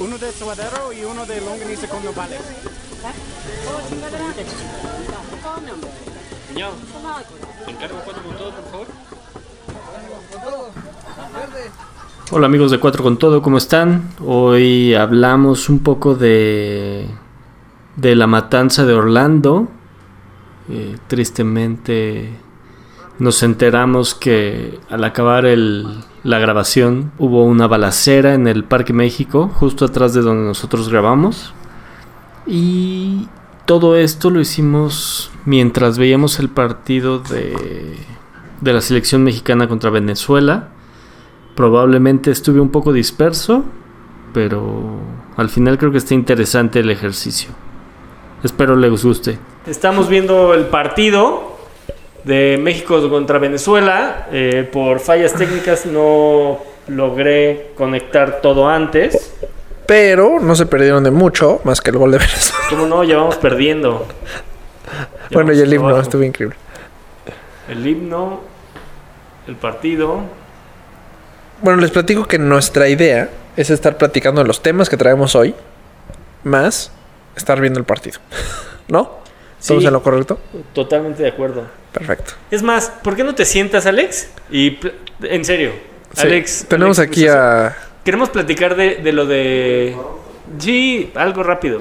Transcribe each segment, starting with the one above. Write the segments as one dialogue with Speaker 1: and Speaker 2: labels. Speaker 1: Uno de suadero y uno de longaniza con nopales.
Speaker 2: Ya, encargo cuatro con todo, por favor.
Speaker 3: Hola amigos de Cuatro con Todo, ¿cómo están? Hoy hablamos un poco de, de la matanza de Orlando. Eh, tristemente nos enteramos que al acabar el- la grabación hubo una balacera en el Parque México, justo atrás de donde nosotros grabamos. Y todo esto lo hicimos mientras veíamos el partido de, de la selección mexicana contra Venezuela. Probablemente estuve un poco disperso, pero al final creo que está interesante el ejercicio. Espero les guste. Estamos viendo el partido de México contra Venezuela. Eh, por fallas técnicas no logré conectar todo antes.
Speaker 4: Pero no se perdieron de mucho, más que el gol de Venezuela.
Speaker 3: ¿Cómo no? Ya vamos perdiendo. Ya
Speaker 4: Bueno, y
Speaker 3: vamos
Speaker 4: el himno,
Speaker 3: abajo.
Speaker 4: estuvo increíble.
Speaker 3: El himno, el partido.
Speaker 4: Bueno, les platico que nuestra idea es estar platicando de los temas que traemos hoy, más estar viendo el partido. ¿No? ¿Estamos
Speaker 3: Sí.
Speaker 4: en lo correcto?
Speaker 3: Totalmente de acuerdo.
Speaker 4: Perfecto.
Speaker 3: Es más, ¿por qué no te sientas, Alex? Y pl- en serio,
Speaker 4: Sí.
Speaker 3: Alex.
Speaker 4: Tenemos
Speaker 3: Alex,
Speaker 4: aquí
Speaker 3: pues,
Speaker 4: a.
Speaker 3: Queremos platicar de, de lo de. Sí, algo rápido.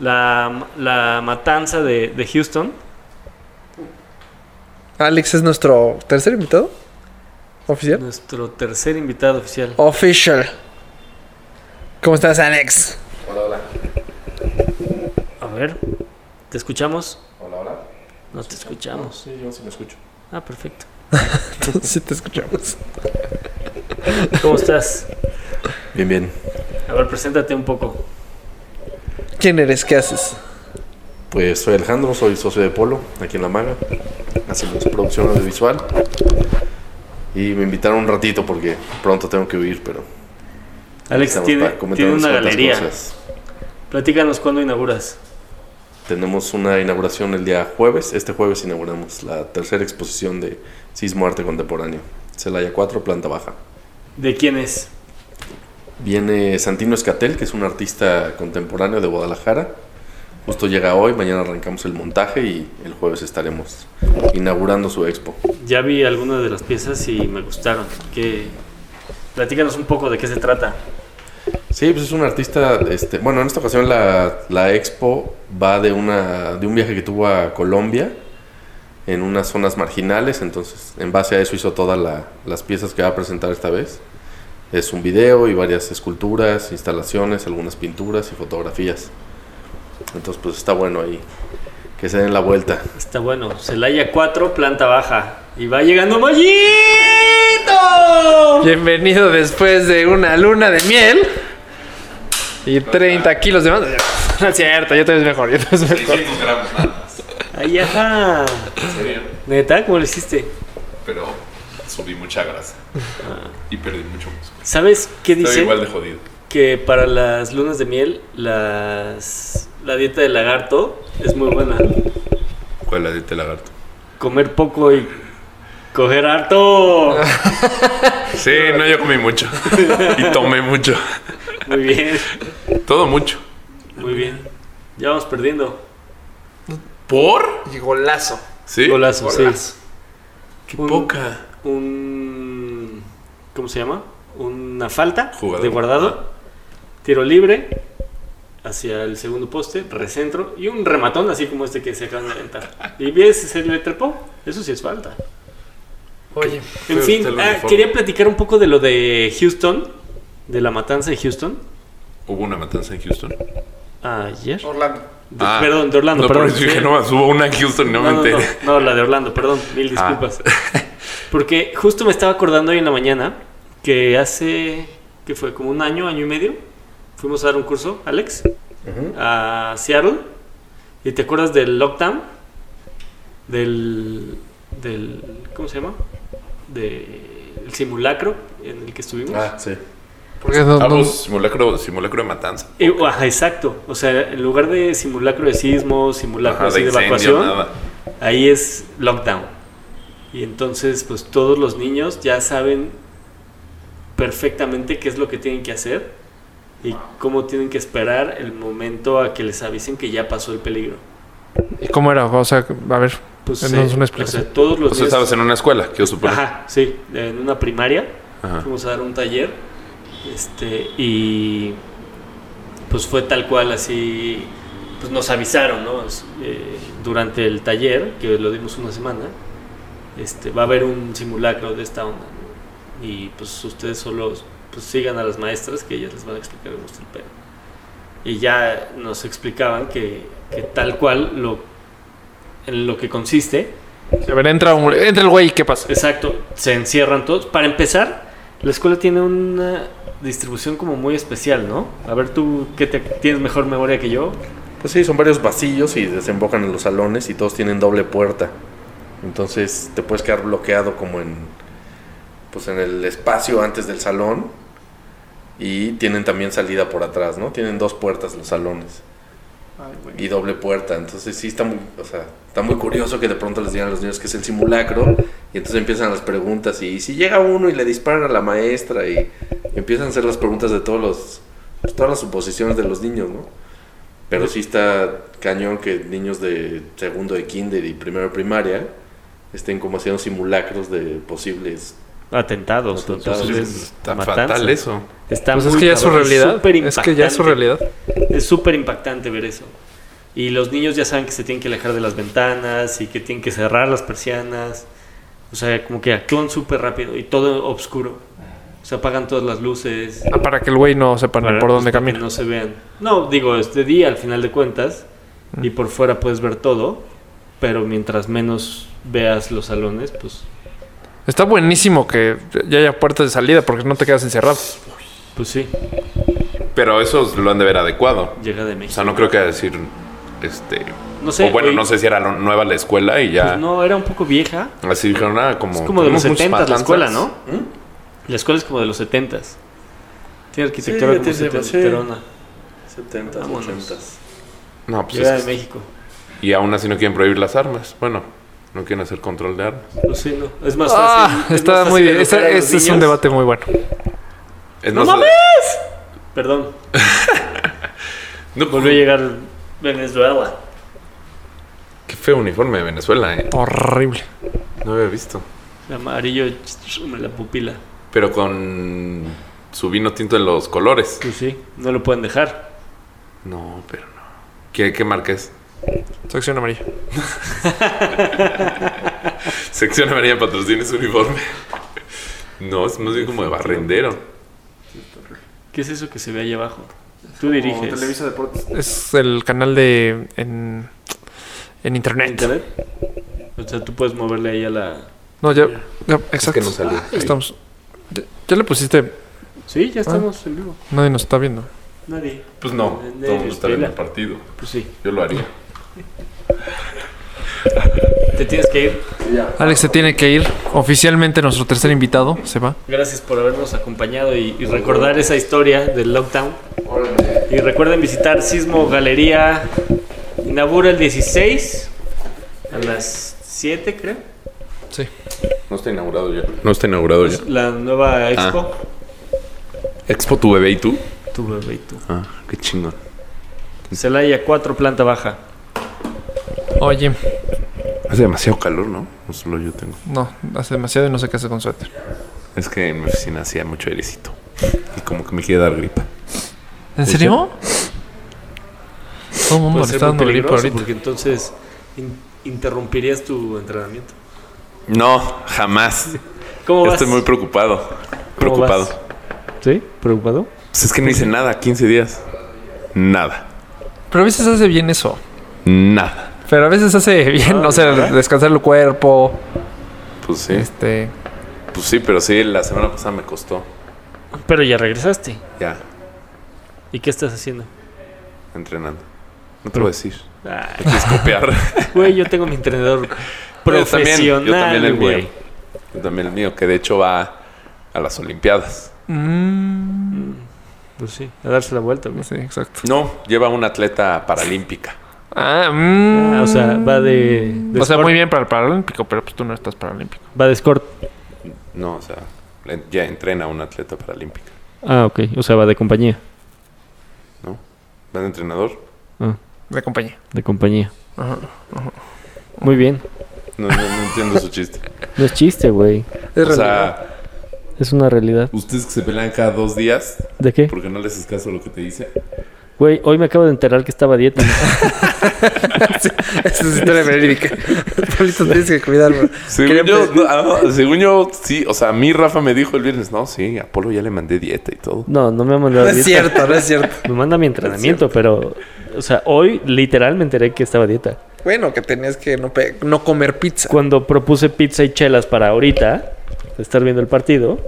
Speaker 3: La, la matanza de, de Houston.
Speaker 4: Alex es nuestro tercer invitado. ¿Oficial?
Speaker 3: Nuestro tercer invitado oficial.
Speaker 4: Official. ¿Cómo estás, Alex?
Speaker 5: Hola, hola.
Speaker 3: A ver, ¿te escuchamos?
Speaker 5: Hola, hola.
Speaker 3: No te escuchamos.
Speaker 5: Sí, yo sí me escucho.
Speaker 3: Ah, perfecto.
Speaker 4: sí, te escuchamos.
Speaker 3: ¿Cómo estás?
Speaker 5: Bien, bien.
Speaker 3: A ver, preséntate un poco.
Speaker 4: ¿Quién eres? ¿Qué haces?
Speaker 5: Pues soy Alejandro, soy socio de Polo, aquí en La Maga. Hacemos producción audiovisual. Y me invitaron un ratito porque pronto tengo que huir, pero...
Speaker 3: Alex
Speaker 5: estamos
Speaker 3: tiene,
Speaker 5: para comentar
Speaker 3: tiene
Speaker 5: unas
Speaker 3: una
Speaker 5: cuantas
Speaker 3: galería.
Speaker 5: cosas.
Speaker 3: Platícanos cuándo inauguras.
Speaker 5: Tenemos una inauguración el día jueves. Este jueves inauguramos la tercera exposición de Sismo Arte Contemporáneo. Celaya 4, planta baja.
Speaker 3: ¿De quién es?
Speaker 5: Viene Santino Escatel, que es un artista contemporáneo de Guadalajara. Justo llega hoy, mañana arrancamos el montaje y el jueves estaremos inaugurando su expo.
Speaker 3: Ya vi algunas de las piezas y me gustaron. ¿Qué? Platícanos un poco de qué se trata.
Speaker 5: Sí, pues es un artista, este, bueno, en esta ocasión la, la expo va de una de un viaje que tuvo a Colombia en unas zonas marginales, entonces en base a eso hizo todas la- las piezas que va a presentar esta vez. Es un video y varias esculturas, instalaciones, algunas pinturas y fotografías. Entonces, pues está bueno ahí que se den la vuelta.
Speaker 3: Está bueno. Celaya 4, planta baja. Y va llegando Mollito.
Speaker 4: Bienvenido después de una luna de miel y 30 kilos de más. No es cierto, yo te ves mejor, yo te ves mejor.
Speaker 6: gramos nada más.
Speaker 3: Ay, ajá.
Speaker 6: serio.
Speaker 3: Neta, ¿cómo lo hiciste?
Speaker 6: Pero subí mucha grasa.
Speaker 4: Ah.
Speaker 6: Y perdí mucho músculo.
Speaker 3: ¿Sabes qué
Speaker 6: Estoy
Speaker 3: dice?
Speaker 6: igual de jodido.
Speaker 3: Que para las lunas de miel, las la dieta del lagarto es muy buena.
Speaker 6: ¿Cuál la dieta lagarto?
Speaker 3: Comer poco y coger harto.
Speaker 6: Sí, no, yo comí mucho. y tomé mucho.
Speaker 3: Muy bien,
Speaker 6: Todo mucho.
Speaker 3: muy bien. Ya vamos perdiendo.
Speaker 6: ¿Por?
Speaker 4: Y golazo.
Speaker 6: Sí.
Speaker 3: Golazo, sí.
Speaker 6: Qué
Speaker 3: Un-
Speaker 6: poca.
Speaker 3: un ¿cómo se llama? Una falta
Speaker 6: Jugador.
Speaker 3: de guardado, tiro libre hacia el segundo poste, recentro y un rematón así como este que se acaban de aventar. Y ves, se le trepó. Eso sí es falta.
Speaker 4: Oye,
Speaker 3: En
Speaker 6: Pero
Speaker 3: fin,
Speaker 6: está el
Speaker 3: ah,
Speaker 6: uniforme.
Speaker 3: quería platicar un poco de lo de Houston, de la matanza de Houston
Speaker 6: Hubo una matanza en Houston.
Speaker 3: ayer.
Speaker 4: Orlando.
Speaker 3: De- perdón, de Orlando,
Speaker 6: Ah, No,
Speaker 3: perdón.
Speaker 6: por eso dije,
Speaker 3: Sí.
Speaker 6: no más, hubo una en Houston y no, me enteré.
Speaker 3: No, no, la de Orlando, perdón, mil
Speaker 6: Ah.
Speaker 3: disculpas. Porque justo me estaba acordando hoy en la mañana que hace, que fue como un año, año y medio, fuimos a dar un curso, Alex, a Seattle. ¿Y te acuerdas del lockdown? Del, del ¿cómo se llama? Del simulacro en el que estuvimos.
Speaker 5: sí.
Speaker 4: Porque no,
Speaker 6: Ah,
Speaker 4: no-
Speaker 6: pues, simulacro, simulacro de matanza.
Speaker 3: Eh, ajá, exacto. O sea, en lugar de simulacro de sismo, simulacro
Speaker 6: Ajá,
Speaker 3: así de,
Speaker 6: de incendio,
Speaker 3: evacuación,
Speaker 6: nada.
Speaker 3: ahí es lockdown. Y entonces, pues todos los niños ya saben perfectamente qué es lo que tienen que hacer. y cómo tienen que esperar el momento a que les avisen que ya pasó el peligro.
Speaker 4: ¿Y cómo era? O sea, a ver.
Speaker 3: Pues,
Speaker 4: Entonces,
Speaker 3: eh,
Speaker 4: una
Speaker 3: o
Speaker 4: explicación.
Speaker 3: sea, todos los
Speaker 6: Pues,
Speaker 4: Pues
Speaker 5: O sea,
Speaker 3: días-
Speaker 5: estabas en una escuela, quiero suponer.
Speaker 3: Ajá, sí, en una primaria.
Speaker 5: Ajá.
Speaker 3: Fuimos a dar un taller. Este, y pues fue tal cual así. Pues nos avisaron, ¿no? Es- eh, durante el taller, que lo dimos una semana, este, va a haber un simulacro de esta onda. ¿no? Y pues ustedes solo pues, sigan a las maestras que ellas les van a explicar cómo está el pedo. Y ya nos explicaban que, que tal cual lo, en lo que consiste
Speaker 4: A ver, entra, un- entra el güey, ¿qué pasa?
Speaker 3: Exacto, se encierran todos. Para empezar, la escuela tiene una distribución como muy especial, ¿no? A ver, tú que te- tienes mejor memoria que yo.
Speaker 5: Pues sí, son varios pasillos y desembocan en los salones y todos tienen doble puerta. Entonces te puedes quedar bloqueado como en pues en el espacio antes del salón y tienen también salida por atrás, ¿no? Tienen dos puertas los salones y doble puerta. Entonces sí está muy, o sea, está muy curioso que de pronto les digan a los niños que es el simulacro y entonces empiezan las preguntas y si llega uno y le disparan a la maestra y empiezan a hacer las preguntas de todos los pues, todas las suposiciones de los niños, ¿no? Pero sí está cañón que niños de segundo de kinder y primero de primaria estén como haciendo simulacros de posibles.
Speaker 3: Atentados,
Speaker 5: Atentados.
Speaker 3: entonces,
Speaker 6: pues, Está
Speaker 3: matanzas.
Speaker 6: fatal eso.
Speaker 3: Está
Speaker 4: Pues es
Speaker 3: muy
Speaker 4: que ya es su
Speaker 3: cabrón,
Speaker 4: realidad.
Speaker 3: súper
Speaker 4: Es que ya es su
Speaker 3: impactante.
Speaker 4: realidad.
Speaker 3: Es súper impactante ver eso. Y los niños ya saben que se tienen que alejar de las ventanas y que tienen que cerrar las persianas. O sea, como que actúan súper rápido y todo oscuro. Se apagan todas las luces.
Speaker 4: Ah, para que el güey no sepa ni
Speaker 3: Para,
Speaker 4: por
Speaker 3: pues,
Speaker 4: dónde
Speaker 3: para que
Speaker 4: camina.
Speaker 3: No se vean. No, digo, es de día al final de cuentas. Y
Speaker 4: Mm.
Speaker 3: por fuera puedes ver todo. Pero mientras menos veas los salones, pues,
Speaker 4: Está buenísimo que ya haya puertas de salida porque no te quedas encerrado.
Speaker 3: pues sí,
Speaker 6: Pero eso lo han de ver adecuado.
Speaker 3: llega de
Speaker 6: O
Speaker 3: México.
Speaker 6: sea, no creo que decir. Este.
Speaker 3: No sé,
Speaker 6: o bueno,
Speaker 3: oye.
Speaker 6: no sé si era lo- nueva la escuela y ya.
Speaker 3: Pues no, era un poco vieja.
Speaker 6: Así dijeron, nada, como.
Speaker 3: Es como de los
Speaker 6: tenemos muchos
Speaker 3: 70 la
Speaker 6: matanzas.
Speaker 3: escuela, ¿no? La escuela es como de los 70 Tiene arquitectura
Speaker 5: Sí,
Speaker 3: como
Speaker 5: tiene- sí.
Speaker 3: setentona.
Speaker 5: 70,
Speaker 3: Vámonos.
Speaker 5: 80.
Speaker 6: No, pues.
Speaker 3: Llega
Speaker 6: es
Speaker 3: de
Speaker 6: que-
Speaker 3: México.
Speaker 6: y aún así no quieren prohibir las armas. Bueno, no quieren hacer control de armas.
Speaker 3: Pues sí, no. Es más fácil.
Speaker 4: Ah,
Speaker 3: es más
Speaker 4: está
Speaker 3: fácil
Speaker 4: muy bien.
Speaker 3: educar
Speaker 4: Está-
Speaker 3: a los
Speaker 4: Ese es un
Speaker 3: niños.
Speaker 4: debate muy bueno.
Speaker 6: Es
Speaker 3: ¡No
Speaker 6: más-
Speaker 3: mames! Perdón,
Speaker 6: No, pues,
Speaker 3: volvió a llegar Venezuela.
Speaker 6: Qué feo uniforme de Venezuela, ¿eh?
Speaker 4: Horrible.
Speaker 6: No había visto.
Speaker 3: Amarillo, ch- ch- la pupila.
Speaker 6: Pero con su vino tinto en los colores.
Speaker 3: Pues sí, no lo pueden dejar.
Speaker 6: No, pero no. ¿Qué, qué marca es?
Speaker 4: Sección amarilla.
Speaker 6: Sección Amarilla patrocina ese uniforme. No, es más bien como de barrendero.
Speaker 3: ¿Qué es eso que se ve ahí abajo? Tú diriges.
Speaker 5: Televisa Deportes.
Speaker 4: Es el canal de. en. en internet.
Speaker 3: ¿Internet? O sea, tú puedes moverle ahí a la...
Speaker 4: No, ya. ya, exacto.
Speaker 6: no salió.
Speaker 4: Estamos. Ya, ya le pusiste.
Speaker 3: Sí, ya
Speaker 4: estamos
Speaker 3: en vivo.
Speaker 4: Nadie nos está viendo.
Speaker 3: Nadie.
Speaker 6: Pues no, todo el mundo está viendo el partido.
Speaker 3: Pues sí.
Speaker 6: Yo lo haría.
Speaker 3: Te tienes que ir.
Speaker 4: Alex se tiene que ir. Oficialmente nuestro tercer invitado se va.
Speaker 3: Gracias por habernos acompañado y, y recordar esa historia del lockdown. Y recuerden visitar Sismo Galería. Inaugura el 16 a las 7, creo.
Speaker 4: Sí.
Speaker 6: No está inaugurado ya. No está inaugurado ya.
Speaker 3: La nueva expo.
Speaker 6: Ah. Expo tu bebé y tú.
Speaker 3: Tu bebé y tú.
Speaker 6: Ah, qué chingón.
Speaker 3: Celaya 4, planta baja.
Speaker 4: Oye,
Speaker 6: Hace demasiado calor, ¿no? No solo yo tengo.
Speaker 4: no, hace demasiado y no sé qué hacer con suéter.
Speaker 6: Es que en mi oficina hacía mucho airecito. Y como que me quiere dar gripa.
Speaker 4: ¿En serio? Todo el mundo
Speaker 3: Puede
Speaker 4: le
Speaker 3: ser
Speaker 4: está
Speaker 3: muy
Speaker 4: dando gripa
Speaker 3: peligroso
Speaker 4: ahorita.
Speaker 3: porque entonces in- interrumpirías tu entrenamiento.
Speaker 6: No, jamás.
Speaker 3: ¿Cómo vas?
Speaker 6: Estoy muy preocupado.
Speaker 3: ¿Cómo
Speaker 6: Preocupado.
Speaker 3: vas? ¿Sí? ¿Preocupado?
Speaker 6: Pues es que no hice nada, 15 días. Nada.
Speaker 4: Pero a veces hace bien eso.
Speaker 6: Nada.
Speaker 4: Pero a veces hace bien, no sé, descansar el cuerpo.
Speaker 6: Pues sí.
Speaker 4: Este.
Speaker 6: Pues sí, pero sí, la semana pasada me costó.
Speaker 3: Pero ya regresaste.
Speaker 6: Ya,
Speaker 3: ¿Y qué estás haciendo?
Speaker 6: entrenando. No te lo voy a decir.
Speaker 3: Ah,
Speaker 6: Es copiar.
Speaker 3: Güey, yo tengo mi entrenador
Speaker 6: Yo también, yo
Speaker 3: profesional,
Speaker 6: también el
Speaker 3: güey.
Speaker 6: mío. Yo también el mío, que de hecho va a las Olimpiadas.
Speaker 4: mm,
Speaker 3: Pues sí, a darse la vuelta, güey.
Speaker 4: sí, exacto.
Speaker 6: No, lleva una atleta paralímpica.
Speaker 4: Ah, mm.
Speaker 3: Ah, o sea, va de, de
Speaker 4: o sea,
Speaker 3: escort.
Speaker 4: muy bien para el paralímpico, pero pues tú no estás paralímpico.
Speaker 3: Va de escort.
Speaker 6: No, o sea, en- ya entrena a una atleta paralímpica.
Speaker 3: Ah, ok. O sea, va de compañía.
Speaker 7: ¿Van de entrenador?
Speaker 3: Ah,
Speaker 4: de compañía.
Speaker 3: de compañía. Muy bien.
Speaker 7: No, no, no entiendo su chiste.
Speaker 3: No es chiste, güey.
Speaker 4: Es
Speaker 7: o
Speaker 4: realidad.
Speaker 7: sea,
Speaker 3: Es una realidad.
Speaker 7: ustedes que se pelean cada dos días
Speaker 3: ¿De qué?
Speaker 7: porque no les haces caso a lo que te dice.
Speaker 3: Güey, hoy me acabo de enterar que estaba a dieta.
Speaker 4: Sí, esa es historia verídica. Pablito, tienes que cuidarlo.
Speaker 6: Según
Speaker 4: Quería
Speaker 6: yo,
Speaker 4: pe-
Speaker 6: no, ah, no, según yo, sí. O sea, a mí Rafa me dijo el viernes, no, sí, a Polo ya le mandé dieta y todo.
Speaker 3: No, no me ha
Speaker 4: No
Speaker 3: mandado a
Speaker 4: es
Speaker 3: dieta.
Speaker 4: cierto, no es cierto.
Speaker 3: Me manda mi entrenamiento, pero... O sea, hoy literal me enteré que estaba a dieta.
Speaker 4: Bueno, que tenías que no, pe- no comer pizza.
Speaker 3: Cuando propuse pizza y chelas para ahorita, estar viendo el partido,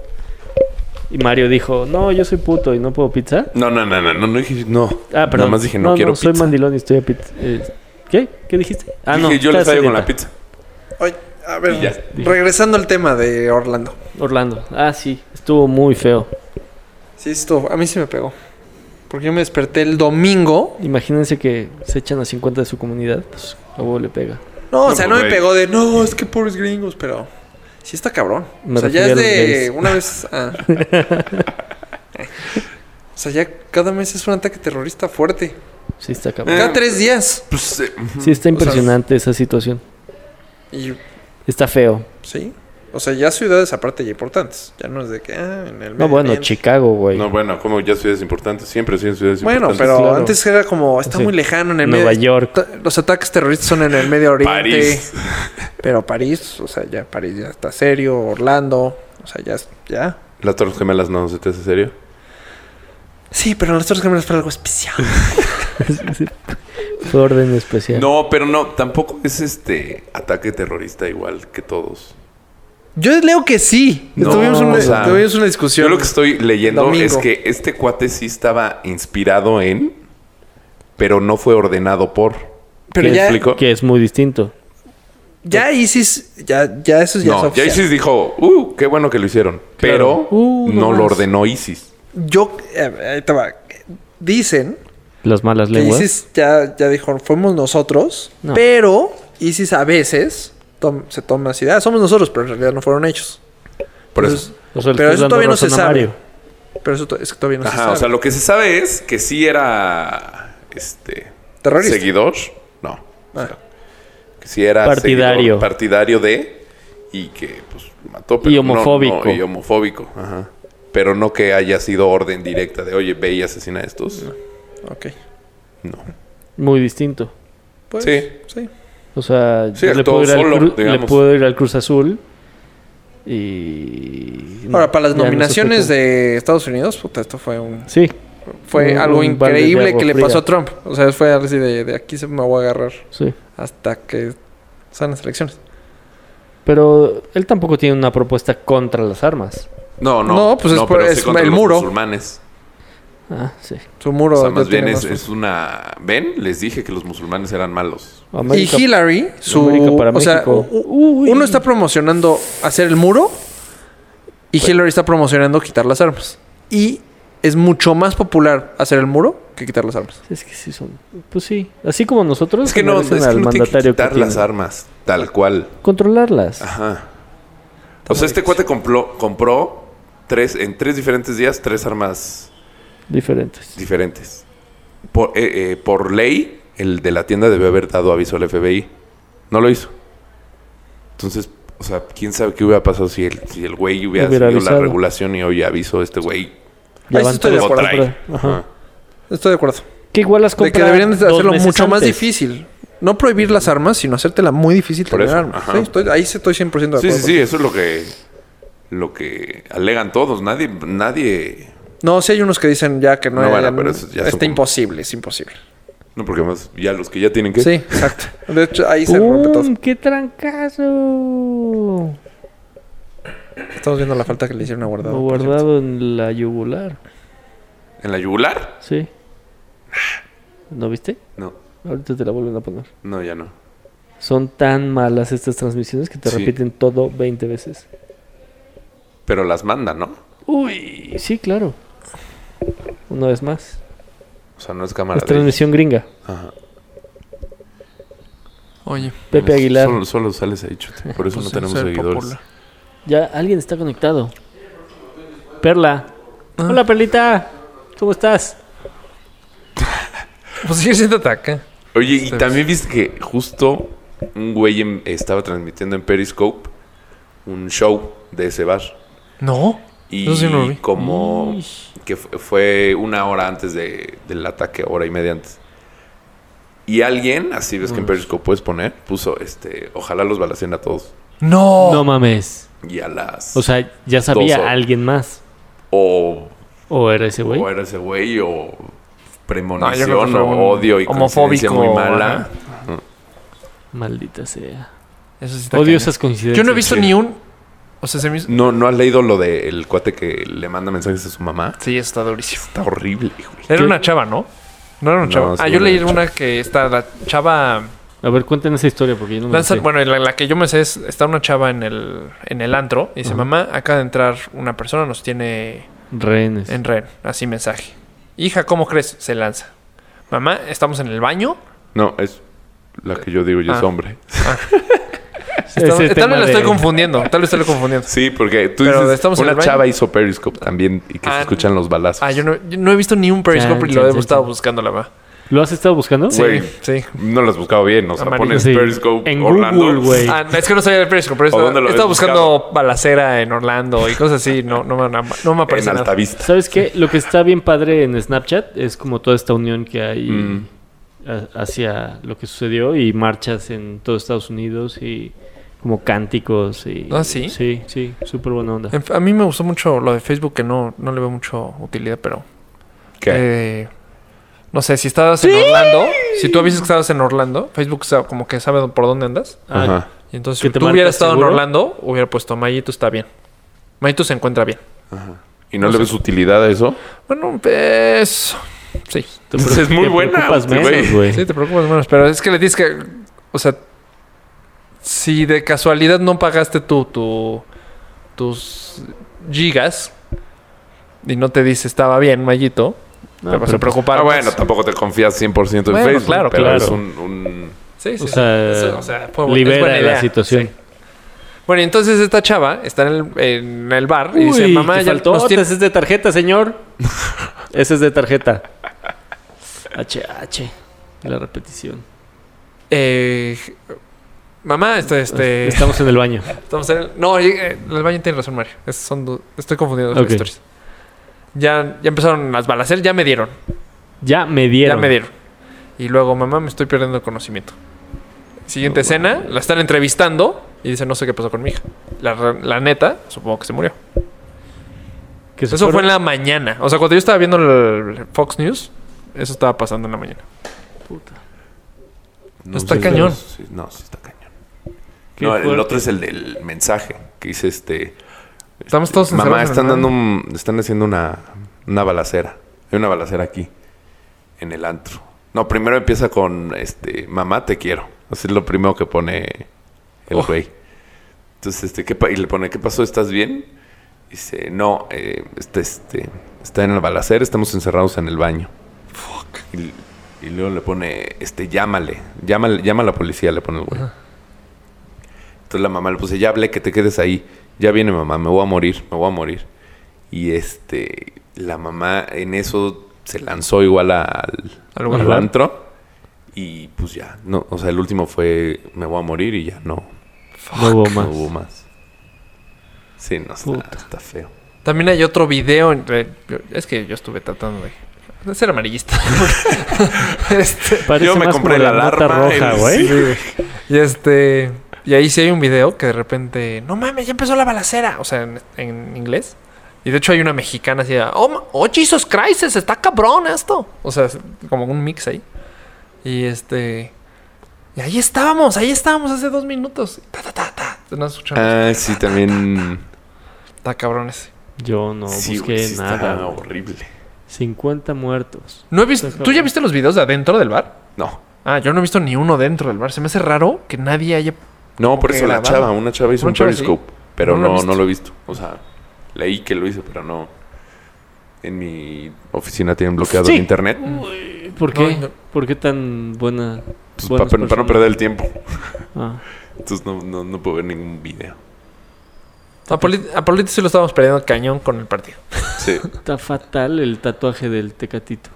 Speaker 3: y Mario dijo, no, yo soy puto y no puedo pizza.
Speaker 6: No, no, no, no, no, no dije, no.
Speaker 3: Ah, perdón.
Speaker 6: Nada más dije, no, quiero
Speaker 3: soy
Speaker 6: pizza.
Speaker 3: mandilón y estoy a pizza. eh, ¿Qué? ¿Qué dijiste? Ah,
Speaker 6: dije,
Speaker 3: no.
Speaker 6: yo les
Speaker 3: estás a
Speaker 6: traigo con la
Speaker 3: dieta.
Speaker 6: pizza.
Speaker 4: Oye, a ver,
Speaker 6: Y ya.
Speaker 4: regresando al tema de Orlando.
Speaker 3: Orlando. Ah, sí. Estuvo muy feo.
Speaker 4: Sí, esto a mí sí me pegó. Porque yo me desperté el domingo.
Speaker 3: Imagínense que se echan a 50 de su comunidad. Pues a huevo le pega.
Speaker 4: No, o
Speaker 6: No,
Speaker 4: sea,
Speaker 6: pues,
Speaker 4: no me
Speaker 6: güey.
Speaker 4: pegó de no, es que pobres gringos, pero sí está cabrón.
Speaker 3: Me
Speaker 4: o sea, ya es
Speaker 3: refería a los
Speaker 4: de
Speaker 3: gays.
Speaker 4: una vez. ah. o sea, ya cada mes es un ataque terrorista fuerte.
Speaker 6: Eh.
Speaker 3: Sí está cabrón.
Speaker 4: Cada tres días.
Speaker 6: Pues, eh,
Speaker 3: Sí está impresionante esa situación.
Speaker 4: Y
Speaker 3: Está feo.
Speaker 4: sí. O sea, ya ciudades aparte ya importantes. Ya no es de que ah, en el
Speaker 3: No,
Speaker 4: Medio
Speaker 3: bueno,
Speaker 4: Oriente.
Speaker 3: Chicago, güey.
Speaker 7: No, bueno, como ya ciudades importantes, siempre siguen ciudades
Speaker 4: Bueno,
Speaker 7: importantes.
Speaker 4: pero
Speaker 3: claro.
Speaker 4: antes era como está
Speaker 3: Sí.
Speaker 4: muy lejano en el
Speaker 3: Nueva
Speaker 4: medio.
Speaker 3: York.
Speaker 4: Ta- Los ataques terroristas son en el Medio Oriente.
Speaker 6: París.
Speaker 4: Pero París, o sea, ya París ya está serio, Orlando, o sea, ya, es- ya.
Speaker 7: Las Torres Gemelas no, ¿se te hace serio?
Speaker 4: Sí, pero en las Torres Gemelas fue algo especial.
Speaker 3: Fue orden especial.
Speaker 6: no, pero no, tampoco es este ataque terrorista igual que todos.
Speaker 4: Yo leo que sí.
Speaker 6: No,
Speaker 4: tuvimos, una,
Speaker 6: o sea,
Speaker 4: tuvimos una discusión.
Speaker 6: Yo lo que estoy leyendo
Speaker 4: Domingo.
Speaker 6: es que este cuate sí estaba inspirado en, pero no fue ordenado por.
Speaker 4: Pero
Speaker 6: ¿Me
Speaker 4: ya-
Speaker 6: explico?
Speaker 3: Que es muy distinto.
Speaker 4: Ya ISIS, ya, ya eso ya es
Speaker 6: no, ya
Speaker 4: oficial.
Speaker 6: ISIS dijo, uh, qué bueno que lo hicieron, pero
Speaker 3: Uh, no
Speaker 6: no, lo
Speaker 3: más.
Speaker 6: ordenó ISIS.
Speaker 4: Yo, eh, ahí te va. Dicen
Speaker 3: Las malas
Speaker 4: que
Speaker 3: lenguas.
Speaker 4: ISIS ya, ya dijo, fuimos nosotros,
Speaker 3: No.
Speaker 4: pero ISIS a veces tom- se toma así, ah, somos nosotros, pero en realidad no fueron ellos.
Speaker 6: Por
Speaker 4: Entonces,
Speaker 6: eso.
Speaker 3: O sea, le
Speaker 4: pero
Speaker 3: estoy
Speaker 4: eso
Speaker 3: dando
Speaker 4: todavía no se
Speaker 3: razón a
Speaker 4: sabe.
Speaker 3: Mario.
Speaker 4: Pero eso to- es que todavía no se
Speaker 6: Ajá,
Speaker 4: sabe.
Speaker 6: o sea, lo que se sabe es que sí era este
Speaker 4: Terrorista.
Speaker 6: seguidor, no, o sea, que sí era
Speaker 3: Partidario.
Speaker 6: seguidor- partidario de y que pues mató pero
Speaker 3: Y
Speaker 6: no- no,
Speaker 3: homofóbico.
Speaker 6: y homofóbico, ajá. Pero no que haya sido orden directa de, "Oye, ve y asesina a estos."
Speaker 4: Ok.
Speaker 6: No.
Speaker 3: Muy distinto.
Speaker 4: Pues,
Speaker 6: Sí.
Speaker 4: sí.
Speaker 3: O sea,
Speaker 6: Sí,
Speaker 3: yo le,
Speaker 6: actuó
Speaker 3: puedo ir al
Speaker 6: solo,
Speaker 3: Cru- le
Speaker 6: digamos.
Speaker 3: puedo ir al Cruz Azul y... no,
Speaker 4: Ahora, para las
Speaker 3: ya no
Speaker 4: nominaciones
Speaker 3: se fue.
Speaker 4: de Estados Unidos, puta, esto fue un...
Speaker 3: Sí,
Speaker 4: Fue
Speaker 3: Un-
Speaker 4: algo
Speaker 3: un balde de
Speaker 4: increíble
Speaker 3: agua
Speaker 4: que le
Speaker 3: fría.
Speaker 4: pasó a Trump. O sea, fue así de, de aquí se me voy a agarrar
Speaker 3: sí.
Speaker 4: hasta que sean las elecciones.
Speaker 3: Pero él tampoco tiene una propuesta contra las armas.
Speaker 6: No, no.
Speaker 4: No, pues es por-
Speaker 6: pero sí
Speaker 4: es
Speaker 6: contra
Speaker 4: el
Speaker 6: los
Speaker 4: muro.
Speaker 6: musulmanes.
Speaker 3: Ah, sí.
Speaker 4: Su muro...
Speaker 6: O sea, más
Speaker 4: ya tiene
Speaker 6: bien es,
Speaker 4: más-
Speaker 6: es una... ¿Ven? Les dije que los musulmanes eran malos.
Speaker 3: América-
Speaker 4: y Hillary, su...
Speaker 3: América para
Speaker 4: o sea,
Speaker 3: México.
Speaker 4: u- uno está promocionando hacer el muro y
Speaker 3: Pues-
Speaker 4: Hillary está promocionando quitar las armas. Y es mucho más popular hacer el muro que quitar las armas.
Speaker 3: Es que sí son... Pues sí. Así como nosotros...
Speaker 6: Es que
Speaker 3: se
Speaker 6: no, es
Speaker 3: merecen
Speaker 6: que
Speaker 3: al
Speaker 6: no tiene que
Speaker 3: mandatario
Speaker 6: quitar
Speaker 3: que
Speaker 6: las
Speaker 3: tienen.
Speaker 6: armas. Ah. Tal cual.
Speaker 3: Controlarlas.
Speaker 6: Ajá. O sea, este cuate compró, compró tres, en tres diferentes días tres armas
Speaker 3: Diferentes.
Speaker 6: diferentes. Por, eh, eh, por ley, el de la tienda debe haber dado aviso al FBI. No lo hizo. Entonces, o sea, quién sabe qué hubiera pasado si el, si el güey hubiera,
Speaker 3: Hubiera
Speaker 6: seguido la
Speaker 3: avisado.
Speaker 6: regulación y hoy avisó este güey.
Speaker 3: Ya
Speaker 4: Ahí
Speaker 3: van
Speaker 4: estoy de
Speaker 3: tres
Speaker 6: Lo
Speaker 4: acuerdo.
Speaker 3: por
Speaker 6: trae.
Speaker 3: ahí. Ajá.
Speaker 6: Ajá.
Speaker 4: Estoy de acuerdo.
Speaker 3: Que igual las
Speaker 4: De
Speaker 3: compra
Speaker 4: que deberían
Speaker 3: dos
Speaker 4: hacerlo
Speaker 3: meses
Speaker 4: mucho más
Speaker 3: antes.
Speaker 4: difícil. No prohibir las armas, sino hacértela muy difícil
Speaker 6: Por
Speaker 4: tener
Speaker 6: eso,
Speaker 4: armas.
Speaker 6: ajá.
Speaker 4: Sí, estoy- ahí sí estoy 100% de acuerdo.
Speaker 6: Sí, sí, sí, eso es lo que lo que alegan todos, nadie nadie
Speaker 4: No, sí hay unos que dicen ya que no,
Speaker 6: No,
Speaker 4: hay-
Speaker 6: bueno, pero eso ya son
Speaker 4: está
Speaker 6: como-
Speaker 4: imposible, es imposible.
Speaker 6: no porque más ya los que ya tienen que
Speaker 4: Sí, exacto. De hecho, ahí se rompe todo.
Speaker 3: ¡Pum! ¡Qué trancazo!
Speaker 4: Estamos viendo la falta que le hicieron a Guardado.
Speaker 3: Lo
Speaker 4: por cierto.
Speaker 3: guardado en la yugular.
Speaker 6: en la yugular?
Speaker 3: Sí. ¿No viste?
Speaker 6: No,
Speaker 3: Ahorita te la vuelven a poner.
Speaker 6: no ya no.
Speaker 3: Son tan malas estas transmisiones que te
Speaker 6: Sí.
Speaker 3: repiten todo 20 veces.
Speaker 6: Pero las mandan, ¿no?
Speaker 3: Uy, sí, claro. Una vez más.
Speaker 6: O sea, no es cámara
Speaker 3: Es
Speaker 6: de ellos.
Speaker 3: transmisión gringa.
Speaker 6: Ajá.
Speaker 4: Oye,
Speaker 3: Pepe Aguilar.
Speaker 6: Pues, Solo, solo sales ahí, chute. Por eso
Speaker 4: pues,
Speaker 6: no tenemos
Speaker 4: ser
Speaker 6: seguidores.
Speaker 4: popular.
Speaker 3: Ya alguien está conectado. Perla. Hola, Perlita. ¿Cómo estás?
Speaker 4: Pues sigue siendo ataca.
Speaker 6: Oye, y también viste que justo un güey en- estaba transmitiendo en Periscope un show de ese bar.
Speaker 4: No.
Speaker 6: Y
Speaker 4: Eso sí no lo vi.
Speaker 6: como
Speaker 4: Oh.
Speaker 3: Mm.
Speaker 6: que fu- fue una hora antes de- del ataque, hora y media antes. Y alguien, así ves que
Speaker 4: Mm.
Speaker 6: en Periscope puedes poner, puso este, ojalá los balacen a todos.
Speaker 4: No.
Speaker 8: No mames.
Speaker 6: Y a las...
Speaker 8: O sea, ya sabía
Speaker 6: Dos, o-
Speaker 8: alguien más.
Speaker 6: o,
Speaker 8: O era ese güey.
Speaker 6: o era ese güey, o
Speaker 4: No, yo creo que
Speaker 6: premonición,
Speaker 4: fue un
Speaker 6: o odio y
Speaker 4: homofóbico,
Speaker 6: coincidencia muy mala.
Speaker 4: ajá.
Speaker 8: Maldita sea.
Speaker 4: Eso sí está
Speaker 8: Odio
Speaker 4: cañón.
Speaker 8: esas coincidencias.
Speaker 4: Yo no he visto
Speaker 6: Sí.
Speaker 4: ni un. O sea, se me hizo.
Speaker 6: No, ¿No has leído lo del cuate que le manda mensajes a su mamá?
Speaker 4: Sí, eso está durísimo.
Speaker 6: Está horrible, güey.
Speaker 4: Era
Speaker 8: ¿Qué?
Speaker 4: una chava, ¿no? No era una
Speaker 6: No,
Speaker 4: chava.
Speaker 6: sí
Speaker 4: ah,
Speaker 6: era
Speaker 4: yo leí
Speaker 6: una
Speaker 4: una que está la chava.
Speaker 3: Mm,
Speaker 8: A ver, cuenten esa historia porque yo no me la
Speaker 4: Lanza-
Speaker 8: sé.
Speaker 4: Bueno, la, la que yo me sé es, está una chava en el, en el antro y dice, mamá, acaba de entrar una persona, nos tiene
Speaker 8: Rehenes.
Speaker 4: en red, así mensaje. Hija, ¿cómo crees? Se lanza. Mamá, estamos en el baño.
Speaker 6: No, es la que yo digo, yo es
Speaker 4: Ah.
Speaker 6: hombre.
Speaker 8: Ese
Speaker 4: Estamos- tal
Speaker 8: tema
Speaker 4: vez la
Speaker 8: de-
Speaker 4: estoy confundiendo, tal vez estoy confundiendo.
Speaker 6: Sí, porque tú
Speaker 4: Pero
Speaker 6: dices,
Speaker 4: estamos en el
Speaker 6: una
Speaker 4: baño.
Speaker 6: chava hizo Periscope también y que
Speaker 4: Ah,
Speaker 6: se escuchan los balazos.
Speaker 4: Ah, yo no, yo no he visto ni un Periscope
Speaker 8: Chan,
Speaker 4: y lo
Speaker 8: chan,
Speaker 4: he
Speaker 8: chan,
Speaker 4: estado
Speaker 8: chan.
Speaker 4: buscando, la verdad.
Speaker 8: ¿Lo has estado buscando?
Speaker 6: Sí. Güey.
Speaker 4: Sí.
Speaker 6: No lo has buscado bien, o sea,
Speaker 4: Amarillo.
Speaker 6: pones
Speaker 8: Sí.
Speaker 6: Periscope
Speaker 8: En
Speaker 6: Orlando.
Speaker 8: Google, güey.
Speaker 4: Ah, es que no sabía el Periscope, pero
Speaker 6: ¿O
Speaker 4: estaba,
Speaker 6: dónde lo
Speaker 4: estaba
Speaker 6: habías
Speaker 4: buscando balacera en Orlando y cosas así. No, no, me- no me aparece
Speaker 6: En
Speaker 4: nada.
Speaker 6: Altavista.
Speaker 8: ¿Sabes qué? Lo que está bien padre en Snapchat es como toda esta unión que hay
Speaker 6: Mm.
Speaker 8: ha- hacia lo que sucedió y marchas en todo Estados Unidos y como cánticos y...
Speaker 4: Ah, ¿sí?
Speaker 8: Sí, sí, súper buena onda.
Speaker 4: En- A mí me gustó mucho lo de Facebook, que no, no le veo mucho utilidad, pero.
Speaker 6: ¿Qué?
Speaker 4: eh, no sé, si estabas en Orlando, si tú avisas que estabas en Orlando, Facebook sabe- como que sabe por dónde andas.
Speaker 8: Ah,
Speaker 6: Ajá.
Speaker 4: Y entonces,
Speaker 8: ¿Que
Speaker 4: si
Speaker 8: te
Speaker 4: tú
Speaker 8: marca
Speaker 4: hubieras estado
Speaker 8: seguro?
Speaker 4: en Orlando, hubiera puesto Mayito está bien. Mayito se encuentra bien.
Speaker 6: ¿Y no le ves utilidad a eso?
Speaker 4: Bueno, pues. Sí.
Speaker 8: te
Speaker 6: Pues
Speaker 8: preocu-
Speaker 6: es muy
Speaker 8: te
Speaker 6: buena,
Speaker 8: preocupas
Speaker 6: güey.
Speaker 8: menos, güey.
Speaker 4: Sí, te preocupas menos, pero es que le dices que. O sea, si de casualidad no pagaste tú tu, tus gigas y no te dice estaba bien, Mayito,
Speaker 8: No,
Speaker 4: te vas
Speaker 8: pero pues,
Speaker 4: a preocupar.
Speaker 6: Ah,
Speaker 4: más.
Speaker 6: bueno, tampoco te confías 100% en
Speaker 4: Bueno,
Speaker 6: Facebook.
Speaker 4: claro,
Speaker 6: pero
Speaker 8: claro.
Speaker 6: es un... un-
Speaker 4: Sí, sí,
Speaker 8: O
Speaker 4: sí.
Speaker 8: sea,
Speaker 4: Eso, o sea, fue bu- es
Speaker 8: libera
Speaker 4: buena idea.
Speaker 8: la situación.
Speaker 4: Bueno, y entonces esta chava está en el, en el bar y dice,
Speaker 8: Uy,
Speaker 4: mamá,
Speaker 8: te
Speaker 4: ya
Speaker 8: faltó.
Speaker 4: nos
Speaker 8: Ese
Speaker 4: tiene-
Speaker 8: es de tarjeta, señor. Ese es de tarjeta. HH. La repetición.
Speaker 4: eh, mamá, este, este,
Speaker 8: Estamos en el baño.
Speaker 4: estamos en el... No, y, eh, el baño tiene razón, Mario. Es- son du- Estoy confundiendo las
Speaker 8: Ok.
Speaker 4: historias. Ya, ya empezaron las balaceras, ya me dieron.
Speaker 8: Ya me dieron.
Speaker 4: Ya me dieron. Y luego, mamá, me estoy perdiendo el conocimiento. Siguiente escena, la están entrevistando y dice, no sé qué pasó con mi hija. La, re- la neta, supongo que se murió.
Speaker 8: Que
Speaker 4: Eso
Speaker 8: fueron-
Speaker 4: fue en la mañana. O sea, cuando yo estaba viendo el Fox News, eso estaba pasando en la mañana.
Speaker 6: no
Speaker 4: Está
Speaker 6: sé,
Speaker 4: cañón.
Speaker 6: pero sí- no, sí está cañón.
Speaker 8: Qué
Speaker 6: No, el
Speaker 8: fuerte.
Speaker 6: otro es el del mensaje que dice este...
Speaker 4: Estamos todos
Speaker 6: Mamá,
Speaker 4: encerrados en
Speaker 6: están
Speaker 4: el
Speaker 6: dando
Speaker 4: baño.
Speaker 6: un- están haciendo una, una balacera. Hay una balacera aquí. En el antro. No, primero empieza con este. Mamá, te quiero. Así es lo primero que pone
Speaker 4: Oh.
Speaker 6: el güey. Entonces, este, ¿qué pa- y le pone, ¿qué pasó? ¿Estás bien? Dice, no, eh, este, este, está en el balacera, estamos encerrados en el baño. Y, y luego le pone, este, llámale, llámale, llama a la policía, le pone el güey. Entonces la mamá le puse, ya hablé, que te quedes ahí. Ya viene mamá, me voy a morir, me voy a morir. Y este, la mamá en eso se lanzó igual a- al,
Speaker 4: Al lugar.
Speaker 6: al antro. Y pues ya, no, o sea, el último fue, me voy a morir y ya no,
Speaker 8: No hubo más.
Speaker 6: no hubo más. Sí, no, está,
Speaker 8: Puta.
Speaker 6: está feo.
Speaker 4: También hay otro video. entre- yo- Es que yo estuve tratando de, de ser amarillista. Este,
Speaker 8: Parece
Speaker 6: Yo me
Speaker 8: más
Speaker 6: compré
Speaker 8: como
Speaker 6: la
Speaker 8: nota
Speaker 6: alarma,
Speaker 8: roja,
Speaker 6: el-
Speaker 8: güey.
Speaker 4: sí, güey. y este. Y ahí sí hay un video que de repente. No mames, ya empezó la balacera. O sea, en, en inglés. Y de hecho hay una mexicana así. Oh, ma- oh, Jesus Christ, está cabrón esto. O sea, es como un mix ahí. Y este. Y ahí estábamos, ahí estábamos hace dos minutos. Ta, ta, ta, ta. No escucharon.
Speaker 6: Ah, sí, también.
Speaker 4: Está cabrón ese.
Speaker 8: Yo no
Speaker 6: sí,
Speaker 8: busqué
Speaker 6: güey, sí está
Speaker 8: nada. güey.
Speaker 6: Ah, horrible.
Speaker 8: 50 muertos.
Speaker 4: No he visto.
Speaker 8: Está
Speaker 4: ¿Tú ya
Speaker 8: cabrón.
Speaker 4: viste los videos de adentro del bar?
Speaker 6: No,
Speaker 4: Ah, yo no he visto ni uno dentro del bar. Se me hace raro que nadie haya.
Speaker 6: no, por
Speaker 4: Ok,
Speaker 6: eso la
Speaker 4: grabado.
Speaker 6: chava, una chava hizo
Speaker 4: Una
Speaker 6: un
Speaker 4: chava, sí.
Speaker 6: periscope, pero
Speaker 4: No lo he
Speaker 6: no,
Speaker 4: visto.
Speaker 6: no lo he visto. O sea, leí que lo hice, pero no. En mi oficina tienen bloqueado el internet.
Speaker 4: Mm,
Speaker 8: ¿Por qué?
Speaker 4: No, no.
Speaker 8: ¿Por qué tan buena?
Speaker 6: Eh, Pues,
Speaker 8: buenas
Speaker 6: pa- para no
Speaker 8: personas?
Speaker 6: perder el tiempo.
Speaker 8: Ah.
Speaker 6: Entonces no, no, no puedo ver ningún video.
Speaker 4: A Polito, a Polito sí lo estábamos perdiendo cañón con el partido.
Speaker 6: Sí.
Speaker 8: Está fatal el tatuaje del tecatito.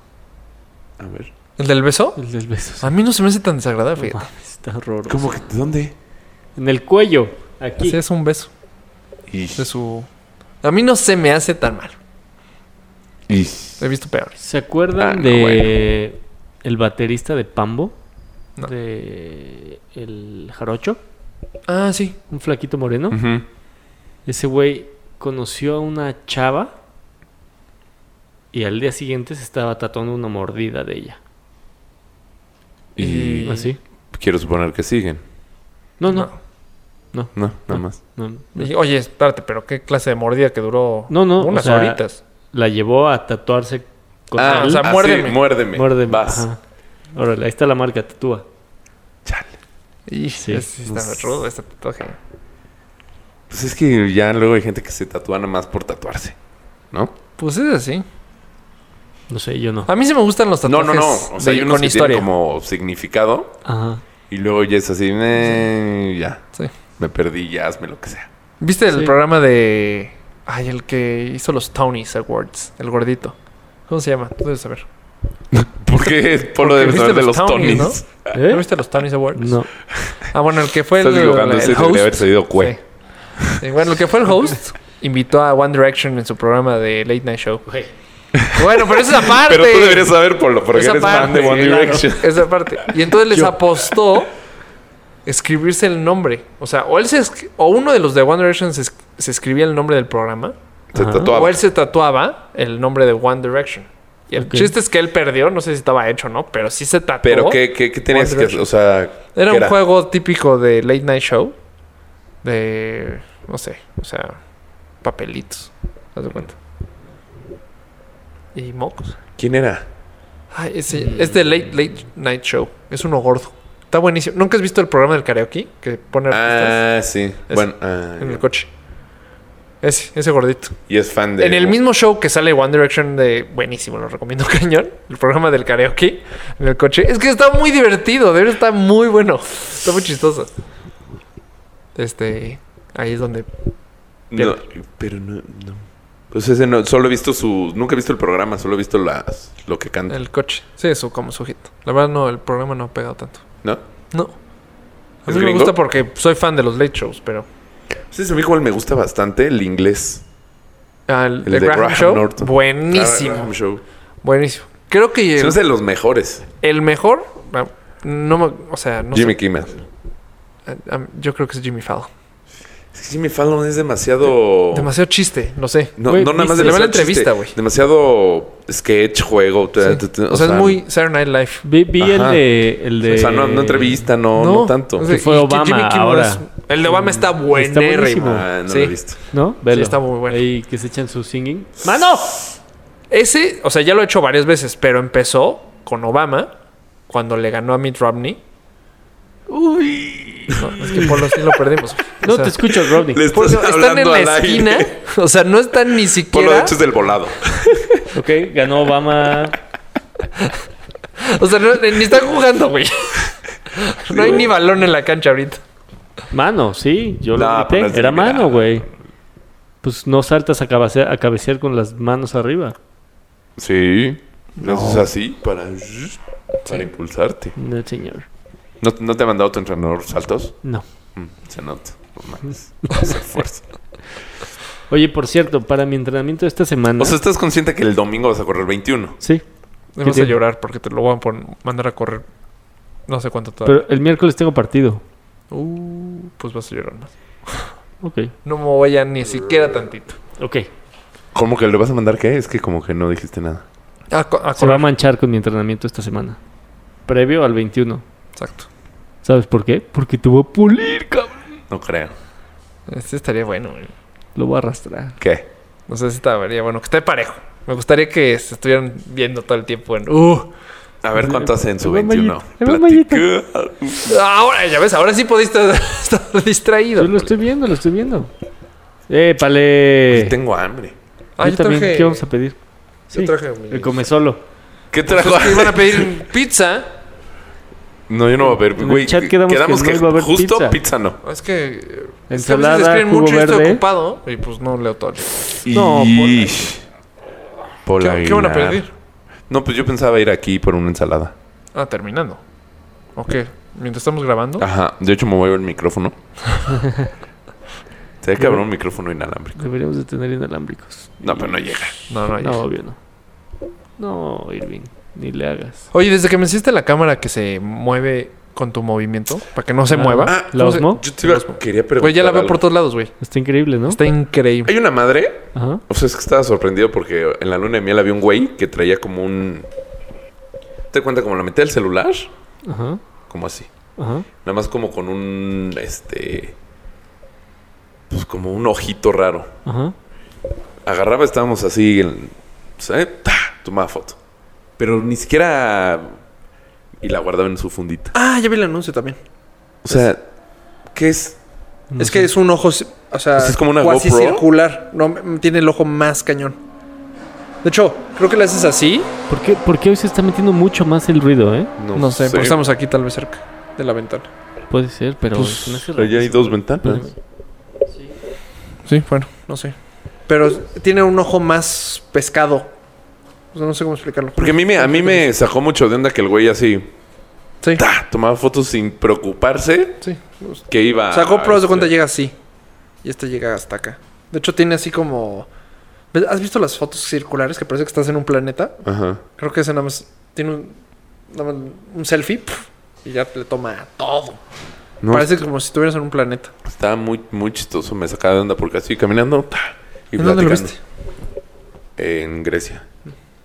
Speaker 6: A ver.
Speaker 4: ¿El del beso?
Speaker 3: El del beso.
Speaker 4: A mí no se me hace tan desagradable. fíjate.
Speaker 3: Está horroroso.
Speaker 6: Ah, ¿Cómo que? ¿Dónde?
Speaker 3: En el cuello, aquí.
Speaker 4: Así es un beso
Speaker 6: Y,
Speaker 4: de su. A mí no se me hace tan mal.
Speaker 6: y-
Speaker 4: He visto peores.
Speaker 3: ¿Se acuerdan
Speaker 6: Ah, no,
Speaker 3: de el baterista de Pambo?
Speaker 4: No.
Speaker 3: De el Jarocho,
Speaker 4: Ah, sí.
Speaker 3: un flaquito moreno.
Speaker 6: Ujú.
Speaker 3: Ese güey conoció a una chava y al día siguiente se estaba tatuando una mordida de ella.
Speaker 6: Y
Speaker 3: ¿Así?
Speaker 6: quiero suponer que siguen.
Speaker 3: No, no,
Speaker 6: No,
Speaker 4: Ah,
Speaker 6: nada más.
Speaker 3: no.
Speaker 4: Dije, Oye, espérate, pero qué clase de mordida que duró
Speaker 3: No, no,
Speaker 4: unas
Speaker 3: o sea,
Speaker 4: horitas.
Speaker 3: La llevó a tatuarse con
Speaker 4: Ah,
Speaker 3: él.
Speaker 4: o sea,
Speaker 6: sí,
Speaker 4: muérdeme.
Speaker 6: muérdeme.
Speaker 3: Muérdeme.
Speaker 6: Vas.
Speaker 3: Ajá. Órale, ahí está la marca, tatúa.
Speaker 6: Chale.
Speaker 4: Y
Speaker 3: sí.
Speaker 4: es- está rudo este tatuaje.
Speaker 6: Pues es que ya luego hay gente que se tatúa nada más por tatuarse. ¿No?
Speaker 4: Pues es así.
Speaker 3: No sé, yo no.
Speaker 4: A mí sí me gustan los
Speaker 6: No,
Speaker 4: tatuajes.
Speaker 6: no, no. O sea,
Speaker 4: de-
Speaker 6: hay unos
Speaker 4: con
Speaker 6: que
Speaker 4: historia.
Speaker 6: tienen como significado
Speaker 3: Ajá.
Speaker 6: y luego ya es así, eh, ya.
Speaker 4: Sí.
Speaker 6: Me perdí, ya hazme lo que sea.
Speaker 4: ¿Viste el
Speaker 3: Sí.
Speaker 4: programa de. Ay, el que hizo los Tony's Awards, el gordito. ¿Cómo se llama? Tú debes saber.
Speaker 6: Porque Polo
Speaker 4: Porque
Speaker 6: debe
Speaker 4: viste
Speaker 6: saber de
Speaker 4: los
Speaker 6: los
Speaker 4: Tonys,
Speaker 6: Tonys.
Speaker 4: ¿no?
Speaker 3: ¿Eh?
Speaker 4: ¿No viste los Tony's Awards?
Speaker 3: No.
Speaker 4: Ah, bueno, el que fue
Speaker 6: Estás
Speaker 4: el,
Speaker 6: divulgando
Speaker 4: el
Speaker 6: ese,
Speaker 4: host.
Speaker 6: debería haber salido cue.
Speaker 4: Sí. Sí, bueno, el que fue el host invitó a One Direction en su programa de Late Night Show.
Speaker 3: Güey.
Speaker 4: Bueno, pero esa parte.
Speaker 6: Pero tú deberías saber, Polo, porque
Speaker 4: Esa
Speaker 6: eres fan
Speaker 4: parte,
Speaker 6: de One
Speaker 4: claro.
Speaker 6: Direction.
Speaker 4: Esa parte. Y entonces les
Speaker 3: Yo.
Speaker 4: apostó escribirse el nombre. O sea, o él se escri- o uno de los de One Direction se, es- se escribía el nombre del programa.
Speaker 6: Se
Speaker 3: Ajá.
Speaker 6: tatuaba.
Speaker 4: O él se tatuaba el nombre de One Direction. Y el
Speaker 3: Ok.
Speaker 4: chiste es que él perdió, no sé si estaba hecho o no, pero sí se tatuó.
Speaker 6: Pero ¿qué, qué, qué tenías
Speaker 4: One
Speaker 6: que
Speaker 4: Direction.
Speaker 6: O sea,
Speaker 4: Era
Speaker 6: ¿qué
Speaker 4: un juego típico de Late Night Show. De. No sé. O sea. Papelitos. Haz de cuenta. Y mocos.
Speaker 6: ¿Quién era?
Speaker 4: Ay,
Speaker 6: Mm.
Speaker 4: ese, es de Late Late Night Show. Es uno gordo. Está buenísimo. ¿Nunca has visto el programa del karaoke? Que pone artistas
Speaker 6: Ah, sí.
Speaker 4: Ese.
Speaker 6: Bueno, ah,
Speaker 4: en el coche. Ese, ese gordito.
Speaker 6: y es fan de.
Speaker 4: En el mismo show que sale One Direction de buenísimo, lo recomiendo cañón. El programa del karaoke en el coche. Es que está muy divertido, de verdad está muy bueno. Está muy chistoso. Este, ahí es donde
Speaker 6: No, pero no, no. Pues ese no, solo he visto su. Nunca he visto el programa, solo he visto las, lo que canta.
Speaker 4: el coche. Sí, eso como su hit. La verdad no, el programa no ha pegado tanto.
Speaker 6: ¿No?
Speaker 4: No. A
Speaker 6: ¿Es
Speaker 4: mí me
Speaker 6: gringo?
Speaker 4: gusta porque soy fan de los late shows, pero
Speaker 6: Sí, se me igual me gusta bastante el inglés.
Speaker 4: ah, el,
Speaker 6: El
Speaker 4: de
Speaker 6: de
Speaker 4: Graham,
Speaker 6: Graham
Speaker 4: Show,
Speaker 6: Norton.
Speaker 4: buenísimo,
Speaker 6: Graham Ah, Show.
Speaker 4: buenísimo. Creo que
Speaker 6: Sí,
Speaker 4: el,
Speaker 6: es de los mejores.
Speaker 4: el mejor, ah, no, me- o sea, no sé.
Speaker 6: Jimmy Kimmel.
Speaker 4: Ah, ah, yo creo que es Jimmy Fallon.
Speaker 6: Es que Jimmy Fallon es demasiado.
Speaker 4: Demasiado chiste, no sé.
Speaker 6: No,
Speaker 3: Güey,
Speaker 6: no nada más
Speaker 4: ¿viste? Le va la
Speaker 6: demasiado chiste,
Speaker 4: entrevista, güey.
Speaker 6: Demasiado sketch, juego.
Speaker 4: Sí.
Speaker 6: t- t- t-
Speaker 4: O sea, es muy Saturday Night Live.
Speaker 3: Vi, vi el
Speaker 6: Ajá.
Speaker 3: de... El de...
Speaker 6: O sea, no, no entrevista, no, no, tanto.
Speaker 4: o sea,
Speaker 6: Sí,
Speaker 3: Que fue
Speaker 4: y
Speaker 3: Obama
Speaker 4: Kimmel
Speaker 3: ahora.
Speaker 4: es- el de Obama está buenérrimo.
Speaker 3: buenísimo.
Speaker 6: ah, no
Speaker 4: sí.
Speaker 6: lo he visto.
Speaker 3: ¿No? Velo.
Speaker 4: está muy bueno.
Speaker 3: Ahí que se echan su singing. ¡Mano!
Speaker 4: Ese, o sea, ya lo he hecho varias veces, pero empezó con Obama cuando le ganó a Mitt Romney. Uy. No, es que por los sí lo perdimos. O
Speaker 3: No
Speaker 4: sea,
Speaker 3: te escucho, Rodney.
Speaker 6: Le estás
Speaker 4: Porque están en
Speaker 6: hablando
Speaker 4: la
Speaker 6: al aire.
Speaker 4: esquina, o sea, no están ni
Speaker 6: Por lo
Speaker 4: siquiera.
Speaker 6: hecho es del volado.
Speaker 3: Ok, ganó Obama.
Speaker 4: O sea, no- ni están jugando, güey. No hay ni balón en la cancha ahorita.
Speaker 3: Mano, sí. Yo lo
Speaker 6: No,
Speaker 3: grité.
Speaker 6: pero es
Speaker 3: Era
Speaker 6: de-
Speaker 3: mano, güey. Pues no saltas a cabecear, a cabecear con las manos arriba.
Speaker 6: Sí. Lo haces así para, para impulsarte.
Speaker 3: No, señor.
Speaker 6: ¿No, no te ha mandado tu entrenador saltos?
Speaker 3: No.
Speaker 6: Mm, se nota. No mames. Hace fuerza.
Speaker 3: Oye, por cierto, para mi entrenamiento de esta semana...
Speaker 6: O sea, ¿estás consciente que el domingo vas a correr 21?
Speaker 3: sí.
Speaker 4: Me vas a
Speaker 3: tiene?
Speaker 4: llorar porque te lo voy a pon- mandar a correr. No sé cuánto todavía.
Speaker 3: Pero el miércoles tengo partido.
Speaker 4: Uh, pues vas a llorar más.
Speaker 3: Ok.
Speaker 4: No me voy a ni siquiera tantito.
Speaker 3: Ok.
Speaker 6: ¿Cómo que le vas a mandar qué? Es que como que no dijiste nada.
Speaker 4: A, Ah, co- a
Speaker 3: Se va a
Speaker 4: correr.
Speaker 3: manchar con mi entrenamiento esta semana. Previo al 21.
Speaker 4: Exacto.
Speaker 3: ¿Sabes por qué? Porque te voy a pulir, cabrón.
Speaker 6: No creo.
Speaker 4: Este estaría bueno. güey.
Speaker 3: Lo voy a arrastrar.
Speaker 6: ¿Qué?
Speaker 4: No sé si estaría bueno. Que esté parejo. Me gustaría que se estuvieran viendo todo el tiempo en... Uh,
Speaker 6: A ver cuánto hace en su
Speaker 3: Ahí va
Speaker 6: 21.
Speaker 3: Mayita, ahí va Mayita.
Speaker 6: Platica.
Speaker 4: ahora, ya ves, ahora sí pudiste estar distraído.
Speaker 3: Yo lo estoy viendo, lo estoy viendo. Eh, pale.
Speaker 6: Tengo hambre.
Speaker 4: Ah,
Speaker 3: yo también. ¿Qué vamos a pedir?
Speaker 4: yo
Speaker 3: Sí,
Speaker 4: traje mi-
Speaker 6: este,
Speaker 3: el come solo. Pues
Speaker 6: ¿Qué trajo?
Speaker 4: Entonces, iban a pedir pizza.
Speaker 6: No, yo no voy a ver.
Speaker 3: En el
Speaker 6: Güey,
Speaker 3: chat quedamos que no iba a haber
Speaker 6: justo
Speaker 3: pizza.
Speaker 6: pizza. no.
Speaker 4: Es que... es que a veces
Speaker 3: Ensalada, jugo
Speaker 4: y estoy
Speaker 3: verde.
Speaker 4: ocupado. Y pues no leo todo. el-
Speaker 3: No,
Speaker 6: Ish. Paul
Speaker 4: ¿Qué, qué van a
Speaker 6: Aguilar.
Speaker 4: pedir?
Speaker 6: No, pues yo pensaba ir aquí por una ensalada.
Speaker 4: Ah, terminando. Ok. Mientras estamos
Speaker 3: Ah.
Speaker 4: grabando.
Speaker 6: Ajá. De hecho, me voy a ver el micrófono. Se ve cabrón un micrófono inalámbrico.
Speaker 3: Deberíamos de tener inalámbricos.
Speaker 6: No, pero no llega.
Speaker 4: No, no, ya.
Speaker 3: No, obvio no. No, Irving, ni le hagas.
Speaker 4: Oye, desde que me hiciste la cámara que se mueve con tu movimiento, para que no se
Speaker 3: Ah,
Speaker 4: mueva.
Speaker 6: ah,
Speaker 3: ¿La
Speaker 4: ¿Cómo se-
Speaker 3: Osmo?
Speaker 6: Yo te iba quería preguntar.
Speaker 4: Güey, ya la veo
Speaker 6: algo.
Speaker 4: por todos lados, güey.
Speaker 3: Está increíble, ¿no?
Speaker 4: Está increíble.
Speaker 6: Hay una madre.
Speaker 3: Ajá.
Speaker 6: O sea, es que estaba sorprendido porque en la luna de miel había un güey que traía como un. ¿Te das cuenta como la metía el celular?
Speaker 3: Ajá.
Speaker 6: Como así.
Speaker 3: Ajá.
Speaker 6: Nada más como con un. Este. Pues como un ojito raro.
Speaker 3: Ajá.
Speaker 6: agarraba, estábamos así, en- ¿sabes? ¡Ta! tomaba foto. Pero ni siquiera... Y la guardaba en su fundita.
Speaker 4: Ah, ya vi el anuncio también.
Speaker 6: O sea, ¿qué es?
Speaker 3: No
Speaker 4: es
Speaker 3: sé.
Speaker 4: que es un ojo, o sea,
Speaker 6: ¿Es como una
Speaker 4: cuasi
Speaker 6: GoPro?
Speaker 4: circular. No, m- tiene el ojo más cañón. De hecho, creo que le haces así.
Speaker 3: ¿Por qué, por qué hoy se está metiendo mucho más el ruido, eh?
Speaker 4: No, sé, porque estamos aquí tal vez cerca de la ventana.
Speaker 3: Puede ser, pero...
Speaker 6: Pues,
Speaker 3: se me hace raro.
Speaker 6: Allá hay dos
Speaker 4: pues,
Speaker 6: ventanas.
Speaker 4: Sí, bueno, no sé. Pero tiene un ojo más pescado. O sea, no sé cómo explicarlo.
Speaker 6: Porque a mí, me, a
Speaker 4: pues,
Speaker 6: mí me sacó mucho de onda que el güey así...
Speaker 4: Sí,
Speaker 6: ¡ta! Tomaba fotos sin preocuparse pues,
Speaker 4: sí.
Speaker 6: que iba...
Speaker 4: O sea, GoPro haz de cuenta
Speaker 6: este,
Speaker 4: llega así. Y este llega hasta acá. De hecho, tiene así como. ¿Ves? ¿Has visto las fotos circulares que parece que estás en un planeta?
Speaker 6: Ajá.
Speaker 4: Creo que ese nada más tiene un, nada más un selfie pf, y ya le toma todo.
Speaker 6: No,
Speaker 4: Parece como si estuvieras en un planeta.
Speaker 6: Estaba muy, muy chistoso. Me sacaba de onda porque así caminando... ¡ta! Y
Speaker 4: ¿En dónde lo
Speaker 6: platicando.
Speaker 4: viste?
Speaker 6: En Grecia.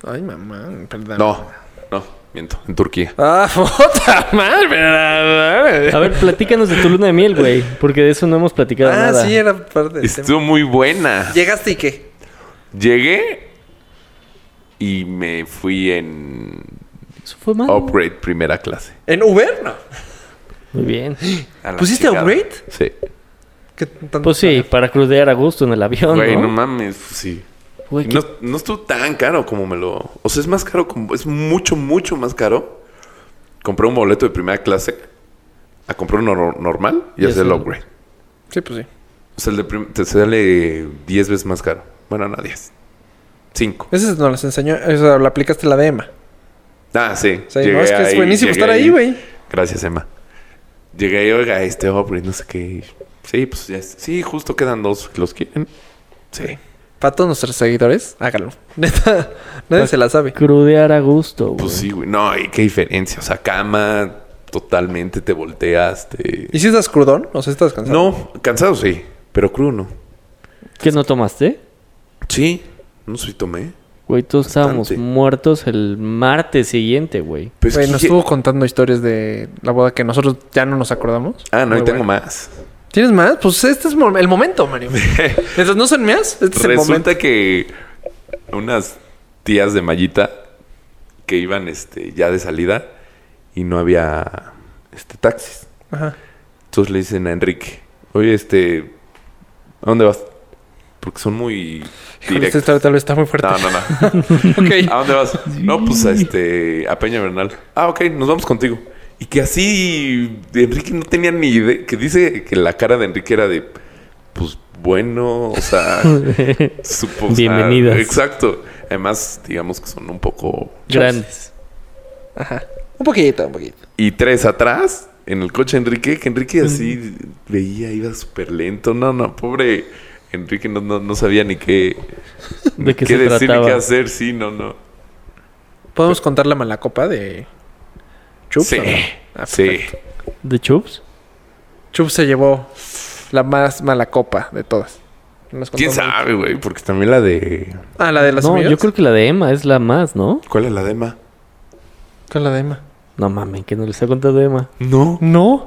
Speaker 4: Ay, mamá, perdón.
Speaker 6: No, no, miento. En Turquía.
Speaker 4: Ah, puta madre.
Speaker 3: A ver, platícanos de tu luna de miel, güey. Porque de eso no hemos platicado
Speaker 4: ah,
Speaker 3: nada.
Speaker 4: sí, era parte del tema.
Speaker 6: Estuvo muy buena.
Speaker 4: Llegaste y qué?
Speaker 6: Llegué y me fui en
Speaker 3: Eso fue
Speaker 4: Ah.
Speaker 3: mal.
Speaker 6: upgrade primera clase.
Speaker 4: ¿En Uber? No.
Speaker 3: Muy bien.
Speaker 6: A la
Speaker 4: ¿Pusiste
Speaker 6: chingada.
Speaker 4: upgrade?
Speaker 6: Sí.
Speaker 4: ¿Qué tanto-
Speaker 3: Pues sí, para crudear a gusto en el avión,
Speaker 6: Güey,
Speaker 3: ¿no?
Speaker 6: ¿no? mames, sí.
Speaker 3: Güey,
Speaker 6: No, no estuvo tan caro como me lo. O sea, es más caro, como- es mucho, mucho más caro. Compré un boleto de primera clase a comprar uno nor- normal y
Speaker 3: Y
Speaker 6: hacer el
Speaker 3: hacerlo.
Speaker 6: upgrade.
Speaker 4: Sí, pues sí.
Speaker 6: O sea, el de prim- te sale 10 veces más caro. Bueno, no 10. 5.
Speaker 4: Esa nos las enseñó, esa la aplicaste la de Emma.
Speaker 6: Ah, sí.
Speaker 4: O sea,
Speaker 6: Llegué
Speaker 4: no, es que es
Speaker 6: ahí,
Speaker 4: buenísimo
Speaker 6: llegué
Speaker 4: estar ahí, güey.
Speaker 6: Gracias, Emma. Llegué y, oiga, este upgrade, no sé qué. Sí, pues ya. es- Sí, justo quedan dos que los quieren. Sí.
Speaker 4: Para todos nuestros seguidores, hágalo. Neta, nadie se la sabe.
Speaker 3: Crudear a gusto, güey.
Speaker 6: Pues sí, güey. No, y qué diferencia. O sea, cama, totalmente te volteas. te-
Speaker 4: ¿Y si estás crudón? O sea, estás cansado.
Speaker 6: No, cansado sí, pero crudo no.
Speaker 3: ¿Qué no tomaste?
Speaker 6: Sí, no sé si tomé.
Speaker 3: Güey, todos estábamos
Speaker 6: Bastante.
Speaker 3: muertos el martes siguiente, güey.
Speaker 6: Pues
Speaker 4: Güey,
Speaker 6: que-
Speaker 4: nos estuvo contando historias de la boda que nosotros ya no nos acordamos.
Speaker 6: Ah, no,
Speaker 4: Muy
Speaker 6: y tengo
Speaker 4: bueno.
Speaker 6: más.
Speaker 4: ¿Tienes más? Pues este es mo- el momento, Mario. Mientras no son mías, este es el momento.
Speaker 6: Resulta que unas tías de Mallita que iban este, ya de salida y no había este, taxis.
Speaker 4: Ajá.
Speaker 6: Entonces le dicen a Enrique, oye, este, ¿a dónde vas? Porque son muy
Speaker 4: Híjole, Esta
Speaker 6: directos.
Speaker 4: historia tal vez está muy fuerte.
Speaker 6: No, no, no. ¿A
Speaker 4: ok.
Speaker 6: dónde vas? No, pues a este, a Peña Bernal. Ah, ok, nos vamos contigo. Y que así Enrique no tenía ni idea, que dice que la cara de Enrique era de, pues bueno, o sea, supo- o sea,
Speaker 3: Bienvenidas.
Speaker 6: exacto. Además, digamos que son un poco...
Speaker 3: Grandes.
Speaker 4: Ajá. Un poquito, un poquito.
Speaker 6: Y tres atrás, en el coche Enrique, que Enrique
Speaker 3: Mm.
Speaker 6: así veía, iba súper lento. No, no, pobre Enrique no, no, no sabía ni qué, ni
Speaker 3: ¿De qué,
Speaker 6: qué
Speaker 3: se
Speaker 6: decir ni qué
Speaker 3: trataba?
Speaker 6: hacer. Sí, no, no.
Speaker 4: ¿Podemos contar la mala copa de Chups?
Speaker 6: Sí,
Speaker 4: o no? Ah,
Speaker 6: sí.
Speaker 4: perfecto.
Speaker 3: ¿De chups?
Speaker 4: Chups se llevó la más mala copa de todas. Nos contó
Speaker 6: ¿Quién
Speaker 4: mucho.
Speaker 6: sabe, güey? Porque también la de...
Speaker 4: Ah, la de las
Speaker 3: No,
Speaker 4: amigas.
Speaker 3: yo creo que la de Emma es la más, ¿no?
Speaker 6: ¿Cuál es la de Emma?
Speaker 4: Con la de Emma.
Speaker 3: No mames, que no les ha contado Emma.
Speaker 6: No.
Speaker 4: No.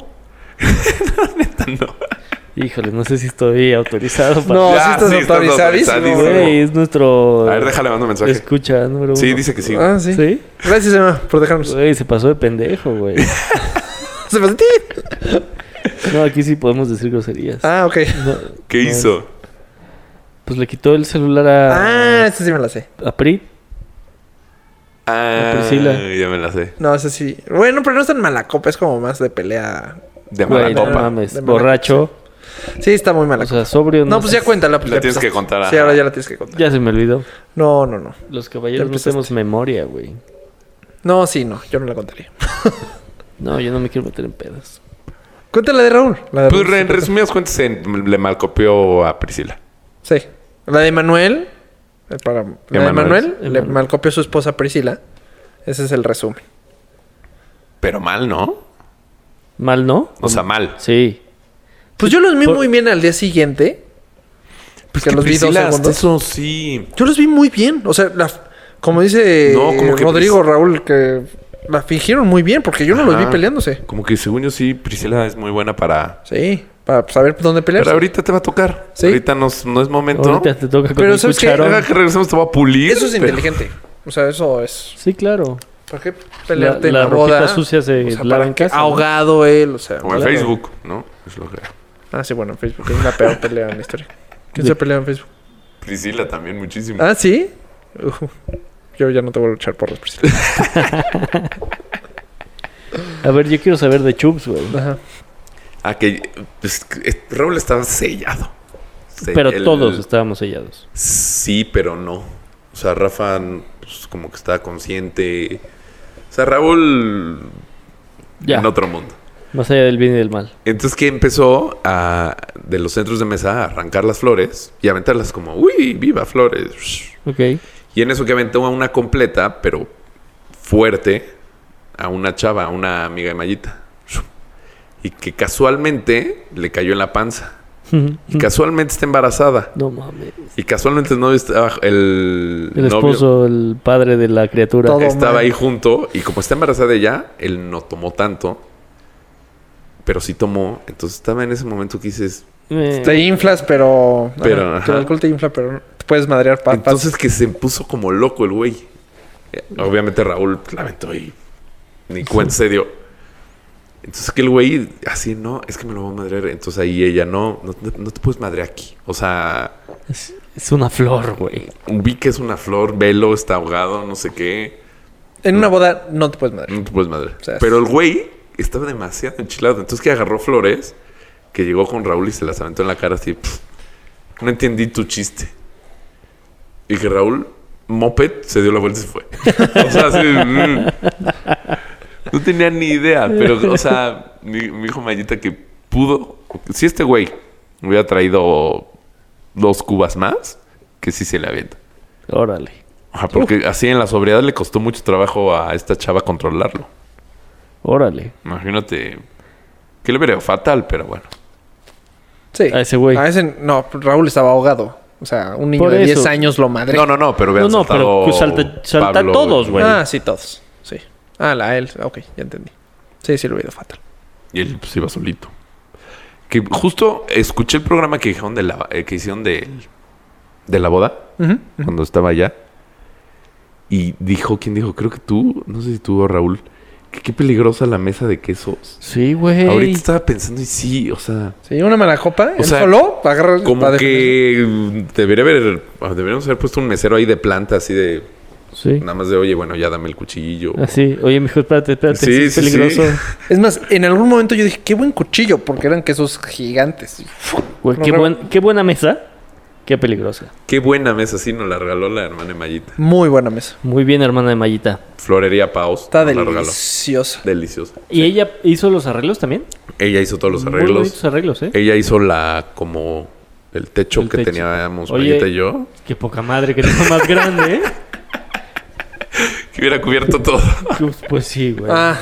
Speaker 3: Híjole, no sé si estoy autorizado para...
Speaker 4: No,
Speaker 6: Ya,
Speaker 4: sí estás
Speaker 6: sí, estás
Speaker 4: autorizadísimo,
Speaker 6: autorizadísimo.
Speaker 3: Güey, es
Speaker 6: A
Speaker 3: nuestro...
Speaker 6: ver, déjale, mando mensaje.
Speaker 3: Escucha, número uno.
Speaker 6: Sí, dice que sí.
Speaker 4: Ah, sí.
Speaker 3: ¿Sí?
Speaker 4: Gracias, Emma, por dejarnos.
Speaker 3: Güey, se pasó de pendejo, güey.
Speaker 4: Se pasó.
Speaker 3: No, aquí sí podemos decir groserías.
Speaker 4: Ah, ok.
Speaker 3: No,
Speaker 6: ¿Qué hizo?
Speaker 3: pues le quitó el celular a...
Speaker 4: Ah, esta sí me la sé.
Speaker 3: A Pri.
Speaker 6: Ah,
Speaker 3: Priscila.
Speaker 6: ya me la sé.
Speaker 4: No, esa sí. Bueno, pero no es tan mala copa, es como más de pelea.
Speaker 6: De mala
Speaker 3: Güey, no
Speaker 6: copa.
Speaker 3: mames.
Speaker 4: De mala
Speaker 3: Borracho.
Speaker 4: Sí, está muy mala
Speaker 3: O sea, sobrio.
Speaker 4: copa. No, pues
Speaker 3: sé.
Speaker 4: ya cuéntala. Pues
Speaker 6: La
Speaker 4: ya
Speaker 6: tienes que
Speaker 4: empezaste.
Speaker 6: contar,
Speaker 4: Sí,
Speaker 6: ajá.
Speaker 4: ahora ya la tienes que contar.
Speaker 3: Ya se me olvidó.
Speaker 4: No, no, no.
Speaker 3: Los
Speaker 4: Ya
Speaker 3: caballeros no
Speaker 4: empezaste.
Speaker 3: tenemos memoria, güey.
Speaker 4: No, sí, no. Yo no la contaría.
Speaker 8: No, yo no me quiero meter en pedas.
Speaker 4: Cuéntale de Raúl. La de
Speaker 6: Pues
Speaker 4: Raúl.
Speaker 6: re- en resumidas cuentas se- le malcopió a Priscila.
Speaker 4: Sí. La de Manuel. eh, Para, la de
Speaker 6: Emanuel.
Speaker 4: Manuel le
Speaker 8: Emanuel.
Speaker 4: malcopió a su esposa Priscila. Ese es el resumen.
Speaker 6: Pero mal, ¿no?
Speaker 8: ¿Mal no?
Speaker 6: O
Speaker 4: Mm.
Speaker 6: sea, mal.
Speaker 8: Sí.
Speaker 4: Pues yo los vi
Speaker 8: Por-
Speaker 4: muy bien al día siguiente.
Speaker 6: Pues
Speaker 4: que los vi dos
Speaker 6: Priscila, hasta
Speaker 4: segundos.
Speaker 6: Eso sí.
Speaker 4: Yo los vi muy bien. O sea, la- como dice
Speaker 6: No, como que
Speaker 4: Rodrigo
Speaker 6: Pris-
Speaker 4: Raúl, que la fingieron muy bien porque yo no los vi
Speaker 6: Ajá.
Speaker 4: peleándose.
Speaker 6: Como que según yo sí, Priscila es muy buena para...
Speaker 4: Sí, para saber dónde pelear.
Speaker 6: Pero ahorita te va a tocar.
Speaker 4: Sí.
Speaker 6: Ahorita no, es- no es momento.
Speaker 8: Ahorita te toca con
Speaker 4: Pero
Speaker 8: el
Speaker 4: ¿sabes qué?
Speaker 8: cucharón.
Speaker 6: Ahora que regresemos te va a pulir.
Speaker 4: Eso es
Speaker 6: pero-
Speaker 4: inteligente. O sea, eso es.
Speaker 8: Sí, claro.
Speaker 4: ¿Para qué pelearte
Speaker 8: La- la
Speaker 4: en la boda?
Speaker 8: ropita sucia se
Speaker 4: O sea,
Speaker 8: lava
Speaker 4: ¿para
Speaker 8: en
Speaker 4: qué
Speaker 8: casa, ¿no?
Speaker 4: Ahogado él, o sea.
Speaker 6: O en
Speaker 8: Claro.
Speaker 6: Facebook, ¿no? Es lo que...
Speaker 4: Ah, sí, bueno, en Facebook es la peor pelea en la historia. ¿Quién
Speaker 8: Sí.
Speaker 4: se pelea en Facebook?
Speaker 6: Priscila también muchísimo.
Speaker 4: Ah, sí. Ujú. yo ya no te voy a luchar por los presidentes.
Speaker 8: A ver, yo quiero saber de Chubbs, güey.
Speaker 4: Ajá.
Speaker 6: Ah, que pues, eh, Raúl estaba sellado. Se-
Speaker 8: Pero
Speaker 6: el-
Speaker 8: todos estábamos sellados.
Speaker 6: Sí, pero no. O sea, Rafa pues, como que estaba consciente. O sea, Raúl
Speaker 8: Ya.
Speaker 6: en otro mundo.
Speaker 8: Más allá del bien y del mal.
Speaker 6: Entonces que empezó a de los centros de mesa a arrancar las flores y aventarlas como, uy, viva flores.
Speaker 8: Ok.
Speaker 6: Y en eso que aventó a una completa, pero fuerte, a una chava, a una amiga de Mayita. Y que casualmente le cayó en la panza. Y
Speaker 8: Mm.
Speaker 6: casualmente está embarazada.
Speaker 8: No mames.
Speaker 6: Y casualmente el novio estaba el,
Speaker 8: El
Speaker 6: novio
Speaker 8: esposo, el padre de la criatura.
Speaker 4: Todo.
Speaker 6: estaba
Speaker 4: mal.
Speaker 6: ahí junto. Y como está embarazada ella, él no tomó tanto. Pero sí tomó. Entonces estaba en ese momento que dices.
Speaker 8: Eh,
Speaker 4: Te inflas, pero.
Speaker 6: Pero,
Speaker 4: ajá,
Speaker 6: ajá.
Speaker 4: que El alcohol te infla, pero te puedes madrear pa- pa-
Speaker 6: Entonces que se puso como loco el güey. Eh, Obviamente Raúl pues, la aventó y ni cuenta se dio. Entonces que el güey así, no, es que me lo va a madrear. Entonces ahí ella, no, no, te- no te puedes madrear aquí. O sea,
Speaker 8: es, es una flor, güey.
Speaker 6: vi que es una flor, velo, está ahogado, no sé qué.
Speaker 4: En una boda no te puedes madrear.
Speaker 6: No te puedes madrear.
Speaker 4: O sea,
Speaker 6: Mm, pues Pero el güey estaba demasiado enchilado. Entonces que agarró flores, que llegó con Raúl y se las aventó en la cara así. "Pff, no entendí tu chiste. Y que Raúl, moped, se dio la vuelta y se fue. o sea, así, mm. no tenía ni idea. Pero, o sea, mi, mi hijo Mayita que pudo... Si este güey hubiera traído dos cubas más, que sí se le avienta.
Speaker 8: Órale.
Speaker 6: Ajá, porque así en la sobriedad le costó mucho trabajo a esta chava controlarlo.
Speaker 8: Órale.
Speaker 6: Imagínate. Que le veo fatal, pero bueno.
Speaker 4: Sí.
Speaker 8: A ese güey.
Speaker 4: A ese, no, Raúl estaba ahogado. O sea, un niño
Speaker 8: Por
Speaker 4: de 10
Speaker 8: eso.
Speaker 4: años lo madre.
Speaker 6: No, no, no, pero vean.
Speaker 8: No, no, pero que salta- salta todos, güey.
Speaker 4: Ah, sí, todos. Sí. Ah, la él. Ok, ya entendí. Sí, sí, lo he ido fatal.
Speaker 6: Y él pues, iba solito. Que justo escuché el programa que dijeron de la, eh, que hicieron de, de la boda,
Speaker 4: Ujú.
Speaker 6: cuando estaba allá. Y dijo, ¿quién dijo? Creo que tú, no sé si tú o Raúl, que qué peligrosa la mesa de quesos.
Speaker 8: Sí, güey.
Speaker 6: Ahorita estaba pensando y sí, o sea,
Speaker 4: Sí, una mala copa. ¿eh? él
Speaker 6: sea,
Speaker 4: solo agarra
Speaker 6: como
Speaker 4: va a defender.
Speaker 6: que mm, debería haber, deberíamos haber puesto un mesero ahí de planta, así de,
Speaker 8: Sí.
Speaker 6: nada más de, oye, bueno, ya dame el cuchillo.
Speaker 8: Así. Oye, mijo, espérate, espérate.
Speaker 6: Sí,
Speaker 8: Sí, es
Speaker 6: sí, sí.
Speaker 8: peligroso.
Speaker 4: Es más, en algún momento yo dije, qué buen cuchillo, porque eran quesos gigantes.
Speaker 8: Güey,
Speaker 4: No,
Speaker 8: qué,
Speaker 4: no.
Speaker 8: buen- qué buena mesa. Qué peligrosa.
Speaker 6: Qué buena mesa, sí, nos la regaló la hermana de Mayita.
Speaker 4: Muy buena mesa.
Speaker 8: Muy bien, hermana de Mayita.
Speaker 6: Florería Paus.
Speaker 4: Está
Speaker 6: nos la regaló.
Speaker 4: deliciosa.
Speaker 6: Deliciosa.
Speaker 8: ¿Y ella hizo los arreglos también?
Speaker 6: Ella hizo todos los
Speaker 8: Muy
Speaker 6: arreglos.
Speaker 8: bonitos arreglos, ¿eh?
Speaker 6: Ella hizo la, como, el techo
Speaker 8: El
Speaker 6: que
Speaker 8: techo.
Speaker 6: teníamos
Speaker 8: Oye.
Speaker 6: Mayita y yo.
Speaker 8: Qué poca madre, que tema más grande, ¿eh?
Speaker 6: Que hubiera cubierto todo.
Speaker 8: Pues, pues sí, güey.
Speaker 4: Ah.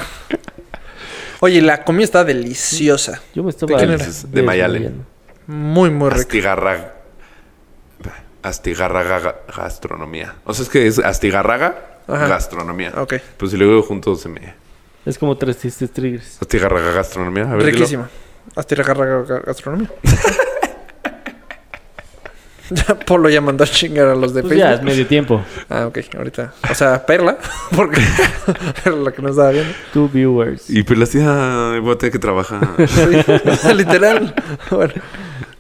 Speaker 4: Oye, la comida está deliciosa.
Speaker 8: Yo me estaba...
Speaker 4: ¿De quién era?
Speaker 6: De Mayale.
Speaker 8: desmayando.
Speaker 4: Muy, muy rica.
Speaker 6: Astigarraga. Astigarraga ga- gastronomía. O sea, es que es Astigarraga
Speaker 4: Ajá.
Speaker 6: gastronomía.
Speaker 4: Ok.
Speaker 6: Pues si lo digo juntos se me...
Speaker 8: Es como tres tristes tigres.
Speaker 6: Astigarraga gastronomía. A ver, dilo.
Speaker 4: Riquísima. Hasta ir a agarrar ga- gastronomía. Ya Polo ya mandó a chingar a los de
Speaker 8: Pues ya, es
Speaker 4: Facebook.
Speaker 8: medio tiempo.
Speaker 4: Ah, ok, ahorita. O sea, Perla, porque Perla que no estaba viendo.
Speaker 8: Two viewers.
Speaker 6: Y pues la tía voy a tener que trabajar.
Speaker 4: Sí, literal. Bueno,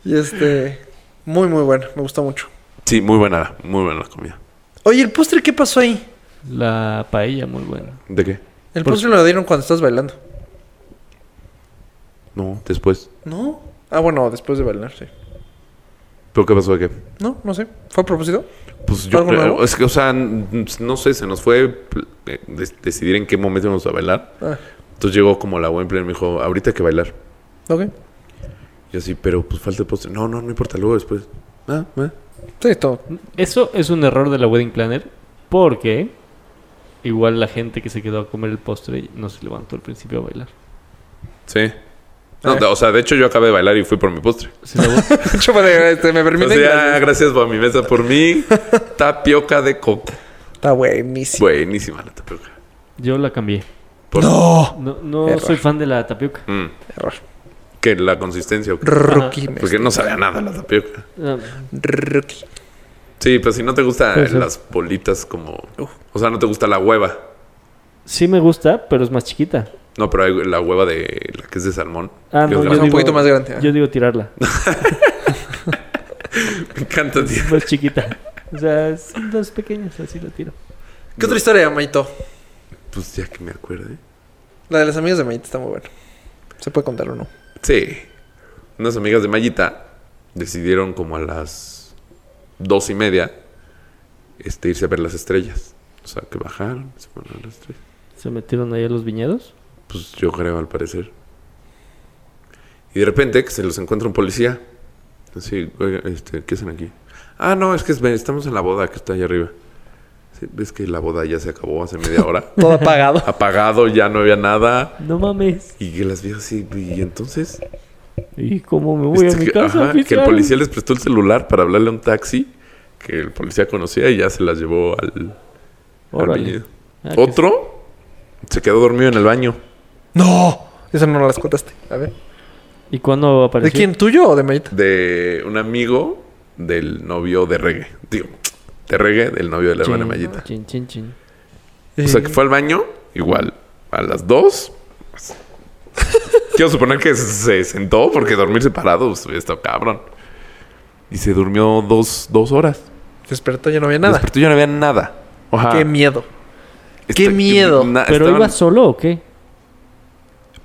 Speaker 4: y este. Muy, muy bueno, me gustó mucho.
Speaker 6: sí, muy buena, muy buena la comida.
Speaker 4: Oye, ¿el postre qué pasó ahí?
Speaker 8: La paella, muy buena.
Speaker 6: ¿De qué?
Speaker 4: El
Speaker 8: Por-
Speaker 4: postre lo dieron cuando estás bailando.
Speaker 6: No, después.
Speaker 4: ¿No? Ah, bueno, después de bailar, sí.
Speaker 6: ¿Pero qué pasó de qué?
Speaker 4: No, no sé. ¿Fue a propósito?
Speaker 6: Pues yo
Speaker 4: ¿Algo
Speaker 6: creo-
Speaker 4: nuevo?
Speaker 6: es que, o sea, n- no sé, se nos fue eh, de- decidir en qué momento íbamos a bailar.
Speaker 4: Ah,
Speaker 6: Entonces llegó como la buen player y me dijo, ahorita hay que bailar.
Speaker 4: ok.
Speaker 6: Yo así, pero pues falta el postre. No, no, no importa, luego después. Ah, ah.
Speaker 4: Sí, todo.
Speaker 3: Eso es un error de la wedding planner porque igual la gente que se quedó a comer el postre no se levantó al principio a bailar.
Speaker 6: Sí. No,
Speaker 4: Eh.
Speaker 6: O sea, de hecho yo acabé de bailar y fui por mi postre.
Speaker 3: Se la bot-
Speaker 4: Chúpale, este, me
Speaker 6: O
Speaker 4: permite.
Speaker 6: sea, gracias por mi mesa, por mí. tapioca de coco.
Speaker 4: Está buenísimo.
Speaker 6: Buenísima la tapioca.
Speaker 3: Yo la cambié.
Speaker 6: Por-
Speaker 3: No, no
Speaker 4: Error.
Speaker 3: soy fan de la tapioca.
Speaker 6: Mm.
Speaker 4: Error.
Speaker 6: Que la consistencia. o qué?
Speaker 4: Rookie. me-
Speaker 6: Porque no sabía nada la tapioca.
Speaker 3: Ah,
Speaker 4: Rookie.
Speaker 6: Sí, pero si no te gustan
Speaker 3: Puede ser.
Speaker 6: las bolitas como... O sea, no te gusta la hueva.
Speaker 3: Sí me gusta, pero es más chiquita.
Speaker 6: No, pero hay la hueva de... La que es de salmón.
Speaker 3: Ah,
Speaker 6: Que
Speaker 3: no, yo
Speaker 6: es grande.
Speaker 4: Un poquito más grande. ah.
Speaker 3: Yo digo tirarla.
Speaker 6: Me encanta, tío.
Speaker 3: Es más chiquita. O sea, son dos pequeñas, así la tiro.
Speaker 4: ¿Qué otra historia, Maito?
Speaker 6: Pues ya que me acuerde.
Speaker 4: La de las amigas de Maito está muy buena. ¿Se puede contar o no?
Speaker 6: Sí. Unas amigas de Mayita decidieron como a las dos y media este, irse a ver las estrellas. O sea, que bajaron, se fueron a ver las estrellas.
Speaker 3: Se metieron ahí a los viñedos.
Speaker 6: Pues yo creo, al parecer. Y de repente que se los encuentra un policía. Así, oiga, este, ¿qué hacen aquí? Ah, no, es que es- estamos en la boda que está allá arriba. Sí, ¿Ves que la boda ya se acabó hace media hora?
Speaker 4: Todo apagado.
Speaker 6: Apagado, ya no había nada.
Speaker 3: No mames.
Speaker 6: Y que las vio así, y entonces...
Speaker 3: ¿Y cómo me voy a
Speaker 6: Este,
Speaker 3: mi
Speaker 6: que,
Speaker 3: casa?
Speaker 6: ajá, que el
Speaker 3: oficial?
Speaker 6: policía les prestó el celular para hablarle a un taxi que el policía conocía y ya se las llevó al, al
Speaker 3: Órale.
Speaker 6: viñedo.
Speaker 3: Ah, que
Speaker 6: Otro se quedó dormido en el baño.
Speaker 4: ¡No! Esa no las contaste. A ver.
Speaker 3: sí. ¿Y cuándo
Speaker 4: ¿De
Speaker 3: apareció?
Speaker 4: quién? ¿Tuyo o de Maito?
Speaker 6: de un amigo del novio de reggae. Digo, de reggae del novio de la hermana Mayita.
Speaker 3: Chin, chin, chin. Eh.
Speaker 6: O
Speaker 4: Eh,
Speaker 6: sea, que fue al baño, igual, a las dos. pues, Quiero suponer que se sentó porque dormirse parado pues, hubiera estado cabrón. Y se durmió dos, dos horas.
Speaker 4: Se despertó, ya no había nada.
Speaker 6: Despertó Ah. y ya no había nada. Ojalá.
Speaker 4: ¡Qué miedo!
Speaker 6: Este,
Speaker 4: qué miedo.
Speaker 6: na-
Speaker 3: ¿Pero
Speaker 6: estaban-
Speaker 3: iba solo o qué?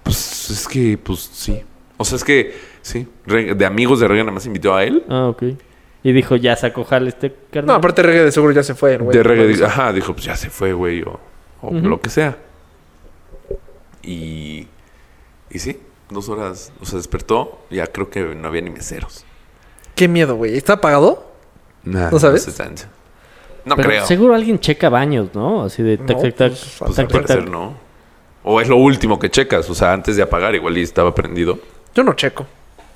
Speaker 6: Pues es que, pues sí. O sea, es que, sí. Re- De amigos de reggae nada más invitó a él.
Speaker 3: Ah, ok. Y dijo, ya saco jale este carnal.
Speaker 4: No, aparte reggae de seguro ya se fue, el güey.
Speaker 6: de reggae, dijo, ajá, dijo, pues ya se fue, güey, o, o
Speaker 3: Ujú.
Speaker 6: lo que sea. Y, y sí, dos horas, o sea, despertó, ya creo que no había ni meseros.
Speaker 4: Qué miedo, güey. ¿Está apagado?
Speaker 6: Nada,
Speaker 4: ¿No sabes?
Speaker 6: sé tanto. No
Speaker 3: Pero
Speaker 6: creo.
Speaker 3: Seguro alguien checa baños, ¿no? Así de tac,
Speaker 4: No,
Speaker 3: tac, tac.
Speaker 4: pues,
Speaker 6: Pues
Speaker 3: tac,
Speaker 6: al
Speaker 3: tac,
Speaker 6: parecer
Speaker 3: tac.
Speaker 6: no. O es lo último que checas, o sea, antes de apagar, igual y estaba prendido.
Speaker 4: Yo no checo.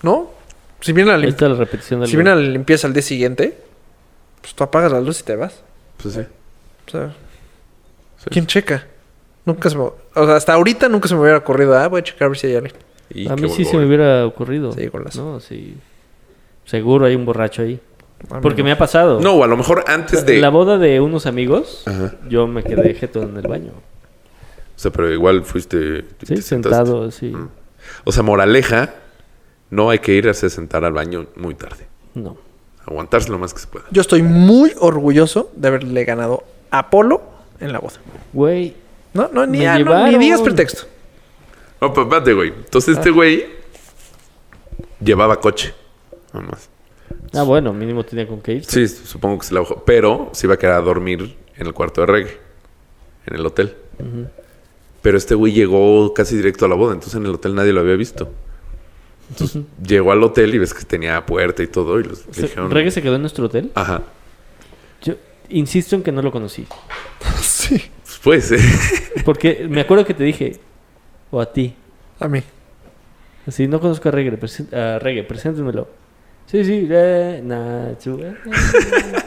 Speaker 4: ¿No? Si viene la,
Speaker 3: Ahí
Speaker 4: lim-
Speaker 3: está la repetición del.
Speaker 4: si viene la limpieza al día siguiente, pues tú apagas la luz y te vas.
Speaker 6: Pues sí.
Speaker 4: O sea, ¿quién checa? Nunca se me... O sea, hasta ahorita nunca se me hubiera ocurrido. Ah, voy a checar a ver si hay alguien.
Speaker 6: Y
Speaker 3: A
Speaker 6: qué
Speaker 3: mí sí se
Speaker 6: huevo.
Speaker 3: me hubiera ocurrido.
Speaker 4: Sí, con las-
Speaker 3: No, sí. Seguro hay un borracho ahí.
Speaker 4: Ah,
Speaker 3: Porque me
Speaker 4: mira.
Speaker 3: ha pasado.
Speaker 6: No, o a lo mejor antes de...
Speaker 3: En la boda de unos amigos,
Speaker 6: Ajá.
Speaker 3: yo me quedé jetón en el baño.
Speaker 6: O sea, pero igual fuiste... te
Speaker 3: Sí,
Speaker 6: sentaste. Mm.
Speaker 3: sentado así.
Speaker 6: O sea, moraleja, no hay que irse a sentar al baño muy tarde.
Speaker 3: No.
Speaker 6: Aguantarse lo más que se pueda.
Speaker 4: Yo estoy muy orgulloso de haberle ganado a Polo en la boda.
Speaker 3: Güey,
Speaker 4: No, no, ni,
Speaker 3: Me
Speaker 4: ah, no, ni
Speaker 3: llevaron.
Speaker 4: digas pretexto.
Speaker 6: No, pero espérate, güey. Entonces este güey llevaba coche. Nada más.
Speaker 3: Ah, bueno, mínimo tenía con que ir.
Speaker 6: Sí, supongo que se la bajó. Pero se iba a quedar a dormir en el cuarto de reggae. En el hotel. Pero este güey llegó casi directo a la boda. Entonces en el hotel nadie lo había visto. Entonces llegó al hotel y ves que tenía puerta y todo. Y los le
Speaker 3: Se-
Speaker 6: dijeron...
Speaker 3: ¿Reggae se quedó en nuestro hotel?
Speaker 6: Ajá.
Speaker 3: Yo insisto en que no lo conocí.
Speaker 4: sí,
Speaker 6: Pues, eh.
Speaker 3: Porque me acuerdo que te dije, o a ti,
Speaker 4: a mí.
Speaker 3: así, no conozco a Reggae, presen- a reggae preséntenmelo. Sí, sí, eh, Nacho, eh,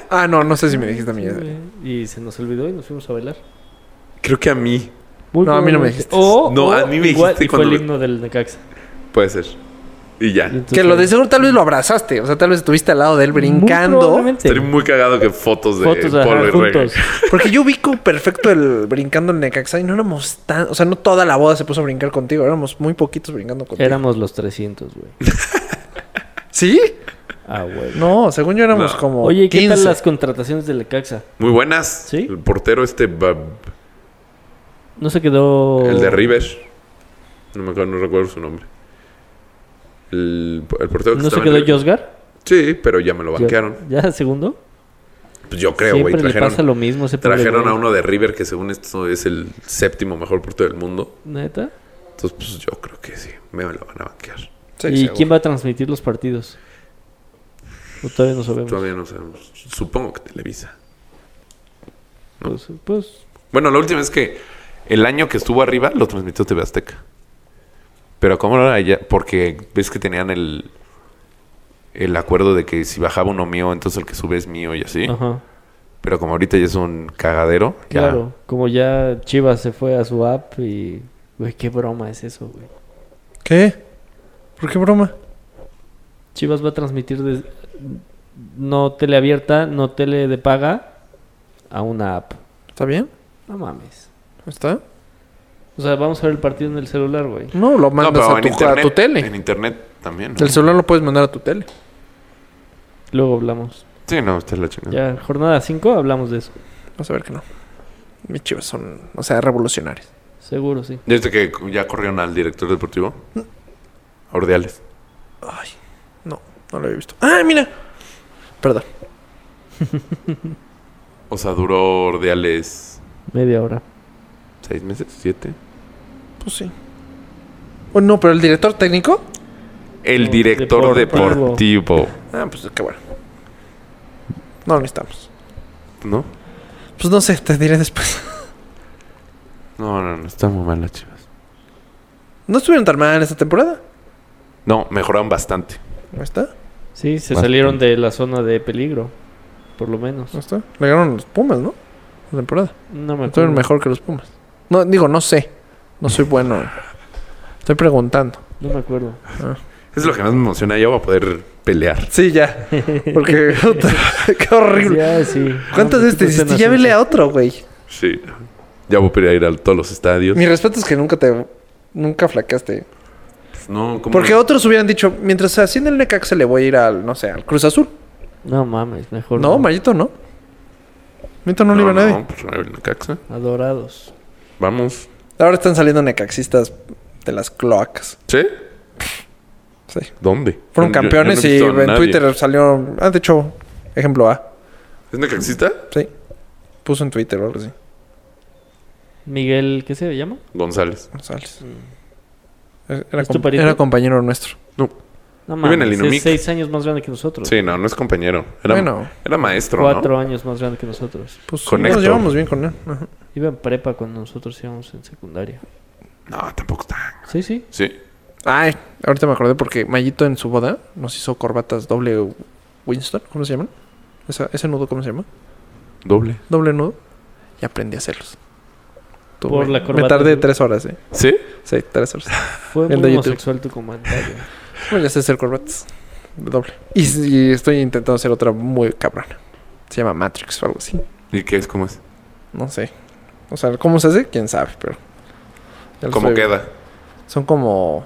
Speaker 4: Ah, no, no sé si me dijiste a mí.
Speaker 3: Nacho, eh. Y se nos olvidó y nos fuimos a bailar.
Speaker 6: creo que a mí
Speaker 3: Muy
Speaker 4: No, a mí
Speaker 3: probablemente.
Speaker 4: no me dijiste.
Speaker 3: O,
Speaker 6: No,
Speaker 3: o
Speaker 6: a mí me
Speaker 3: igual,
Speaker 6: dijiste
Speaker 3: y fue
Speaker 6: cuando
Speaker 3: el
Speaker 6: lo-
Speaker 3: himno del Necaxa.
Speaker 6: puede ser. Y ya.
Speaker 4: Que lo de seguro tal vez lo abrazaste. O sea, tal vez estuviste al lado de él brincando.
Speaker 6: Estaría muy cagado que fotos de
Speaker 3: Fotos ajá,
Speaker 6: Polo y Reggae.
Speaker 3: juntos.
Speaker 4: Porque yo ubico perfecto el brincando en Necaxa y no éramos tan... O sea, no toda la boda se puso a brincar contigo. Éramos muy poquitos brincando contigo.
Speaker 3: Éramos los 300, güey.
Speaker 4: ¿Sí?
Speaker 3: Ah, güey.
Speaker 4: No, según yo éramos
Speaker 6: No.
Speaker 4: como
Speaker 3: Oye, ¿y ¿qué
Speaker 4: 15.
Speaker 3: tal las contrataciones del Necaxa?
Speaker 6: Muy buenas.
Speaker 3: Sí.
Speaker 6: El portero este, Bab-
Speaker 3: No se quedó...
Speaker 6: el de River. No me acuerdo, no recuerdo su nombre. El, el portero que
Speaker 3: ¿No se
Speaker 6: estaba en
Speaker 3: quedó
Speaker 6: River.
Speaker 3: Josgar?
Speaker 6: Sí, pero ya me lo banquearon.
Speaker 3: ¿Ya, ya segundo?
Speaker 6: Pues yo creo,
Speaker 3: Siempre
Speaker 6: güey.
Speaker 3: le pasa
Speaker 6: Trajeron,
Speaker 3: lo mismo. Ese pobre
Speaker 6: trajeron a
Speaker 3: güey.
Speaker 6: uno de River que según esto es el séptimo mejor portero del mundo.
Speaker 3: ¿Neta?
Speaker 6: Entonces, pues yo creo que sí, me lo van a banquear.
Speaker 3: ¿Y quién va a transmitir los partidos? O todavía no sabemos.
Speaker 6: Todavía no sabemos. Supongo que Televisa.
Speaker 3: Pues, pues,
Speaker 6: Bueno, la última es que el año que estuvo arriba lo transmitió TV Azteca. Pero ¿cómo era ya? Porque ves que tenían el, el acuerdo de que si bajaba uno mío, entonces el que sube es mío y así.
Speaker 3: ajá.
Speaker 6: Pero como ahorita ya es un cagadero, ya
Speaker 3: Claro, como ya Chivas se fue a su app y... Güey, qué broma es eso, güey.
Speaker 4: ¿Qué? ¿Por qué broma?
Speaker 3: Chivas va a transmitir des- no tele abierta, no tele de paga a una app.
Speaker 4: ¿Está bien?
Speaker 3: No mames.
Speaker 4: ¿Está?
Speaker 3: O sea, vamos a ver el partido en el celular, güey.
Speaker 4: No, lo
Speaker 6: No,
Speaker 4: mandas
Speaker 6: pero
Speaker 4: a, tu, a tu tele.
Speaker 6: En internet también. ¿no?
Speaker 4: El celular lo puedes mandar a tu tele.
Speaker 3: Luego hablamos.
Speaker 6: Sí, no, esta es la chingada.
Speaker 3: Ya, jornada 5 hablamos de eso.
Speaker 4: Vas a ver que no. Mis chivas son, o sea, revolucionarios.
Speaker 3: Seguro, sí.
Speaker 6: ¿Ya viste que ya corrieron al director deportivo? A Ordeales.
Speaker 4: Ay, no, no lo había visto. ¡Ah, mira! Perdón.
Speaker 6: O sea, duró Ordeales
Speaker 3: Media hora.
Speaker 6: seis meses, siete.
Speaker 4: Pues sí. Oh, no, pero el director técnico.
Speaker 6: El
Speaker 3: Oh,
Speaker 6: director
Speaker 3: deportivo.
Speaker 6: deportivo.
Speaker 4: Ah, pues qué bueno. No lo necesitamos.
Speaker 6: ¿No?
Speaker 4: Pues no sé, te diré después.
Speaker 6: No, no, no, está muy mal las chivas.
Speaker 4: No estuvieron tan mal esta temporada.
Speaker 6: No, mejoraron bastante.
Speaker 4: ¿No está?
Speaker 3: Sí, se
Speaker 6: Bastante.
Speaker 3: salieron de la zona de peligro. Por lo menos.
Speaker 4: ¿No está? Le ganaron los Pumas, ¿no? La temporada.
Speaker 3: No me acuerdo.
Speaker 4: Estuvieron mejor que los Pumas. No, digo, no sé. No soy bueno. Estoy preguntando.
Speaker 3: No me acuerdo.
Speaker 6: Es lo que más me emociona. Ya voy a poder pelear.
Speaker 4: Sí, ya. Porque. qué horrible.
Speaker 3: Ya, sí.
Speaker 4: ¿Cuántas
Speaker 3: No,
Speaker 4: veces te
Speaker 3: tú estás en
Speaker 4: hiciste? Ya vele a
Speaker 3: ascenso.
Speaker 4: otro, güey.
Speaker 6: Sí. Ya voy a poder ir a todos los estadios.
Speaker 4: Mi respeto es que nunca te. Nunca flaqueaste.
Speaker 6: No, ¿cómo
Speaker 4: Porque
Speaker 6: no?
Speaker 4: otros hubieran dicho, mientras haciendo el Necaxa le voy a ir al, no sé, al Cruz Azul.
Speaker 3: No mames, mejor.
Speaker 4: No, Mayito no. Mayito no, le iba a nadie.
Speaker 6: No, pues, no, el Necaxa.
Speaker 3: Adorados.
Speaker 6: Vamos.
Speaker 4: Ahora están saliendo necaxistas de las cloacas.
Speaker 6: ¿Sí?
Speaker 4: Sí.
Speaker 6: ¿Dónde?
Speaker 4: Fueron
Speaker 6: Yo- yo- yo no he
Speaker 4: campeones
Speaker 6: visto a
Speaker 4: y en
Speaker 6: nadie.
Speaker 4: Twitter salió... Ah, de hecho, ejemplo A.
Speaker 6: ¿Es necaxista?
Speaker 4: Sí. Puso en Twitter o algo así.
Speaker 3: Miguel, ¿qué se llama?
Speaker 6: González.
Speaker 4: González. Era,
Speaker 3: Mm. ¿Es tu
Speaker 4: com-
Speaker 3: pariente?
Speaker 4: era compañero nuestro.
Speaker 3: No
Speaker 6: Vive en el
Speaker 3: mames,
Speaker 6: Inumic.
Speaker 3: es seis años más grande que nosotros.
Speaker 6: Sí, no, no es compañero. Era,
Speaker 4: Bueno,
Speaker 6: era maestro,
Speaker 3: Cuatro
Speaker 6: ¿no?
Speaker 3: años más grande que nosotros.
Speaker 4: pues
Speaker 6: Con
Speaker 4: nos
Speaker 6: Héctor.
Speaker 4: llevamos bien con él. Ajá.
Speaker 3: Iba en prepa cuando nosotros íbamos en secundaria.
Speaker 6: No, tampoco está.
Speaker 3: Sí, sí.
Speaker 6: Sí.
Speaker 4: Ay, ahorita me acordé porque Mayito en su boda nos hizo corbatas doble Winston. ¿Cómo se llaman? Esa- ese nudo, ¿cómo se llama?
Speaker 6: Doble.
Speaker 4: doble nudo y aprendí a hacerlos. Tú,
Speaker 3: Por
Speaker 4: me-
Speaker 3: la
Speaker 4: Me
Speaker 3: corbata.
Speaker 4: tardé tres horas, ¿eh?
Speaker 6: ¿Sí?
Speaker 4: Sí, tres horas.
Speaker 3: Fue
Speaker 4: El
Speaker 3: muy
Speaker 4: de YouTube.
Speaker 3: homosexual tu comentario.
Speaker 4: bueno, ya sé hacer corbatas. de Doble. Y, y estoy intentando hacer otra muy cabrona. Se llama Matrix o algo así.
Speaker 6: ¿Y qué es? ¿Cómo es?
Speaker 4: No sé. O sea, ¿cómo se hace? Quién sabe, pero. ya lo
Speaker 6: ¿Cómo
Speaker 4: estoy-
Speaker 6: queda?
Speaker 4: Son como.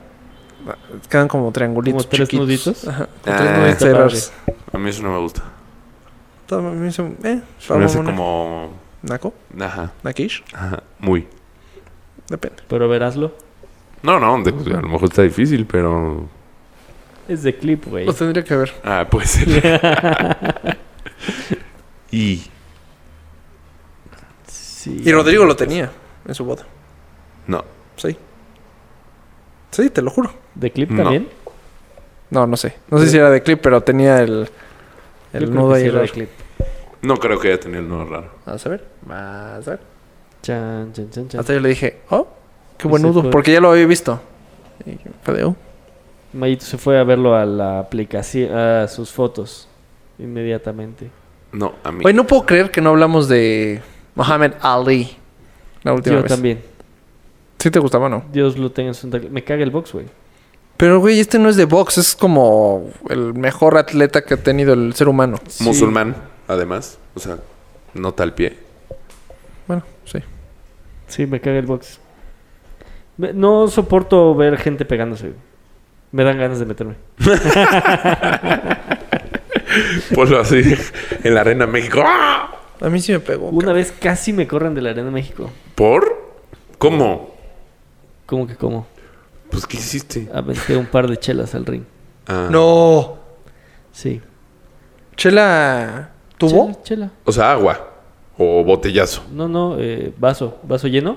Speaker 4: Quedan como triangulitos.
Speaker 3: ¿Como tres
Speaker 4: chiquitos.
Speaker 3: nuditos?
Speaker 4: Ajá. con tres
Speaker 6: Ah,
Speaker 4: nuditos.
Speaker 3: está padre.
Speaker 4: errores.
Speaker 6: a mí eso no me gusta.
Speaker 4: Todo me hizo- eh,
Speaker 6: Se me hace
Speaker 4: una-
Speaker 6: como...
Speaker 4: ¿Naco?
Speaker 6: Ajá,
Speaker 4: ¿Nakish?
Speaker 6: ajá. Muy.
Speaker 4: Depende.
Speaker 3: Pero veráslo.
Speaker 6: No, no, de- a lo mejor está difícil, pero...
Speaker 3: Es de clip, güey.
Speaker 4: Lo Pues tendría que ver.
Speaker 6: Ah, puede ser. y...
Speaker 3: Sí.
Speaker 4: Y Rodrigo lo tenía en su boda.
Speaker 6: No.
Speaker 4: Sí. Sí, te lo juro.
Speaker 3: ¿De clip
Speaker 6: No.
Speaker 3: también?
Speaker 4: No, no sé. No sé si era de clip, pero tenía el,
Speaker 3: Yo creo
Speaker 4: el
Speaker 3: que
Speaker 4: nudo
Speaker 3: sí
Speaker 4: ahí.
Speaker 3: era de
Speaker 4: raro.
Speaker 3: clip.
Speaker 6: No creo que haya tenido el nudo raro.
Speaker 4: Vas a ver. Vas a ver.
Speaker 3: Chan, chan, chan, chan.
Speaker 4: Hasta yo le dije, oh, qué
Speaker 3: Y
Speaker 4: buen
Speaker 3: se
Speaker 4: nudo.
Speaker 3: fue.
Speaker 4: Porque ya lo había visto. Y fue de, oh.
Speaker 3: Mayito se fue a verlo a la aplicación, a sus fotos. Inmediatamente.
Speaker 6: No, a mí.
Speaker 4: Oye, no puedo creer que no hablamos de Mohamed Ali la última
Speaker 3: Yo
Speaker 4: vez.
Speaker 3: también.
Speaker 4: Sí te gustaba, ¿no?
Speaker 3: Dios lo tenga en su... Me caga el box, güey.
Speaker 4: Pero, güey, este no es de box. Es como el mejor atleta que ha tenido el ser humano.
Speaker 3: Sí.
Speaker 6: Musulmán, además. O sea, no tal pie.
Speaker 4: Bueno, sí.
Speaker 3: Sí, me caga el box. Me- No soporto ver gente pegándose. güey. Me dan ganas de meterme.
Speaker 6: Ponlo así en la arena México. ¡Ah!
Speaker 4: A mí sí me pegó.
Speaker 3: Una vez casi me corren de la Arena México.
Speaker 6: ¿Por? ¿Cómo?
Speaker 3: ¿Cómo que cómo?
Speaker 6: Pues, ¿qué hiciste?
Speaker 3: Aventé un par de chelas al ring.
Speaker 6: Ah,
Speaker 4: No.
Speaker 3: Sí.
Speaker 4: ¿Chela tubo?
Speaker 3: Chela, chela.
Speaker 6: O sea, agua o botellazo.
Speaker 3: No, no, eh, vaso. Vaso lleno.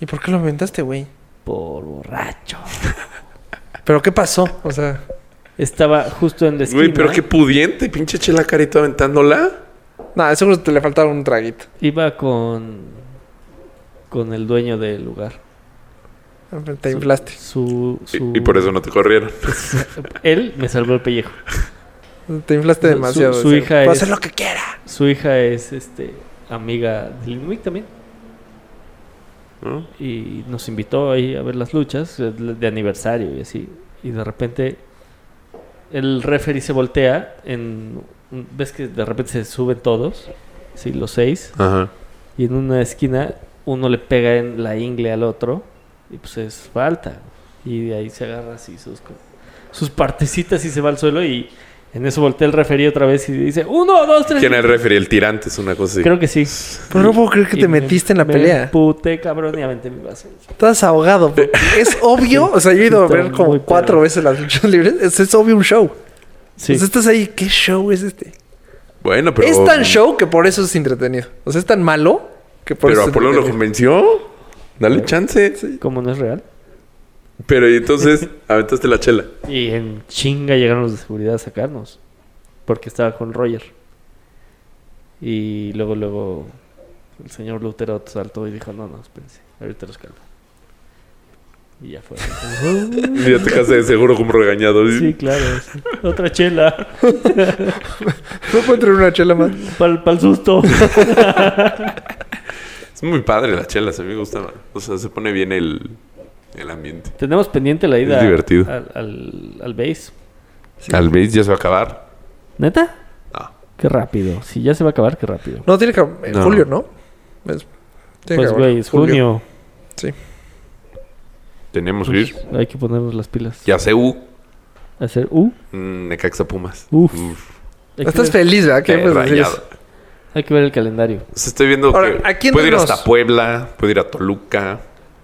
Speaker 4: ¿Y por qué lo inventaste, güey?
Speaker 3: Por borracho.
Speaker 4: ¿Pero qué pasó? O sea,
Speaker 3: Estaba justo en la esquina.
Speaker 6: Güey, pero qué pudiente, pinche chela carito aventándola.
Speaker 4: nada, seguro te le faltaba un traguito.
Speaker 3: Iba con. Con el dueño del lugar.
Speaker 4: Ah, Te inflaste.
Speaker 3: Su. su-
Speaker 6: Y, y por eso no te corrieron.
Speaker 3: Él me salvó el pellejo.
Speaker 4: Te inflaste
Speaker 3: Su-
Speaker 4: demasiado.
Speaker 3: su
Speaker 4: o sea,
Speaker 3: hija
Speaker 4: "Puedo
Speaker 3: es-
Speaker 4: hacer lo que quiera.
Speaker 3: Su hija es este amiga del Inuit también.
Speaker 6: ¿no?
Speaker 3: Y nos invitó ahí a ver las luchas eh, de aniversario y así. Y de repente el referee se voltea. En, ¿Ves que de repente se suben todos? Sí, los seis.
Speaker 6: Ajá.
Speaker 3: Y en una esquina uno le pega en la ingle al otro y pues es falta. Y de ahí se agarra así sus, co- sus partecitas y se va al suelo y en eso voltea el referido otra vez y dice, uno, dos, tres.
Speaker 6: ¿Quién es el referee? El tirante es una cosa así.
Speaker 3: Creo que sí.
Speaker 4: Pero no puedo creer que
Speaker 3: Y
Speaker 4: te
Speaker 3: me-
Speaker 4: metiste en la
Speaker 3: me
Speaker 4: pelea.
Speaker 3: Puté cabrón y aventé mi vaso.
Speaker 4: Estás ahogado. porque Es obvio. O sea, yo he ido a
Speaker 3: Está
Speaker 4: ver como
Speaker 3: muy
Speaker 4: cuatro
Speaker 3: perro.
Speaker 4: veces las luchas libres. Es, es obvio un show.
Speaker 3: Sí.
Speaker 4: O sea, estás ahí. ¿Qué show es este?
Speaker 6: Bueno, pero.
Speaker 4: Es tan show que por eso es entretenido. O sea, es tan malo que por eso.
Speaker 6: Pero
Speaker 4: es
Speaker 6: Apolo lo
Speaker 4: entretenido.
Speaker 6: convenció. Dale chance.
Speaker 3: Como no es real.
Speaker 6: Pero y entonces aventaste la chela.
Speaker 3: Y en chinga llegaron los de seguridad a sacarnos. Porque estaba con Roger. Y luego, luego, el señor Lutero saltó y dijo, no, no, espérense, ahorita los calmo. Y ya fue.
Speaker 6: Y ya te casé de seguro como regañado.
Speaker 3: sí, claro. sí. Otra chela.
Speaker 4: No puedo traer una chela más.
Speaker 3: Para el susto.
Speaker 6: Es muy padre la chela, se me gusta. man. O sea, se pone bien el, el ambiente.
Speaker 3: Tenemos pendiente la ida
Speaker 6: Es divertido.
Speaker 3: Al, al, al base.
Speaker 6: Al base ya se va a acabar.
Speaker 3: ¿Neta?
Speaker 6: No.
Speaker 3: Qué rápido. Si ya se va a acabar, qué rápido.
Speaker 4: No, tiene que. En
Speaker 6: No.
Speaker 4: julio, ¿no? Es- tiene que
Speaker 3: Pues,
Speaker 4: acabar.
Speaker 3: güey, es junio.
Speaker 6: Tenemos
Speaker 4: Pues
Speaker 6: que ir.
Speaker 3: Pues, Hay que ponernos las pilas.
Speaker 6: Ya sé, U.
Speaker 3: Hacer... Uh,
Speaker 6: Mm, Necaxa Pumas.
Speaker 3: Uf.
Speaker 6: Uf,
Speaker 3: hay, que
Speaker 4: Estás
Speaker 3: ver,
Speaker 4: feliz, ¿verdad? ¿Qué
Speaker 6: qué
Speaker 4: puedes decir
Speaker 6: Eh, rayado.
Speaker 4: eso?
Speaker 3: hay que ver el calendario.
Speaker 6: O sea, estoy viendo
Speaker 4: Ahora,
Speaker 6: que
Speaker 4: ¿a quién
Speaker 6: puedo ir
Speaker 4: menos?
Speaker 6: hasta Puebla, puedo ir a Toluca. Bueno,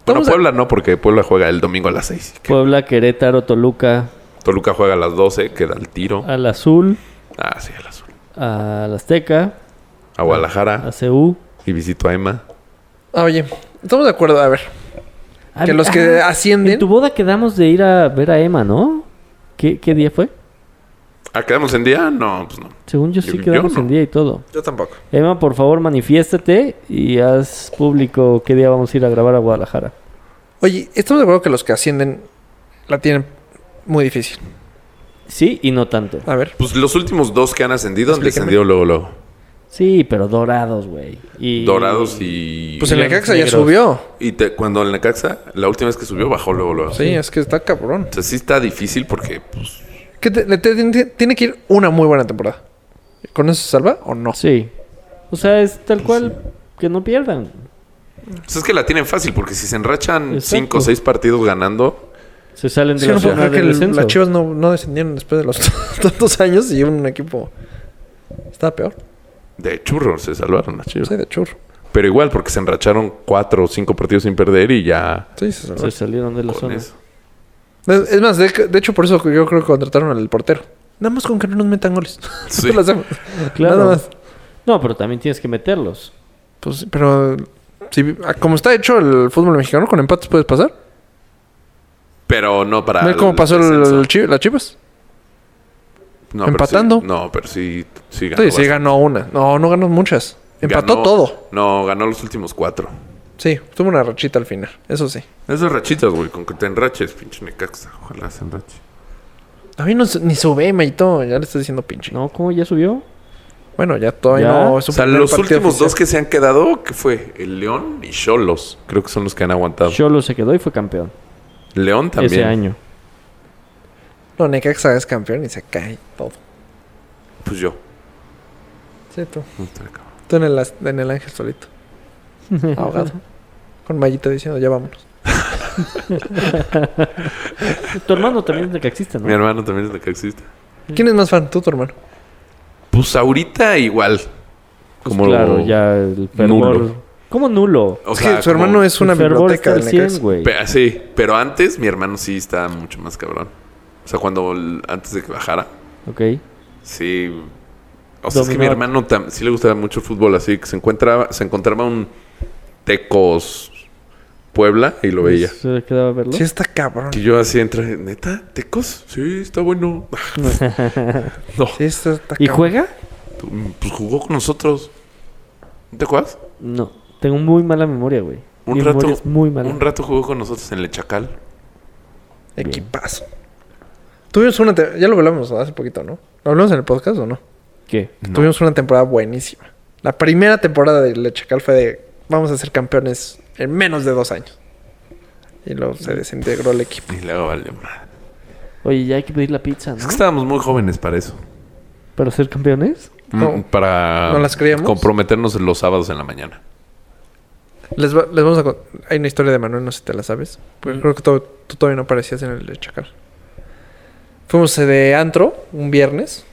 Speaker 4: Vamos a-
Speaker 6: Puebla no, porque Puebla juega el domingo a las 6.
Speaker 3: Puebla, Querétaro, Toluca,
Speaker 6: Toluca juega a las 12, queda el tiro.
Speaker 3: al Azul,
Speaker 6: Ah, sí, a las 1.
Speaker 3: al Azteca,
Speaker 6: A Guadalajara
Speaker 3: a CU.
Speaker 6: y visito a Emma.
Speaker 4: Ah, oye, estamos de acuerdo. A ver,
Speaker 3: Ah,
Speaker 4: que los
Speaker 3: ah,
Speaker 4: que
Speaker 3: En tu
Speaker 4: ascienden.
Speaker 3: boda quedamos de ir a ver a Emma, ¿no? ¿Qué, qué día fue?
Speaker 6: Ah, ¿quedamos en día? No, pues no.
Speaker 3: Según yo sí
Speaker 6: Yo- yo
Speaker 3: quedamos
Speaker 6: no.
Speaker 3: en día y todo.
Speaker 6: Yo tampoco.
Speaker 3: Emma, por favor, manifiéstate y haz público qué día vamos a ir a grabar a Guadalajara.
Speaker 4: Oye, estamos de acuerdo que los que ascienden la tienen muy difícil.
Speaker 3: Sí y no tanto.
Speaker 4: A ver.
Speaker 6: Pues los últimos dos que han ascendido han
Speaker 4: Explícame.
Speaker 6: descendido luego, luego.
Speaker 3: Sí, pero dorados, güey. Y...
Speaker 6: Dorados y...
Speaker 4: Pues el
Speaker 3: Leones
Speaker 4: Necaxa ya
Speaker 3: Negros.
Speaker 4: subió.
Speaker 6: Y te- cuando el Necaxa, la última vez que subió, bajó luego, luego.
Speaker 4: Ah, Sí, es que está cabrón.
Speaker 6: O sea, sí está difícil porque, pues,
Speaker 4: Que te- le- te- tiene- tiene que ir una muy buena temporada. ¿Con eso se salva o no?
Speaker 3: Sí. O sea, es tal cual que no pierdan.
Speaker 6: pues es que la tienen fácil porque si se enrachan
Speaker 3: Exacto.
Speaker 6: 5 o 6 partidos ganando,
Speaker 3: Se salen de
Speaker 4: Sí,
Speaker 3: la
Speaker 4: no puedo
Speaker 3: zona
Speaker 4: creer que
Speaker 3: de
Speaker 4: el-
Speaker 3: descenso.
Speaker 4: las Chivas no, no descendieron después de los tantos años y un equipo estaba peor.
Speaker 6: de churro se salvaron las chivas.
Speaker 4: Sí, de churro.
Speaker 6: Pero igual porque se enracharon 4 o 5 partidos sin perder y ya
Speaker 4: Sí, se salvó.
Speaker 3: Se salieron de la
Speaker 6: con
Speaker 3: zona.
Speaker 6: eso.
Speaker 4: Es, es más, de, de hecho, por eso yo creo que contrataron al portero. Nada más con que no nos metan goles.
Speaker 6: Sí.
Speaker 4: Eso lo hacemos.
Speaker 3: Claro.
Speaker 4: Nada más.
Speaker 3: No, pero también tienes que meterlos.
Speaker 4: Pues, pero si- ah, como está hecho el fútbol mexicano, con empates puedes pasar.
Speaker 6: Pero no para...
Speaker 4: Ver cómo pasó el,
Speaker 6: descenso.
Speaker 4: Chi- las Chivas.
Speaker 6: No, pero
Speaker 4: empatando.
Speaker 6: sí- no, pero sí, sí ganó.
Speaker 4: Sí, sí,
Speaker 6: bastante.
Speaker 4: ganó una. No, no ganó muchas. Empató
Speaker 6: Ganó-
Speaker 4: todo.
Speaker 6: No, ganó los últimos 4.
Speaker 4: Sí, tuvo una rachita al final. Eso sí.
Speaker 6: Esos rachitas, güey, con que te enraches, pinche Necaxa. Ojalá se enrache.
Speaker 4: A mí no, se- ni sube, todo Ya le estoy diciendo pinche.
Speaker 3: No, ¿cómo ya subió?
Speaker 4: Bueno, ya todavía
Speaker 3: Ya.
Speaker 4: no. es su
Speaker 6: O sea,
Speaker 4: primer
Speaker 6: los
Speaker 4: partido
Speaker 6: últimos dos
Speaker 4: oficial.
Speaker 6: que se han quedado, que fue el León y Cholos. Creo que son los que han aguantado.
Speaker 3: Cholo se quedó y fue campeón
Speaker 6: León también.
Speaker 3: ese año.
Speaker 4: No, Necaxa es campeón y se cae todo.
Speaker 6: Pues yo.
Speaker 4: Sí, tú. Tú en el, as- en el ángel solito. Ahogado. Con Mayita diciendo, ya vámonos.
Speaker 3: Tu hermano también es necaxista, ¿no?
Speaker 6: Mi hermano también es necaxista.
Speaker 4: ¿Quién es más fan? ¿Tú, tu hermano?
Speaker 6: Pues ahorita igual.
Speaker 3: Pues
Speaker 6: Como
Speaker 3: claro, ya el fervor.
Speaker 6: nulo.
Speaker 3: ¿Cómo nulo?
Speaker 6: O
Speaker 4: es
Speaker 6: sea,
Speaker 4: que su
Speaker 6: como-
Speaker 4: hermano es una
Speaker 3: el fervor
Speaker 4: biblioteca
Speaker 3: está
Speaker 4: de
Speaker 3: al 100,
Speaker 4: Necaxa.
Speaker 3: güey.
Speaker 6: Pe- sí, pero antes mi hermano sí estaba mucho más cabrón. O sea, cuando el- antes de que bajara,
Speaker 3: Ok.
Speaker 6: sí O sea, es que mi
Speaker 3: Dominó.
Speaker 6: hermano tam- sí le gustaba mucho el fútbol, así que se encontraba, se encontraba un Tecos Puebla y lo veía.
Speaker 3: Se le quedaba verlo.
Speaker 4: Sí, está cabrón.
Speaker 6: Y yo así entré, ¿neta? ¿Tecos? Sí, está bueno.
Speaker 4: Sí, está, está
Speaker 3: ¿Y
Speaker 4: cabrón.
Speaker 3: juega?
Speaker 6: Pues jugó con nosotros. ¿No te acuerdas?
Speaker 3: No. Tengo muy mala memoria, güey.
Speaker 6: Un
Speaker 3: Mi
Speaker 6: rato-
Speaker 3: memoria es muy mala.
Speaker 6: Un rato jugó con nosotros en el Chacal.
Speaker 4: Equipazo. Tuvimos una... te- Ya lo hablamos hace poquito, ¿no? ¿Lo hablamos en el podcast o no?
Speaker 3: ¿Qué?
Speaker 4: Tuvimos una temporada buenísima. La primera temporada de Le Chacal fue de... Vamos a ser campeones en menos de dos años. Y luego se desintegró el equipo.
Speaker 6: Y luego valió madre.
Speaker 3: Oye, ya hay que pedir la pizza,
Speaker 6: Es
Speaker 3: ¿no?
Speaker 6: que estábamos muy jóvenes para eso.
Speaker 3: ¿Para ser campeones?
Speaker 4: No.
Speaker 6: Mm, para
Speaker 4: ¿No las creíamos?
Speaker 6: comprometernos los sábados en la mañana.
Speaker 4: Les, va- les vamos a... con- Hay una historia de Manuel, no sé si te la sabes. Porque
Speaker 3: Mm.
Speaker 4: creo que to- tú todavía no aparecías en el de Chacal. Fuimos de antro un viernes.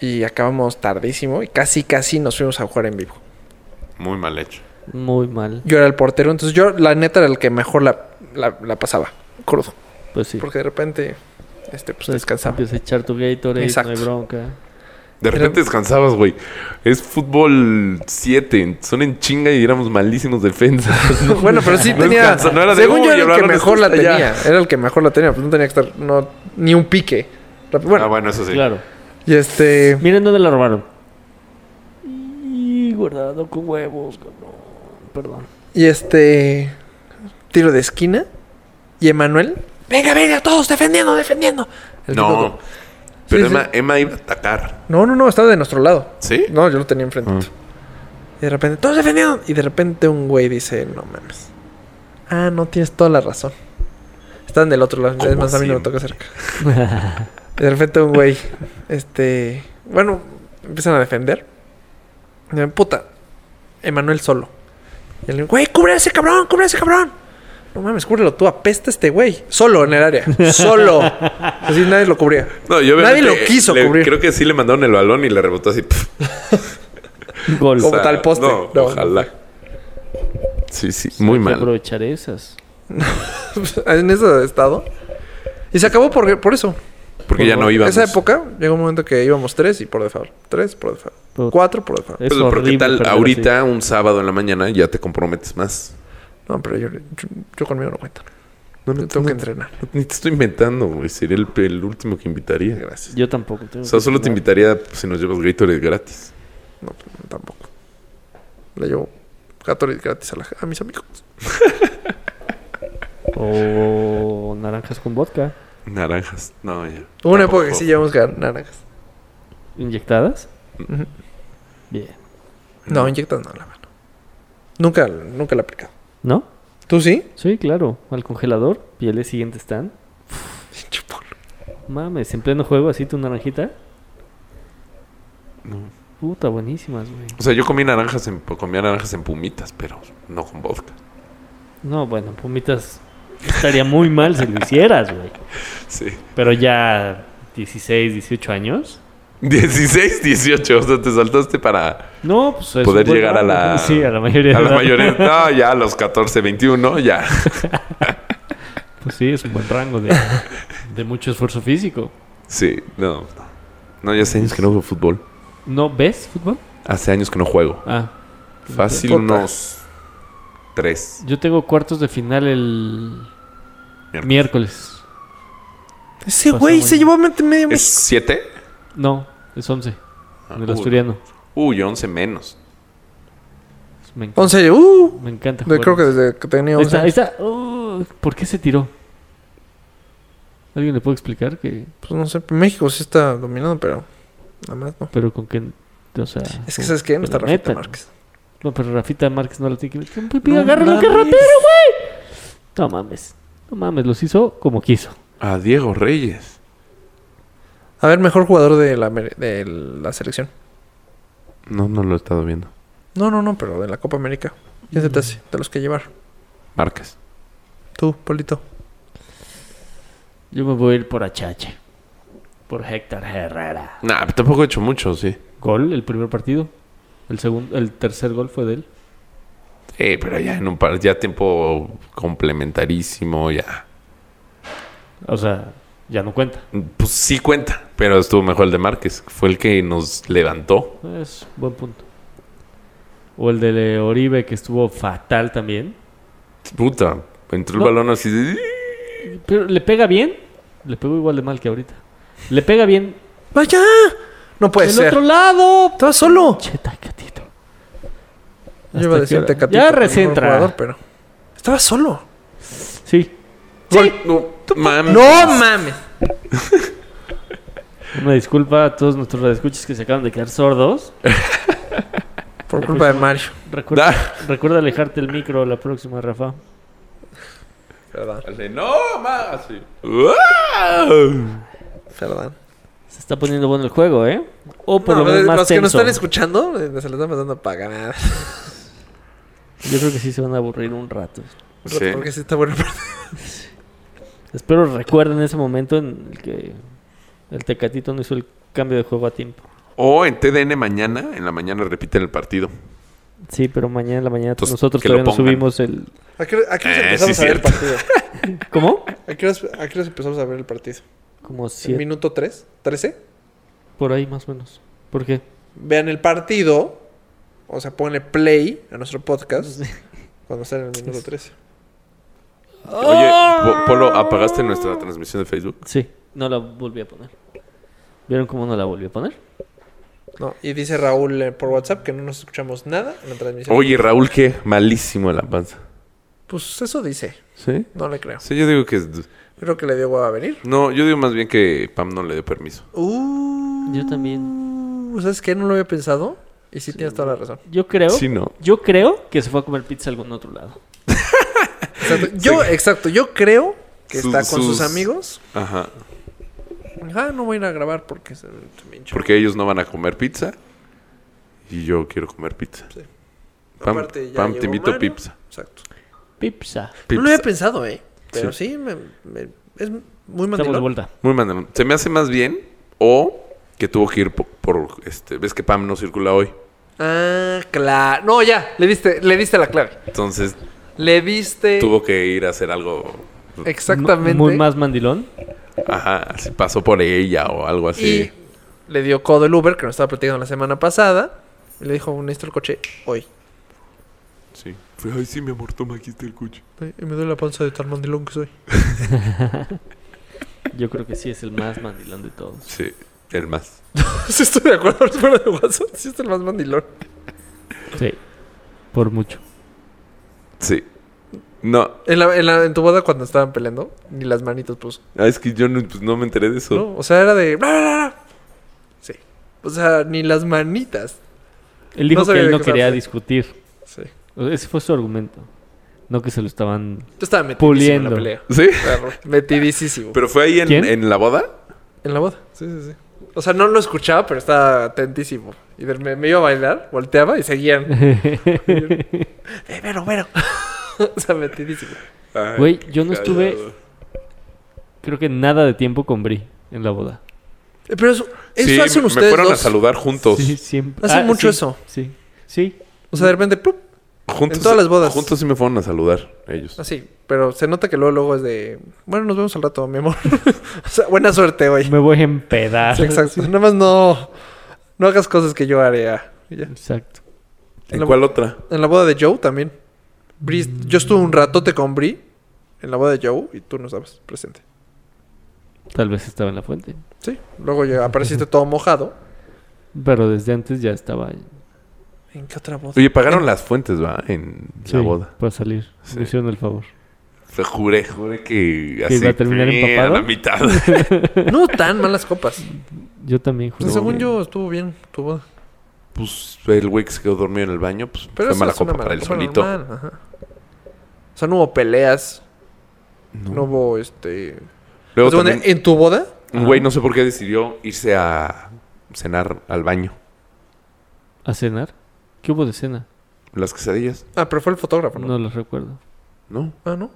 Speaker 4: Y acabamos tardísimo. Y casi, casi nos fuimos a jugar en vivo.
Speaker 6: Muy mal hecho.
Speaker 3: Muy mal.
Speaker 4: Yo era el portero. Entonces yo, la neta, era el que mejor la, la, la pasaba. Crudo.
Speaker 3: Pues sí.
Speaker 4: Porque de repente... Este, pues
Speaker 3: Pues
Speaker 4: descansaba.
Speaker 3: Empiezas a echar tu Gatorade,
Speaker 4: Exacto.
Speaker 3: no hay bronca.
Speaker 6: De
Speaker 4: Pero-
Speaker 6: repente descansabas, güey. Es fútbol 7. Son en chinga y éramos malísimos defensas. ¿no?
Speaker 4: Bueno, pero sí
Speaker 6: No
Speaker 4: tenía.
Speaker 6: descansa, no era de,
Speaker 4: según
Speaker 6: "Uy,
Speaker 4: yo era el que
Speaker 6: hablaron
Speaker 4: mejor
Speaker 6: esto
Speaker 4: la
Speaker 6: hasta
Speaker 4: tenía.
Speaker 6: allá".
Speaker 4: Era el que mejor la tenía. Pues no tenía que estar. No, ni un pique. La- Bueno,
Speaker 6: ah, bueno, eso sí.
Speaker 3: Claro.
Speaker 4: y este.
Speaker 3: Miren dónde la robaron. Y guardado con huevos, cabrón. Perdón.
Speaker 4: Y este. Tiro de esquina. Y Emanuel. Venga, venga, todos defendiendo, defendiendo. El
Speaker 6: No.
Speaker 4: tipo-
Speaker 6: Pero
Speaker 4: Sí, sí.
Speaker 6: Emma, Emma iba a atacar.
Speaker 4: No, no, no, estaba de nuestro lado.
Speaker 6: ¿Sí?
Speaker 4: No, yo lo tenía enfrentito. Y de repente, todos defendiendo. Y de repente un güey dice, no mames. Ah, no, tienes toda la razón. Están del otro lado. Es
Speaker 6: Como
Speaker 4: más, a mí no me toca
Speaker 6: siempre.
Speaker 4: cerca. Y de repente un güey, este... Bueno, empiezan a defender. Y dicen, puta, Emanuel solo. Y el güey, cubre a ese cabrón, cubre a ese cabrón. No mames, cúbrelo tú, apesta este güey. Solo en el área. Solo. Así nadie lo cubría.
Speaker 6: No, yo
Speaker 4: Nadie
Speaker 6: obviamente,
Speaker 4: lo quiso
Speaker 6: le-
Speaker 4: cubrir.
Speaker 6: Creo que sí le mandaron el balón y le rebotó así. pf,
Speaker 3: Gol.
Speaker 4: Como
Speaker 6: o sea,
Speaker 4: tal poste.
Speaker 6: No,
Speaker 4: No,
Speaker 6: ojalá. Sí, sí.
Speaker 3: Hay
Speaker 6: Muy
Speaker 3: que
Speaker 6: mal.
Speaker 3: aprovechar esas.
Speaker 4: en ese estado. Y se acabó por, por eso.
Speaker 6: Porque ya no íbamos.
Speaker 4: Esa época llegó un momento que íbamos tres y por default. Tres por default.
Speaker 3: Puta.
Speaker 4: Cuatro por default.
Speaker 3: Es
Speaker 6: Pero, pero ¿qué
Speaker 3: horrible
Speaker 6: tal
Speaker 3: perder así.
Speaker 6: ahorita, un sábado en la mañana, ya te comprometes más?
Speaker 4: No, pero yo, yo, yo conmigo no cuento.
Speaker 6: No,
Speaker 4: Yo tengo que entrenar.
Speaker 6: Ni te estoy inventando, güey. Sería el, el último que invitaría. Gracias.
Speaker 3: Yo tampoco. tengo
Speaker 6: O sea,
Speaker 3: que
Speaker 6: solo te
Speaker 3: tomar.
Speaker 6: invitaría pues, si nos llevas Gatorade gratis.
Speaker 4: No, pues, tampoco. Le llevo Gatorade gratis a, la- a mis amigos.
Speaker 3: O naranjas con vodka.
Speaker 6: Naranjas. No, ya.
Speaker 4: Hubo una
Speaker 6: Tampoco.
Speaker 4: época que sí llevamos gar- naranjas.
Speaker 3: ¿Inyectadas?
Speaker 4: Ujú.
Speaker 3: Bien.
Speaker 4: No, inyectas no la mano. Nunca, nunca la he aplicado.
Speaker 3: ¿No?
Speaker 4: ¿Tú sí?
Speaker 3: Sí, claro. Al congelador. Y el día siguiente están. Mames, en pleno juego así tu naranjita. Puta, buenísimas, güey.
Speaker 6: O sea, yo comí naranjas en, comía naranjas en pumitas, pero no con vodka.
Speaker 3: No, bueno, pumitas. Estaría muy mal si lo hicieras, güey.
Speaker 6: Sí.
Speaker 3: Pero ya 16, 18 años.
Speaker 6: 16, 18. O sea, te saltaste para
Speaker 3: No, pues es
Speaker 6: poder
Speaker 3: un buen
Speaker 6: llegar a la...
Speaker 3: rango. Sí, a la mayoría.
Speaker 6: A
Speaker 3: de
Speaker 6: la
Speaker 3: edad.
Speaker 6: mayoría. No, ya a los 14, 21, ya.
Speaker 3: Pues sí, es un buen rango de, de mucho esfuerzo físico.
Speaker 6: Sí, no. No, ya hace años que no juego fútbol.
Speaker 3: ¿No ves fútbol?
Speaker 6: Hace años que no juego.
Speaker 3: Ah,
Speaker 6: Fácil
Speaker 4: Puta.
Speaker 6: unos tres.
Speaker 3: yo tengo cuartos de final el
Speaker 6: Miércoles.
Speaker 3: miércoles.
Speaker 4: Ese
Speaker 3: Pasó
Speaker 4: güey
Speaker 3: muy
Speaker 4: se
Speaker 3: bien.
Speaker 4: llevó a mente medio
Speaker 6: ¿Es
Speaker 4: México.
Speaker 6: siete?
Speaker 3: No, es 11.
Speaker 6: Ah,
Speaker 3: En el
Speaker 6: uy.
Speaker 3: asturiano.
Speaker 6: Uy, once menos.
Speaker 3: Me encanta,
Speaker 4: 11, uh,
Speaker 3: me encanta
Speaker 4: de-
Speaker 3: jugar.
Speaker 4: creo que desde que tenía
Speaker 3: Ahí
Speaker 4: 11
Speaker 3: está, ahí
Speaker 4: años.
Speaker 3: está. Oh, ¿Por qué se tiró? ¿Alguien le puede explicar que
Speaker 4: Pues no sé, México sí está dominado, pero nada más no.
Speaker 3: pero con qué o sea,
Speaker 4: Es que, ¿sabes qué? No está
Speaker 3: Pero
Speaker 4: Rafita
Speaker 3: neta,
Speaker 4: Márquez.
Speaker 3: No, pero Rafita Márquez no la tiene que ver. Pipi, agárralo, qué ratero, güey. No mames. No mames, los hizo como quiso.
Speaker 6: A Diego Reyes.
Speaker 4: A ver, mejor jugador de la, Amer- de la selección.
Speaker 6: No, no lo he estado viendo.
Speaker 4: No, no, no, pero de la Copa América. ¿Quién se te hace? De los que llevar.
Speaker 6: Márquez.
Speaker 4: Tú, Polito.
Speaker 3: Yo me voy a ir por Achache. Por Héctor Herrera.
Speaker 6: Nah, tampoco he hecho mucho, sí.
Speaker 3: Gol el primer partido. El segundo, el tercer gol fue de él.
Speaker 6: Eh, pero ya en un par, ya tiempo complementarísimo, ya.
Speaker 3: O sea, ya no cuenta.
Speaker 6: Pues sí cuenta, pero estuvo mejor el de Márquez. Fue el que nos levantó.
Speaker 3: Es buen punto. O el de Oribe que estuvo fatal también.
Speaker 6: Puta, entró el
Speaker 3: No.
Speaker 6: balón así de...
Speaker 3: Pero le pega bien. Le pegó igual de mal que ahorita. Le pega bien.
Speaker 4: ¡Vaya! No puede
Speaker 3: ¡El
Speaker 4: ser.
Speaker 3: otro lado!
Speaker 4: Estaba solo.
Speaker 3: Cheta, gatito.
Speaker 4: Yo iba a
Speaker 3: Hasta
Speaker 4: decir
Speaker 3: que-
Speaker 4: Tecatito,
Speaker 3: Ya
Speaker 4: pero no
Speaker 3: recentra.
Speaker 4: jugador, pero... Estaba solo.
Speaker 3: Sí.
Speaker 6: Gol. No,
Speaker 3: Mm.
Speaker 6: mames.
Speaker 4: ¡No mames!
Speaker 3: Una disculpa a todos nuestros radioescuchas que se acaban de quedar sordos.
Speaker 4: Por culpa de Mario.
Speaker 3: Recuerda,
Speaker 4: Ah.
Speaker 3: recuerda alejarte el micro la próxima, Rafa.
Speaker 4: Perdón,
Speaker 6: Así, No, mames. Así. ¡Wow!
Speaker 4: perdón.
Speaker 3: Se está poniendo bueno el juego, ¿eh? O por
Speaker 4: No,
Speaker 3: lo menos
Speaker 4: los
Speaker 3: más
Speaker 4: que nos
Speaker 3: tenso.
Speaker 4: están escuchando eh, se les están pasando para ganar.
Speaker 3: Yo creo que sí se van a aburrir un rato.
Speaker 6: Sí.
Speaker 4: Porque sí está bueno.
Speaker 3: Espero recuerden ese momento en el que el Tecatito no hizo el cambio de juego a tiempo.
Speaker 6: O en TDN mañana, en la mañana repiten el partido.
Speaker 3: Sí, pero mañana en la mañana
Speaker 6: Entonces,
Speaker 3: nosotros
Speaker 6: que lo
Speaker 3: todavía no
Speaker 6: pongan.
Speaker 3: subimos el...
Speaker 4: ¿A qué, a qué horas
Speaker 6: Eh,
Speaker 4: empezamos
Speaker 6: sí,
Speaker 4: a ver el
Speaker 6: cierto.
Speaker 4: partido?
Speaker 3: ¿Cómo?
Speaker 4: ¿A qué horas, a qué horas empezamos a ver el partido?
Speaker 3: Como
Speaker 4: ¿El
Speaker 3: siete,
Speaker 4: minuto 3? ¿13?
Speaker 3: por ahí más o menos. ¿Por qué?
Speaker 4: Vean el partido. O sea, ponle play a nuestro podcast cuando sale el minuto 13.
Speaker 6: Oye,
Speaker 4: ¡Ah!
Speaker 6: Po- Polo, ¿apagaste nuestra transmisión de Facebook?
Speaker 3: Sí, no la volví a poner. ¿Vieron cómo no la volví a poner?
Speaker 4: No, y dice Raúl eh, por WhatsApp que no nos escuchamos nada en la transmisión.
Speaker 6: Oye, Raúl, qué malísimo de la panza.
Speaker 4: Pues eso dice.
Speaker 6: ¿Sí?
Speaker 4: No le creo.
Speaker 6: Sí, yo digo que... es-
Speaker 4: Creo que le dio hueva a venir.
Speaker 6: No, yo digo más bien que Pam no le dio permiso.
Speaker 4: Uh,
Speaker 3: Yo también.
Speaker 4: ¿Sabes qué? No lo había pensado. Y sí, tienes toda la razón.
Speaker 3: Yo creo...
Speaker 6: Sí, no.
Speaker 3: Yo creo que se fue a comer pizza a algún otro lado.
Speaker 4: Exacto. Yo, exacto. Yo creo que
Speaker 6: Sus-
Speaker 4: está con sus,
Speaker 6: sus-
Speaker 4: amigos.
Speaker 6: Ajá.
Speaker 4: Ah, no voy a ir a grabar porque se, se me hinchó.
Speaker 6: Porque ellos no van a comer pizza. Y yo quiero comer pizza.
Speaker 4: Sí.
Speaker 6: Pam,
Speaker 4: Aparte, ya
Speaker 6: Pam,
Speaker 4: llegó
Speaker 6: te invito
Speaker 4: Mario.
Speaker 6: pizza.
Speaker 4: Exacto.
Speaker 3: Pizza.
Speaker 4: No lo había
Speaker 6: Pizza.
Speaker 4: pensado, ¿eh? Pero sí, me, me- es muy
Speaker 3: Estamos de
Speaker 4: mandilón.
Speaker 3: vuelta.
Speaker 6: Muy mandalón. Se me hace más bien o que tuvo que ir po- por, este, ves que Pam no circula hoy.
Speaker 4: Ah, claro. No, ya. Le diste, le diste la clave.
Speaker 6: Entonces
Speaker 4: Le diste
Speaker 6: tuvo que ir a hacer algo.
Speaker 4: exactamente.
Speaker 3: Muy más mandilón.
Speaker 6: Ajá, si pasó por ella o algo
Speaker 4: Y
Speaker 6: así.
Speaker 4: le dio codo el Uber, que nos estaba platicando la semana pasada. Y le dijo, necesito el coche hoy.
Speaker 6: Sí. Fue, Ay, sí, mi amor, toma aquí está el coche.
Speaker 4: Ay, me duele la panza de tan mandilón que soy.
Speaker 3: Yo creo que sí es el más mandilón de todos.
Speaker 6: Sí, el más.
Speaker 4: sí, estoy de acuerdo. Fuera de WhatsApp, sí es el más mandilón.
Speaker 3: Sí. Por mucho.
Speaker 6: Sí. No,
Speaker 4: En, la, en, la- en tu boda, cuando estaban peleando, ni las manitas puso.
Speaker 6: ah, es que yo no, pues, no me enteré de eso.
Speaker 4: ¿no? O sea, era de. bla, bla, bla, bla. Sí. O sea, ni las manitas.
Speaker 3: Él dijo que
Speaker 4: No sabía
Speaker 3: él
Speaker 4: de
Speaker 3: no
Speaker 4: qué
Speaker 3: quería
Speaker 4: estaba-
Speaker 3: discutir.
Speaker 4: Sí.
Speaker 3: O sea, Ese fue su argumento. No que se lo estaban...
Speaker 4: Yo estaba metidísimo en
Speaker 3: Puliendo.
Speaker 4: la pelea.
Speaker 6: Sí.
Speaker 4: Claro, metidísimo.
Speaker 6: Pero fue ahí en,
Speaker 3: ¿Quién?
Speaker 6: en la boda.
Speaker 4: En la boda. Sí, sí, sí. O sea, no lo escuchaba, pero estaba atentísimo. Y de- me, me iba a bailar, volteaba y seguían. Eh, pero, pero. o sea, metidísimo.
Speaker 6: Ay,
Speaker 3: Güey, yo no
Speaker 6: callado.
Speaker 3: estuve- creo que nada de tiempo con Bri en la boda.
Speaker 4: Eh, Pero eso, eso
Speaker 6: Sí,
Speaker 4: hacen
Speaker 6: me
Speaker 4: ustedes
Speaker 6: fueron
Speaker 4: dos.
Speaker 6: a saludar juntos.
Speaker 3: Sí, siempre. Ah,
Speaker 4: Hacen
Speaker 3: sí,
Speaker 4: mucho eso.
Speaker 3: Sí. Sí.
Speaker 4: O sea, de repente, ¡plup!
Speaker 6: Juntos,
Speaker 4: En todas las bodas.
Speaker 6: Juntos sí me fueron a saludar ellos.
Speaker 4: así. Pero se nota que luego, luego es de. Bueno, nos vemos al rato, mi amor. o sea, buena suerte hoy.
Speaker 3: Me voy a empedar.
Speaker 4: Sí, exacto. Nada más no. No hagas cosas que yo haría. Y ya.
Speaker 3: Exacto.
Speaker 6: ¿En
Speaker 4: la-
Speaker 6: cuál otra?
Speaker 4: En la boda de Joe también. Bri- yo estuve un ratote con Bri en la boda de Joe y tú no estabas presente.
Speaker 3: Tal vez estaba en la fuente.
Speaker 4: Sí. Luego ya apareciste todo mojado.
Speaker 3: Pero desde antes ya estaba...
Speaker 4: ¿En qué otra boda?
Speaker 6: Oye, pagaron las fuentes, ¿va? En
Speaker 3: Sí,
Speaker 6: la boda.
Speaker 3: Para salir.
Speaker 6: Sí.
Speaker 3: Me hicieron el favor.
Speaker 6: Fue- juré, juré que
Speaker 3: iba a terminar
Speaker 6: eh,
Speaker 3: empapado?
Speaker 6: A la mitad.
Speaker 4: No tan malas copas.
Speaker 3: Yo también
Speaker 4: O sea,
Speaker 3: juro.
Speaker 4: Pues, según yo estuvo bien tu boda.
Speaker 6: pues el güey que se quedó dormido en el baño, pues
Speaker 4: Pero
Speaker 6: fue
Speaker 4: eso
Speaker 6: mala
Speaker 4: es una
Speaker 6: copa
Speaker 4: mala
Speaker 6: para él
Speaker 4: copa
Speaker 6: solito.
Speaker 4: normal, ajá. O sea, no hubo peleas. No,
Speaker 6: No.
Speaker 4: hubo este.
Speaker 6: Luego
Speaker 3: Pues,
Speaker 4: O sea, bueno,
Speaker 6: también,
Speaker 4: En tu boda,
Speaker 6: un güey no sé por qué decidió irse a cenar al baño.
Speaker 3: ¿A cenar? ¿Qué hubo de cena?
Speaker 6: Las quesadillas,
Speaker 4: Ah, pero fue el fotógrafo, ¿no?
Speaker 3: No los recuerdo.
Speaker 6: ¿no?
Speaker 4: Ah, ¿no?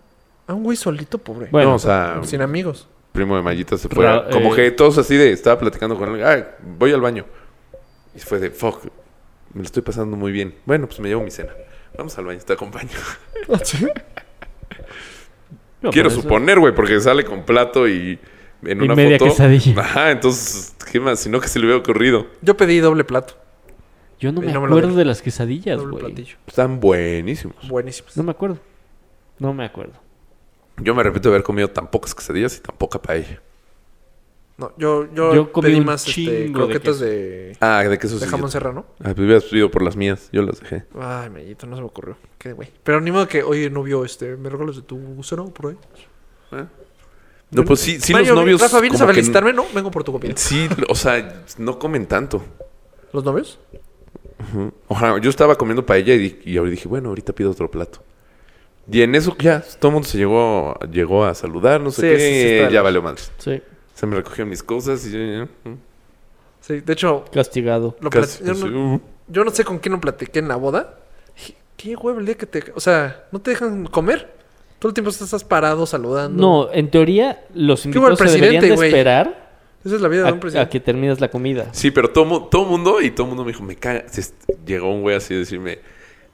Speaker 4: Ah, un güey solito, pobre. Ah,
Speaker 3: Bueno,
Speaker 6: no, o sea,
Speaker 4: Sin amigos.
Speaker 6: primo de Mayita se fue. a-
Speaker 3: Ra-
Speaker 6: como
Speaker 3: eh.
Speaker 6: que todos así de, estaba platicando con él, ah, voy al baño. Y fue de, fuck, me lo estoy pasando muy bien. Bueno, pues me llevo mi cena. Vamos al baño, te acompaño.
Speaker 3: Yo
Speaker 6: Quiero
Speaker 3: por eso-
Speaker 6: suponer, güey, porque sale con plato y en
Speaker 3: Y
Speaker 6: una
Speaker 3: media
Speaker 6: foto.
Speaker 3: quesadilla.
Speaker 6: Ajá, entonces, ¿qué más? Si no, que se le hubiera ocurrido.
Speaker 4: Yo pedí doble plato.
Speaker 3: Yo no
Speaker 4: Y
Speaker 3: me
Speaker 4: no me lo
Speaker 3: acuerdo
Speaker 4: dieron.
Speaker 3: de las quesadillas,
Speaker 4: doble
Speaker 3: güey.
Speaker 4: platillo.
Speaker 6: Están buenísimos.
Speaker 4: Buenísimo.
Speaker 3: No me acuerdo. No me acuerdo.
Speaker 6: Yo me repito haber comido tan pocas quesadillas y tan poca paella.
Speaker 4: No, yo, yo,
Speaker 3: Yo comí
Speaker 4: pedí
Speaker 3: un
Speaker 4: más este,
Speaker 3: chingo de
Speaker 4: croquetas
Speaker 3: queso.
Speaker 4: de,
Speaker 6: Ah, de queso
Speaker 4: de
Speaker 6: sí.
Speaker 4: jamón serrano.
Speaker 6: Ah, pues hubieras ido por las mías. Yo las dejé.
Speaker 4: Ay, mellito, no se me ocurrió. Qué güey. Pero ni modo que, oye, no vio este, me regalas de tu gusano por ahí.
Speaker 6: No, pues sí, sí
Speaker 4: Mario,
Speaker 6: los novios...
Speaker 4: Rafa, ¿vienes a
Speaker 6: como que n-
Speaker 4: felicitarme? No, vengo por tu comida.
Speaker 6: Sí, o sea, no comen tanto.
Speaker 4: ¿Los novios?
Speaker 6: Ojalá, yo estaba comiendo paella y, di- y ahorita dije, bueno, ahorita pido otro plato. Y en eso ya, todo el mundo se llegó, llegó a saludar, no sé
Speaker 4: Sí,
Speaker 6: qué,
Speaker 4: sí, sí, está de
Speaker 6: ya
Speaker 4: más.
Speaker 6: valió madre.
Speaker 3: Sí,
Speaker 6: Se me recogieron mis cosas y yo... eh, eh,
Speaker 4: Sí, de hecho,
Speaker 3: castigado.
Speaker 4: lo
Speaker 6: casi-
Speaker 4: plat- yo,
Speaker 6: así,
Speaker 4: no,
Speaker 6: uh.
Speaker 4: yo no sé con quién lo platiqué en la boda. Dije, Qué huevo el día que te... O sea, ¿no te dejan comer? Todo el tiempo estás parado saludando.
Speaker 3: No, en teoría los
Speaker 4: hubo el
Speaker 3: invitados se deberían de
Speaker 4: presidente, güey?
Speaker 3: esperar
Speaker 4: Esa es la vida de un
Speaker 3: a, a
Speaker 4: presidente.
Speaker 3: que termines la comida.
Speaker 6: Sí, pero todo, mu- todo mundo y todo mundo me dijo, me caga. Se- Llegó un güey así a decirme,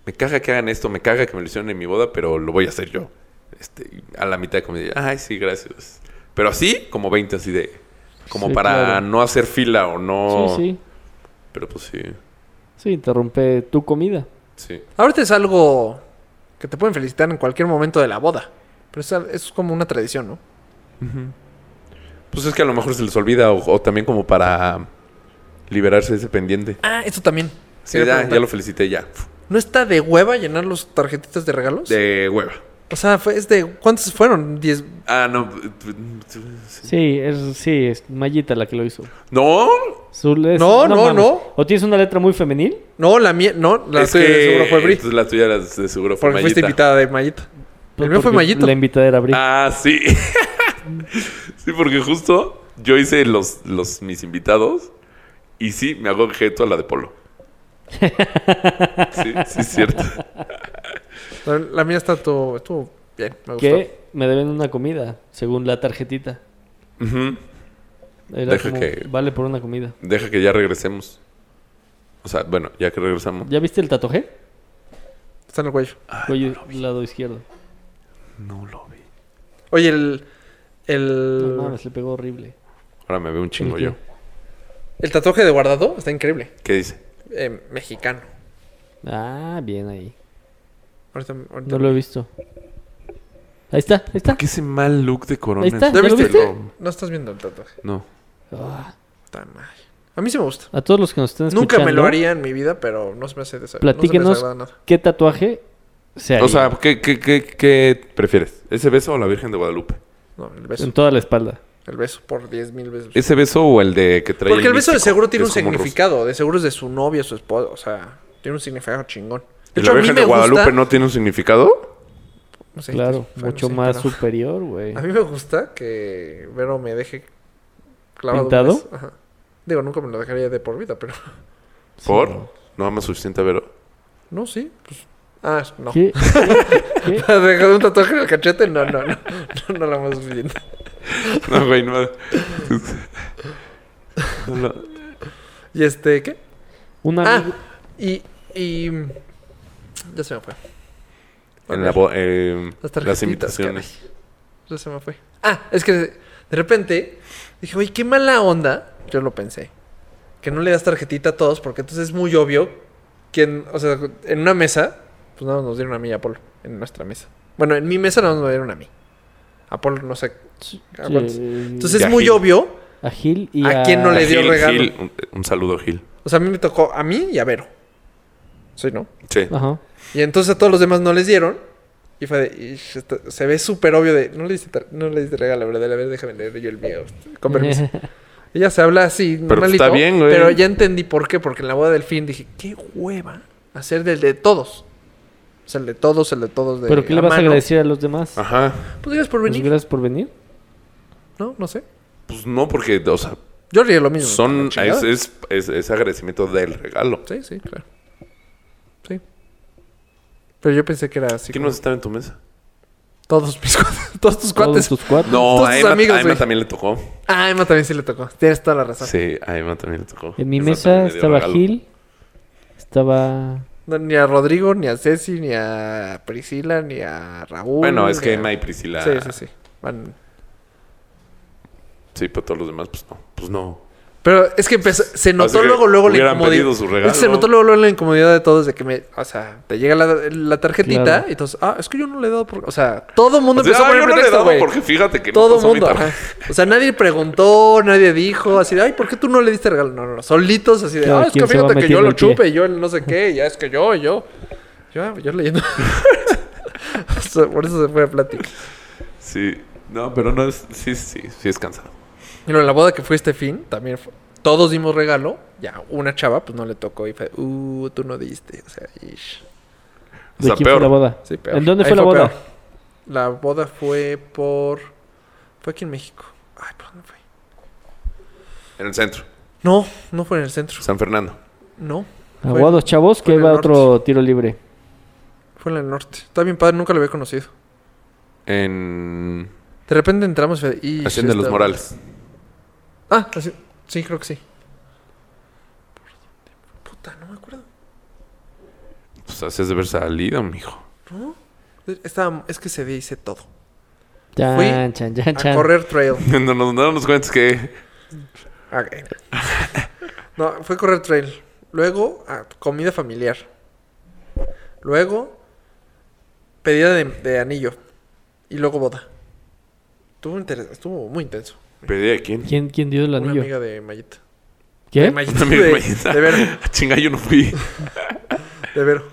Speaker 6: me caga que hagan esto, me caga que me lo hicieron en mi boda, pero lo voy a hacer yo. Este, y a la mitad de comida, ay, sí, gracias. Pero así, como 20 así de... Como
Speaker 3: Sí,
Speaker 6: para
Speaker 3: claro.
Speaker 6: no hacer fila o no...
Speaker 3: Sí, sí.
Speaker 6: Pero pues sí,
Speaker 3: Sí, interrumpe tu comida.
Speaker 6: sí.
Speaker 4: Ahorita es algo que te pueden felicitar en cualquier momento de la boda. Pero es, al- es como una tradición, ¿no?
Speaker 6: Pues es que a lo mejor se les olvida o, o también como para liberarse de ese pendiente.
Speaker 4: Ah, esto también.
Speaker 6: Sí,
Speaker 4: Quería
Speaker 6: ya,
Speaker 4: preguntar.
Speaker 6: ya lo felicité ya.
Speaker 4: ¿No está de hueva llenar los tarjetitas de regalos?
Speaker 6: De hueva.
Speaker 4: O sea, fue, es de... ¿Cuántos fueron? ¿Diez?
Speaker 6: Ah, no. pues,
Speaker 3: Sí, es, sí, es Mayita la que lo hizo.
Speaker 6: No,
Speaker 3: Su- es-
Speaker 4: No, no,
Speaker 3: mames.
Speaker 4: no.
Speaker 3: O tienes una letra muy femenil.
Speaker 4: No, la mía... No, la
Speaker 6: es pues,
Speaker 4: que seguro fue Brit.
Speaker 6: entonces La tuya era de seguro fue
Speaker 4: Porque fuiste
Speaker 6: Este, Mayita.
Speaker 4: invitada de Mayita.
Speaker 3: pues,
Speaker 4: El mío fue
Speaker 3: porque
Speaker 4: Mayito.
Speaker 3: La invitada era Bri.
Speaker 6: Ah, sí. sí, porque justo yo hice los, los mis invitados y sí, me hago objeto a la de Polo. sí, sí es cierto.
Speaker 4: La, la mía está todo... Estuvo bien, me gustó.
Speaker 3: que me deben una comida, según la tarjetita.
Speaker 6: Ujú.
Speaker 3: Era
Speaker 6: Deja
Speaker 3: como,
Speaker 6: que-
Speaker 3: vale por una comida.
Speaker 6: Deja que ya regresemos. O sea, bueno, ya que regresamos.
Speaker 3: ¿Ya viste el tatuaje?
Speaker 4: Está en el cuello.
Speaker 3: Oye, lado izquierdo.
Speaker 6: No lo vi.
Speaker 4: Oye, el... El,
Speaker 3: No mames, le pegó horrible.
Speaker 6: Ahora me veo un chingo
Speaker 3: ¿El
Speaker 6: yo.
Speaker 3: qué?
Speaker 4: el tatuaje de guardado está increíble.
Speaker 6: ¿Qué dice?
Speaker 4: Eh, mexicano.
Speaker 3: Ah, bien ahí.
Speaker 4: Ahorita, ahorita-
Speaker 3: No lo he visto. Ahí está, ahí está.
Speaker 6: ¿Qué ese mal look de corona?
Speaker 3: Ahí está,
Speaker 6: es-
Speaker 3: ¿ya
Speaker 4: ¿Ya
Speaker 3: lo
Speaker 4: viste?
Speaker 3: viste?
Speaker 6: No.
Speaker 4: No estás viendo el tatuaje.
Speaker 6: No.
Speaker 3: Ah,
Speaker 4: Está mal. A mí sí me gusta.
Speaker 3: a todos los que nos estén escuchando.
Speaker 4: Nunca me lo haría en mi vida, pero no se me hace desa- No
Speaker 3: Platíquenos.
Speaker 4: se me desagrada nada.
Speaker 3: ¿Qué tatuaje se haría?
Speaker 6: O sea, ¿qué, qué, qué, qué prefieres? ¿Ese beso o la Virgen de Guadalupe?
Speaker 4: No, el beso.
Speaker 3: en toda la espalda.
Speaker 4: El beso por 10 mil veces.
Speaker 6: ¿Ese beso o el de que trae
Speaker 4: Porque el beso de
Speaker 6: místico,
Speaker 4: seguro
Speaker 6: que
Speaker 4: tiene un
Speaker 6: es como rosa?
Speaker 4: significado. De seguro es de su novia, su esposa. O sea, tiene un significado chingón.
Speaker 6: ¿Y
Speaker 4: De
Speaker 6: la
Speaker 4: hecho, a mí
Speaker 6: Virgen de
Speaker 4: me
Speaker 6: Guadalupe
Speaker 4: gusta...
Speaker 6: no tiene un significado?
Speaker 4: no sé,
Speaker 3: claro,
Speaker 4: bueno,
Speaker 3: mucho
Speaker 4: sí,
Speaker 3: más
Speaker 4: pero-
Speaker 3: superior, güey.
Speaker 4: A mí me gusta que Vero me deje clavado. un
Speaker 3: ¿Pintado?
Speaker 4: beso. Ajá. Digo, nunca me lo dejaría de por vida, pero...
Speaker 6: ¿Por? ¿No ama suficiente a Vero?
Speaker 4: No, sí. Pues... Ah, no.
Speaker 3: ¿Qué?
Speaker 4: Dejar un tatuaje en el cachete, no, no, no. No, no la más suficiente.
Speaker 6: No, güey, no. No lo-
Speaker 4: Y este, ¿qué?
Speaker 3: Un
Speaker 4: Ah,
Speaker 3: amigo-
Speaker 4: y, y. Ya se me fue.
Speaker 6: en la bo- eh,
Speaker 4: Las
Speaker 6: las,
Speaker 4: tarjetitas,
Speaker 6: invitaciones.
Speaker 4: Ya se me fue. Ah, es que de repente dije, oye, qué mala onda. Yo lo pensé. Que no le das tarjetita a todos, porque entonces es muy obvio. Quien, o sea, en una mesa, pues nada más nos dieron a mí y a Polo. En nuestra mesa. Bueno, en mi mesa nada más nos dieron a mí. A Polo no sé. aguantes.
Speaker 3: eh,
Speaker 4: Entonces
Speaker 6: Y a
Speaker 4: es muy
Speaker 6: Gil.
Speaker 4: obvio.
Speaker 3: a Gil y a...
Speaker 4: ¿A quién no le
Speaker 6: A
Speaker 4: dio regalo.
Speaker 6: Gil, un, un saludo, Gil.
Speaker 4: O sea, a mí me tocó a mí y a Vero. Sí, ¿no?
Speaker 6: Sí.
Speaker 3: Ajá.
Speaker 4: Y entonces a todos los demás no les dieron. Y fue de, "Ish, esto- se ve súper obvio de, no le diste, tar- no le diste regalo, ¿verdad? A ver, déjame leer yo el mío, con permiso. Ella se habla así, normalito.
Speaker 6: pues está bien, güey.
Speaker 4: Pero ya entendí por qué, porque en la boda del fin dije, qué hueva hacer del de todos. O sea, el de todos, el de todos. De
Speaker 3: ¿Pero qué le vas a agradecer a los demás?
Speaker 6: Ajá.
Speaker 4: Pues gracias por
Speaker 3: Pues
Speaker 4: venir.
Speaker 3: gracias por venir.
Speaker 4: No, no sé.
Speaker 6: Pues no, porque, o sea,
Speaker 4: Yo haría lo mismo.
Speaker 6: son...
Speaker 4: la chingada.
Speaker 6: Es, es, es- es agradecimiento del regalo.
Speaker 4: Sí, sí, claro. Sí. Pero yo pensé que era así.
Speaker 6: ¿Quién
Speaker 4: como
Speaker 6: más estaba en tu mesa?
Speaker 4: Todos mis cuates, todos tus
Speaker 3: Todos
Speaker 4: cuates.
Speaker 3: tus cuatro.
Speaker 6: No,
Speaker 4: Todos
Speaker 6: a
Speaker 4: tus
Speaker 6: Emma,
Speaker 4: amigos,
Speaker 6: a Emma
Speaker 4: güey.
Speaker 6: también le tocó.
Speaker 4: Ah, Emma también sí le tocó. Tienes toda la razón.
Speaker 6: Sí, a Emma también le tocó.
Speaker 3: En mi
Speaker 6: Emma
Speaker 3: mesa
Speaker 6: también le dio
Speaker 3: estaba
Speaker 6: regalo.
Speaker 3: Gil, estaba...
Speaker 4: No, ni a Rodrigo, ni a Ceci, ni a Priscila, ni a Raúl.
Speaker 6: Bueno, es
Speaker 4: ni
Speaker 6: que
Speaker 4: a-
Speaker 6: Emma y Priscila...
Speaker 4: Sí, sí, sí. Van-
Speaker 6: Sí, pero todos los demás, pues no. Pues no.
Speaker 4: Pero es que empezó, se
Speaker 6: Así
Speaker 4: notó
Speaker 6: que
Speaker 4: luego, luego la
Speaker 6: hubieran pedido
Speaker 4: incomodidad.
Speaker 6: su regalo.
Speaker 4: Es que se notó luego, luego la incomodidad de todos de que me, o sea, te llega la, la tarjetita
Speaker 3: Claro.
Speaker 4: y entonces, ah, es que yo no le he dado por, o sea, todo el mundo
Speaker 6: O sea,
Speaker 4: empezó a
Speaker 6: ah,
Speaker 4: poner
Speaker 6: yo no le he
Speaker 4: pretexto,
Speaker 6: dado
Speaker 4: güey.
Speaker 6: porque fíjate que
Speaker 4: todo
Speaker 6: no
Speaker 4: el
Speaker 6: pasó mi
Speaker 4: mundo,
Speaker 6: tarjeta.
Speaker 4: ajá. o sea, nadie preguntó, nadie dijo, así de, ay, ¿por qué tú no le diste regalo? No, no, no, solitos así de,
Speaker 3: Cada
Speaker 4: ah, es que
Speaker 3: quien se va
Speaker 4: fíjate que yo
Speaker 3: metiendo
Speaker 4: lo
Speaker 3: el pie.
Speaker 4: chupe, y yo el no sé qué, ya es que yo, yo, yo, yo leyendo. O sea, por eso se fue a plática.
Speaker 6: Sí. No, pero no es. Sí, sí, sí es cansado.
Speaker 4: Y luego en la boda que fue este fin, también fue- todos dimos regalo. Ya, una chava, pues no le tocó y fue, uh, tú no diste. O sea, ish.
Speaker 6: O sea,
Speaker 3: quién fue la
Speaker 6: peor.
Speaker 3: boda?
Speaker 4: Sí, peor.
Speaker 3: ¿En dónde
Speaker 4: Ahí
Speaker 3: fue la boda?
Speaker 4: peor. La boda fue por. Fue aquí en México. Ay, ¿por dónde fue?
Speaker 6: En el centro.
Speaker 4: No, no fue en el centro.
Speaker 6: San Fernando.
Speaker 4: No, Fue-
Speaker 3: Aguados, chavos,
Speaker 4: fue
Speaker 3: que ahí
Speaker 4: en el
Speaker 3: va otro tiro libre.
Speaker 4: fue en el norte. Está bien padre, nunca lo había conocido.
Speaker 6: En.
Speaker 4: De repente entramos y. fue, "Ish,
Speaker 6: Hacienda de los
Speaker 4: esta-
Speaker 6: Morales.
Speaker 4: Ah, así- sí, creo que sí. ¿Por dónde? Puta, no me acuerdo.
Speaker 6: Pues hacías de haber salido, mijo.
Speaker 4: Estaba- es que se dice todo. Fui
Speaker 3: Chan, chan, chan,
Speaker 4: A
Speaker 3: chan.
Speaker 4: correr trail. Ah,
Speaker 6: No, no, no nos cuentes que.
Speaker 4: Ok. No, fue correr trail. Luego, ah, comida familiar. Luego, pedida de, de anillo. Y luego boda. Estuvo, interes- estuvo muy intenso.
Speaker 6: ¿Pedí a quién?
Speaker 3: ¿Quién, quién dio el
Speaker 4: Una
Speaker 3: anillo?
Speaker 4: amiga de Mayita. De
Speaker 3: ¿Qué?
Speaker 4: Mayita.
Speaker 6: Una amiga
Speaker 4: de,
Speaker 6: de Mayita.
Speaker 4: de Vero.
Speaker 6: Ah, Chinga, yo no fui.
Speaker 4: De Vero.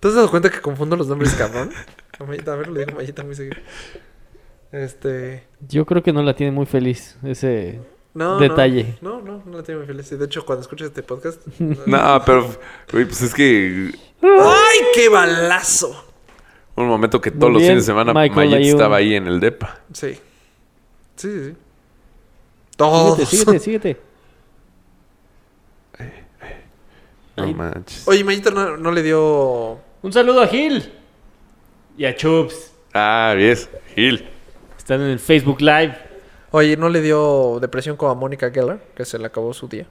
Speaker 4: ¿Te has dado cuenta que confundo los nombres, cabrón? A Mayita, a Vero le digo Mayita muy seguido. Este...
Speaker 3: Yo creo que no la tiene muy feliz ese...
Speaker 4: No, no.
Speaker 3: Detalle.
Speaker 4: No, no, no la tengo muy feliz. Y De hecho, cuando escuches este podcast...
Speaker 6: No, pero. Güey, pues es que.
Speaker 4: ¡Ay, qué balazo!
Speaker 6: Un momento que todos
Speaker 3: Muy
Speaker 6: los
Speaker 3: bien,
Speaker 6: fines de semana
Speaker 3: Michael
Speaker 6: Mayet
Speaker 3: Ayun.
Speaker 6: estaba ahí en el DEPA.
Speaker 4: Sí. Sí, sí, sí.
Speaker 3: Síguete,
Speaker 4: Todos.
Speaker 3: síguete, síguete.
Speaker 6: No
Speaker 3: Ay.
Speaker 6: manches.
Speaker 4: Oye, Mayito no, no le dio.
Speaker 3: Un saludo a Gil. Y a Chubbs.
Speaker 6: Ah, bien. Gil.
Speaker 3: Están en el Facebook Live.
Speaker 4: Oye, no le dio depresión como a Mónica Geller, que se le acabó su día.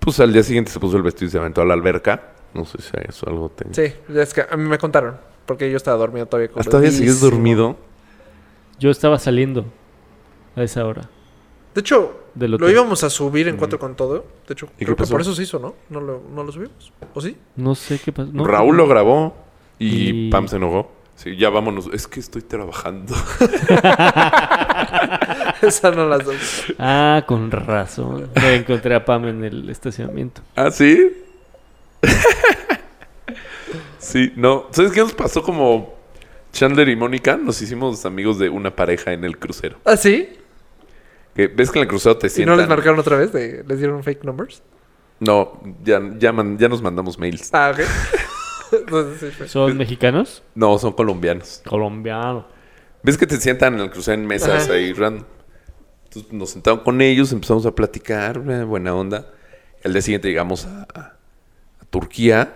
Speaker 6: Pues al día siguiente se puso el vestido y se aventó a la alberca. No sé si eso algo tenga.
Speaker 4: Sí, ya es que a mí me contaron. Porque yo estaba dormido todavía. como
Speaker 6: Hasta día sigues
Speaker 4: loquísimo.
Speaker 6: dormido.
Speaker 3: Yo estaba saliendo a esa hora.
Speaker 4: De hecho,
Speaker 3: Del
Speaker 4: lo
Speaker 3: hotel.
Speaker 4: íbamos a subir en cuatro con todo. De hecho,
Speaker 6: qué
Speaker 4: creo que
Speaker 6: pasó?
Speaker 4: por eso se hizo, ¿no? No lo, no lo subimos. ¿O sí?
Speaker 3: No sé qué pasó. No,
Speaker 6: Raúl lo grabó y,
Speaker 3: Y-
Speaker 6: Pam se enojó. Sí, ya vámonos. Es que estoy trabajando.
Speaker 4: Esa no las dos.
Speaker 3: Ah, con razón. Me encontré a Pam en el estacionamiento.
Speaker 6: ¿Ah, sí? sí, no. ¿Sabes qué nos pasó como Chandler y Mónica? Nos hicimos amigos de una pareja en el crucero.
Speaker 4: ¿Ah, sí?
Speaker 6: Que, ¿Ves que en el crucero te
Speaker 4: ¿Y
Speaker 6: sientan?
Speaker 4: no les marcaron otra vez? de- ¿Les dieron fake numbers?
Speaker 6: No, ya, ya, man- ya nos mandamos mails.
Speaker 4: Ah, ok. Entonces, sí, fue.
Speaker 3: ¿Son mexicanos?
Speaker 6: No, son colombianos.
Speaker 3: Colombiano.
Speaker 6: ¿Ves que te sientan en el crucero en mesas
Speaker 4: Ajá.
Speaker 6: ahí random? Entonces nos sentamos con ellos, empezamos a platicar, eh, buena onda. Al día siguiente llegamos a, a Turquía,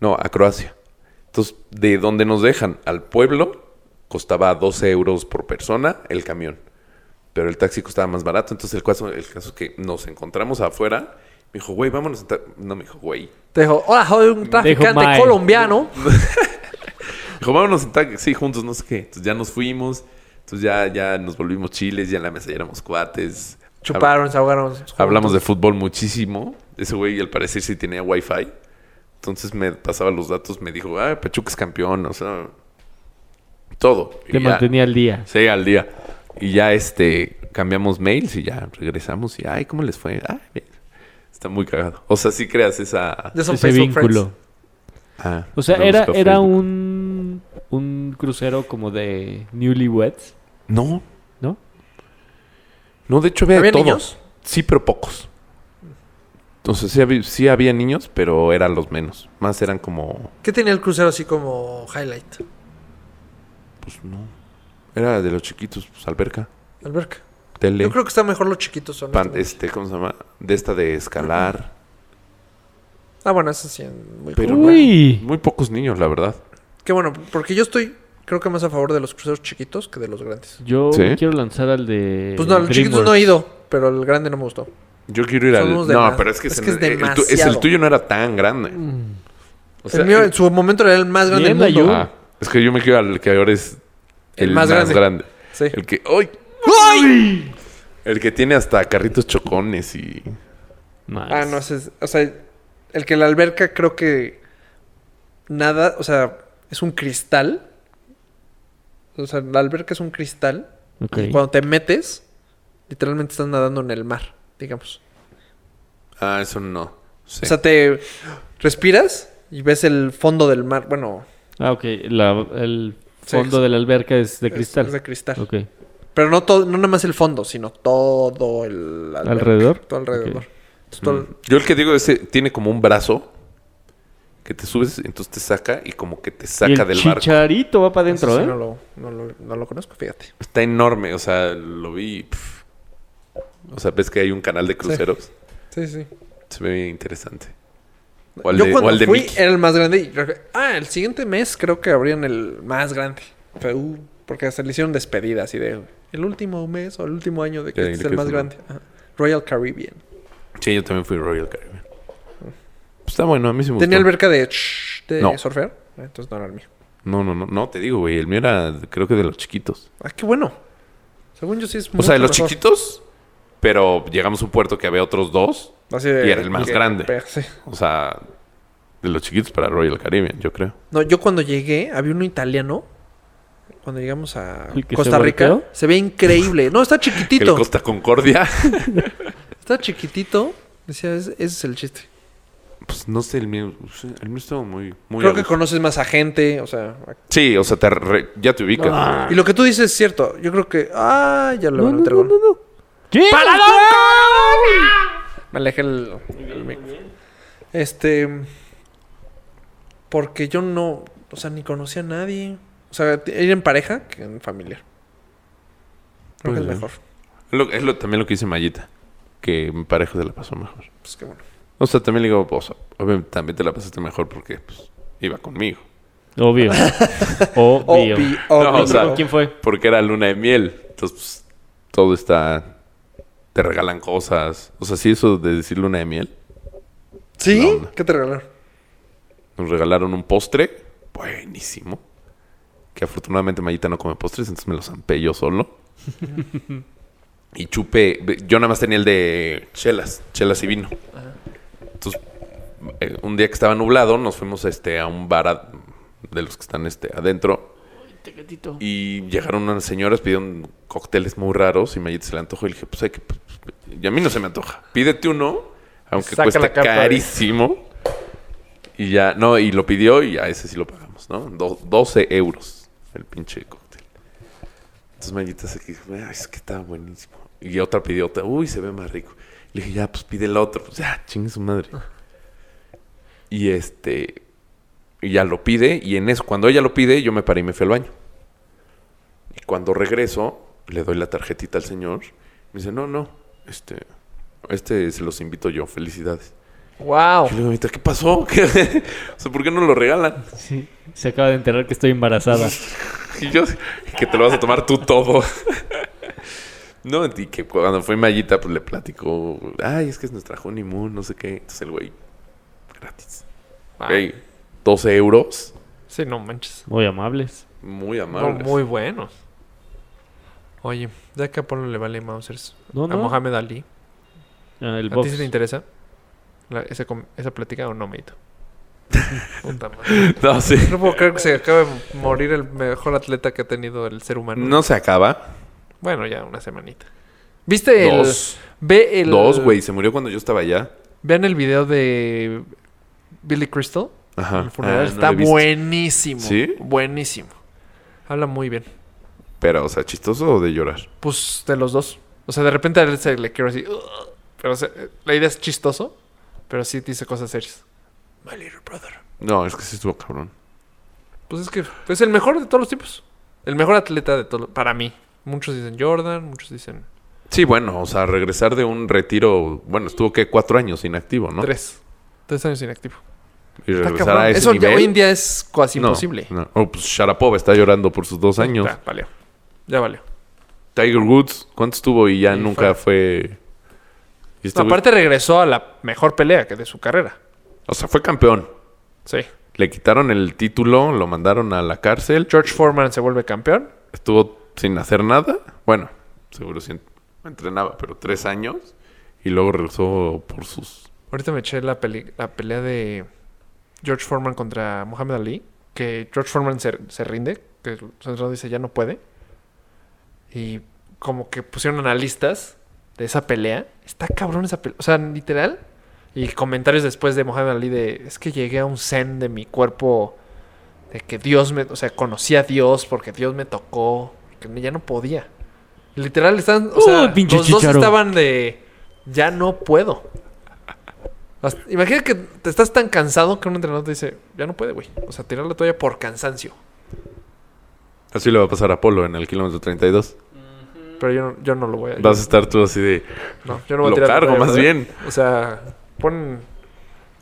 Speaker 6: no, a Croacia. Entonces, de donde nos dejan al pueblo, costaba 12 euros por persona el camión. Pero el taxi costaba más barato. Entonces, el caso, el caso es que nos encontramos afuera. Me dijo, güey, vámonos. a ta-". No, me dijo, güey.
Speaker 4: Te dijo, hola, soy un traficante
Speaker 3: Mike.
Speaker 4: colombiano.
Speaker 6: Dijo, vámonos en taxi, sí, juntos, no sé qué. Entonces ya nos fuimos, entonces ya, ya nos volvimos chiles, ya en la mesa ya éramos cuates. Hab-
Speaker 4: Chuparon, se ahogaron.
Speaker 6: hablamos de fútbol muchísimo. Ese güey al parecer sí tenía wifi. Entonces me pasaba los datos, me dijo, ah, Pachuca es campeón, o sea, todo. Y
Speaker 3: Te
Speaker 6: ya-
Speaker 3: mantenía al día.
Speaker 6: Sí, al día. Y ya este, cambiamos mails y ya regresamos y, ay, ¿cómo les fue? Ah, bien. Está muy cagado. O sea, sí creas esa...
Speaker 4: Ya son
Speaker 3: Ese
Speaker 4: Facebook
Speaker 3: vínculo.
Speaker 4: friends.
Speaker 6: Ah,
Speaker 3: O sea,
Speaker 6: no
Speaker 3: era,
Speaker 6: busco
Speaker 3: era
Speaker 6: Facebook.
Speaker 3: un, un crucero como de newlyweds,
Speaker 6: No,
Speaker 3: ¿no?
Speaker 6: No, de hecho había, de
Speaker 4: ¿Había
Speaker 6: todo.
Speaker 4: niños?
Speaker 6: Sí, pero pocos. Entonces sí había, sí había niños, pero eran los menos. Más eran como...
Speaker 4: ¿Qué tenía el crucero así como highlight?
Speaker 6: Pues no. Era de los chiquitos, pues alberca,
Speaker 4: Alberca.
Speaker 6: tele,
Speaker 4: Yo creo que están mejor los chiquitos.
Speaker 6: pan-
Speaker 4: honestamente.
Speaker 6: este, ¿cómo se llama? De esta de escalar.
Speaker 4: Ah, bueno, eso sí. en- Muy
Speaker 6: Pero
Speaker 4: común.
Speaker 3: Uy.
Speaker 6: Muy pocos niños, la verdad.
Speaker 4: Qué bueno, porque yo estoy, creo que más a favor de los cruceros chiquitos que de los grandes.
Speaker 3: Yo
Speaker 6: ¿Sí?
Speaker 3: quiero lanzar al de.
Speaker 4: Pues no, los chiquitos
Speaker 3: DreamWorks.
Speaker 4: no he ido, pero el grande no me gustó.
Speaker 6: Yo quiero ir
Speaker 4: Somos
Speaker 6: al...
Speaker 4: de
Speaker 6: No,
Speaker 4: más.
Speaker 6: pero es que,
Speaker 4: Es
Speaker 6: se-
Speaker 4: que es
Speaker 6: el, tu- es el
Speaker 4: demasiado.
Speaker 6: tuyo no era tan grande. O sea,
Speaker 4: el mío
Speaker 6: el-
Speaker 4: en su momento era el más grande del
Speaker 3: Mierda,
Speaker 4: mundo.
Speaker 3: yo-
Speaker 6: ah, es que yo me quiero al que ahora es el,
Speaker 4: El
Speaker 6: más,
Speaker 4: más grande.
Speaker 6: grande.
Speaker 4: Sí.
Speaker 6: El que... ¡Ay!
Speaker 4: ¡Ay!
Speaker 6: El que tiene hasta carritos chocones y.
Speaker 8: Nice.
Speaker 4: Ah, no, ese es, o sea, el que la alberca creo que nada, o sea, es un cristal. O sea, la alberca es un cristal.
Speaker 8: Ok.
Speaker 4: Y cuando te metes, literalmente estás nadando en el mar, digamos.
Speaker 6: Ah, eso no. Sí.
Speaker 4: O sea, te respiras y ves el fondo del mar. Bueno,
Speaker 3: Ah, ok. La- el
Speaker 4: Sí,
Speaker 3: fondo
Speaker 4: es-
Speaker 3: de la alberca es de
Speaker 4: es-
Speaker 3: cristal.
Speaker 4: es de cristal.
Speaker 3: Ok.
Speaker 4: Pero no todo, no nada más el fondo, sino todo el alberca,
Speaker 3: ¿Alrededor?
Speaker 4: Todo alrededor.
Speaker 3: Ok. Mm.
Speaker 4: Entonces, todo el-
Speaker 6: Yo el que digo es, eh, tiene como un brazo que te subes, entonces te saca y como que te
Speaker 3: Y
Speaker 6: saca
Speaker 3: el
Speaker 6: del barco.
Speaker 3: chicharito va para adentro,
Speaker 4: ese sí
Speaker 3: ¿eh?
Speaker 4: no, lo, no, lo, no lo conozco, fíjate.
Speaker 6: Está enorme, o sea, lo vi. y, pff. O sea, ves que hay un canal de cruceros.
Speaker 4: Sí, sí.
Speaker 6: Se ve interesante. O al
Speaker 4: Yo
Speaker 6: de, o
Speaker 4: cuando
Speaker 6: al de
Speaker 4: fui
Speaker 6: Mickey.
Speaker 4: era el más grande. y re- ah, el siguiente mes creo que abrían el más grande. Fue, uh, porque hasta le hicieron despedida así de... El último mes o el último año de que
Speaker 6: Ya,
Speaker 4: este es
Speaker 6: de
Speaker 4: el
Speaker 6: que
Speaker 4: más
Speaker 6: es el-
Speaker 4: grande. Ajá. Royal Caribbean.
Speaker 6: Sí, yo también fui Royal Caribbean. Pues Está bueno, a mí sí me
Speaker 4: Tenía
Speaker 6: gustó.
Speaker 4: alberca de, ch- de
Speaker 6: No.
Speaker 4: surfear. Ah, Entonces no era el mío.
Speaker 6: No, no, no, no, te digo, güey. El mío era, creo que de los chiquitos.
Speaker 4: Ah, qué bueno. Según yo sí es
Speaker 6: O sea, de
Speaker 4: mucho
Speaker 6: los
Speaker 4: mejor.
Speaker 6: chiquitos, pero llegamos a un puerto que había otros dos.
Speaker 4: Así de-
Speaker 6: y era el más
Speaker 4: que-
Speaker 6: grande.
Speaker 4: pe- sí.
Speaker 6: O sea, de los chiquitos para Royal Caribbean, yo creo.
Speaker 4: No, yo cuando llegué, había uno italiano. Cuando llegamos a
Speaker 3: ¿El que
Speaker 4: Costa
Speaker 3: se
Speaker 4: Rica,
Speaker 3: volteó?
Speaker 4: se ve increíble. No, está
Speaker 6: Que el
Speaker 4: chiquitito.
Speaker 6: Costa Concordia.
Speaker 4: Está chiquitito. Decía, es- ese es el chiste.
Speaker 6: Pues no sé, el mío, sí, el mío estuvo muy, muy
Speaker 4: Creo
Speaker 6: a
Speaker 4: que
Speaker 6: gusto.
Speaker 4: conoces más a gente, o sea... a-
Speaker 6: Sí, o sea, te re- ya te ubicas.
Speaker 4: Y lo que tú dices es cierto. Yo creo que... Ah, ya lo van a no,
Speaker 3: ¿Qué?
Speaker 4: Me alejé el, el mic. Este... Porque yo no... O sea, ni conocía a nadie. O sea, t- ir en pareja que en familiar. Creo
Speaker 6: Pues
Speaker 4: que es
Speaker 6: sí.
Speaker 4: mejor.
Speaker 6: Es lo- es lo- también lo que dice Mayita, que mi pareja se la pasó mejor.
Speaker 4: Pues qué bueno.
Speaker 6: O sea, también le digo, o sea, obviamente también te la pasaste mejor porque pues, iba conmigo.
Speaker 3: Obvio. Obvio.
Speaker 4: Obvi-
Speaker 6: No,
Speaker 4: obvio.
Speaker 6: o sea,
Speaker 3: ¿Con quién fue?
Speaker 6: Porque era luna de miel. Entonces, pues, todo está... Te regalan cosas. O sea, sí, eso de decir luna de miel.
Speaker 4: ¿Sí?
Speaker 6: No.
Speaker 4: ¿Qué te regalaron?
Speaker 6: Nos regalaron un postre. Buenísimo. Que afortunadamente Mayita no come postres, entonces me lo zampé yo solo. y chupé. Yo nada más tenía el de chelas, chelas y vino. Entonces, eh, un día que estaba nublado, nos fuimos este, a un bar a- de los que están este, adentro. Y llegaron unas señoras, pidieron cócteles muy raros y Mayita se le antojó. Y le dije, pues hay que. pues, y a mí no se me antoja. Pídete uno, aunque
Speaker 4: Saca la
Speaker 6: cueste
Speaker 4: carta ¿eh? de-
Speaker 6: carísimo. Y ya, no, y lo pidió y a ese sí lo pagamos, ¿no? Do- 12 euros el pinche cóctel. Entonces Mayita se dijo, "Ay, es que estaba buenísimo. Y otra pidió otra, uy, se ve más rico. Le dije, ya, pues pide el otro. Pues ya, chingue su madre. Y este, y ya lo pide. Y en eso, cuando ella lo pide, yo me paré y me fui al baño. Y cuando regreso, le doy la tarjetita al señor. Me dice, no, no, este, este se los invito yo, felicidades.
Speaker 4: ¡Wow!
Speaker 6: Y le digo, "Ahorita, ¿qué pasó? ¿Qué? O sea, ¿por qué no lo regalan?
Speaker 3: Sí. Se acaba de enterar que estoy embarazada.
Speaker 6: Y yo, que te lo vas a tomar tú todo. No, y que cuando fue Mayita, pues le platicó, ay, es que es nuestra honeymoon, no sé qué. Entonces el güey, gratis. Güey, 12 euros,
Speaker 4: Sí, no manches.
Speaker 3: Muy amables.
Speaker 6: muy
Speaker 4: No,
Speaker 6: amable.
Speaker 4: muy buenos. Oye, ya que a Pablo le vale Mausers.
Speaker 3: No,
Speaker 4: A
Speaker 3: no.
Speaker 4: Mohamed Ali.
Speaker 3: Ah, el
Speaker 4: ¿A
Speaker 3: box.
Speaker 4: ti sí te interesa la- esa, com- esa plática o no, Meito? Puta madre.
Speaker 6: No, sí.
Speaker 4: No puedo creer que se acabe de morir el mejor atleta que ha tenido el ser humano.
Speaker 6: No se acaba.
Speaker 4: Bueno, ya una semanita. ¿Viste el...?
Speaker 6: Dos.
Speaker 4: Ve el...
Speaker 6: Dos, güey, se murió cuando yo estaba allá.
Speaker 4: Vean el video de Billy Crystal.
Speaker 6: Ajá.
Speaker 4: El funeral
Speaker 6: Ah, no
Speaker 4: está
Speaker 6: lo he visto.
Speaker 4: buenísimo.
Speaker 6: ¿Sí?
Speaker 4: Buenísimo. Habla muy bien.
Speaker 6: Pero, o sea, chistoso o de llorar.
Speaker 4: Pues de los dos. O sea, de repente a él se le quiero así. Pero o sea, la idea es chistoso. Pero sí dice cosas serias. My little brother.
Speaker 6: No, es que sí estuvo cabrón.
Speaker 4: Pues es que es el mejor de todos los tipos. El mejor atleta de todos. Para mí. Muchos dicen Jordan, muchos dicen
Speaker 6: Sí, bueno, o sea, regresar de un retiro, bueno, estuvo que cuatro años inactivo, ¿no?
Speaker 4: tres. Tres años inactivo.
Speaker 6: Y
Speaker 4: Está
Speaker 6: regresar
Speaker 4: cabrón.
Speaker 6: a ese
Speaker 4: Eso ya
Speaker 6: nivel.
Speaker 4: hoy en día es casi
Speaker 6: no,
Speaker 4: imposible.
Speaker 6: no. Oh, pues Sharapova está llorando por sus dos años.
Speaker 4: Ya, valió. Ya valió.
Speaker 6: Tiger Woods, ¿cuánto estuvo y ya
Speaker 4: Sí,
Speaker 6: nunca fue? Y este
Speaker 4: No,
Speaker 6: güey-
Speaker 4: aparte regresó a la mejor pelea que de su carrera.
Speaker 6: o sea, fue campeón.
Speaker 4: Sí.
Speaker 6: Le quitaron el título, lo mandaron a la cárcel.
Speaker 4: George Foreman se vuelve campeón.
Speaker 6: Estuvo sin hacer nada. Bueno, seguro sí en- entrenaba, pero tres años y luego regresó por sus.
Speaker 4: Ahorita me eché la, peli- la pelea de George Foreman contra Muhammad Ali, que George Foreman se, se rinde, que el central dice ya no puede. Y como que pusieron analistas de esa pelea. Está cabrón esa pelea. O sea, literal. Y comentarios después de Muhammad Ali de, es que llegué a un zen de mi cuerpo, de que Dios me, o sea, conocí a Dios porque Dios me tocó, que ya no podía. Literal, están, o
Speaker 3: Uy,
Speaker 4: sea,
Speaker 3: Uh, pinche
Speaker 4: los dos
Speaker 3: Chicharo.
Speaker 4: estaban de, ya no puedo. Hasta- Imagina que te estás tan cansado que un entrenador te dice, ya no puede, güey. O sea, tirar la toalla por cansancio.
Speaker 6: Así le va a pasar a Polo en el kilómetro 32.
Speaker 4: Pero yo no, yo no lo voy a...
Speaker 6: Vas a estar tú así de.
Speaker 4: no, yo no voy a
Speaker 6: lo
Speaker 4: tirar la
Speaker 6: cargo,
Speaker 4: toalla,
Speaker 6: más
Speaker 4: brother.
Speaker 6: bien.
Speaker 4: O sea, pon...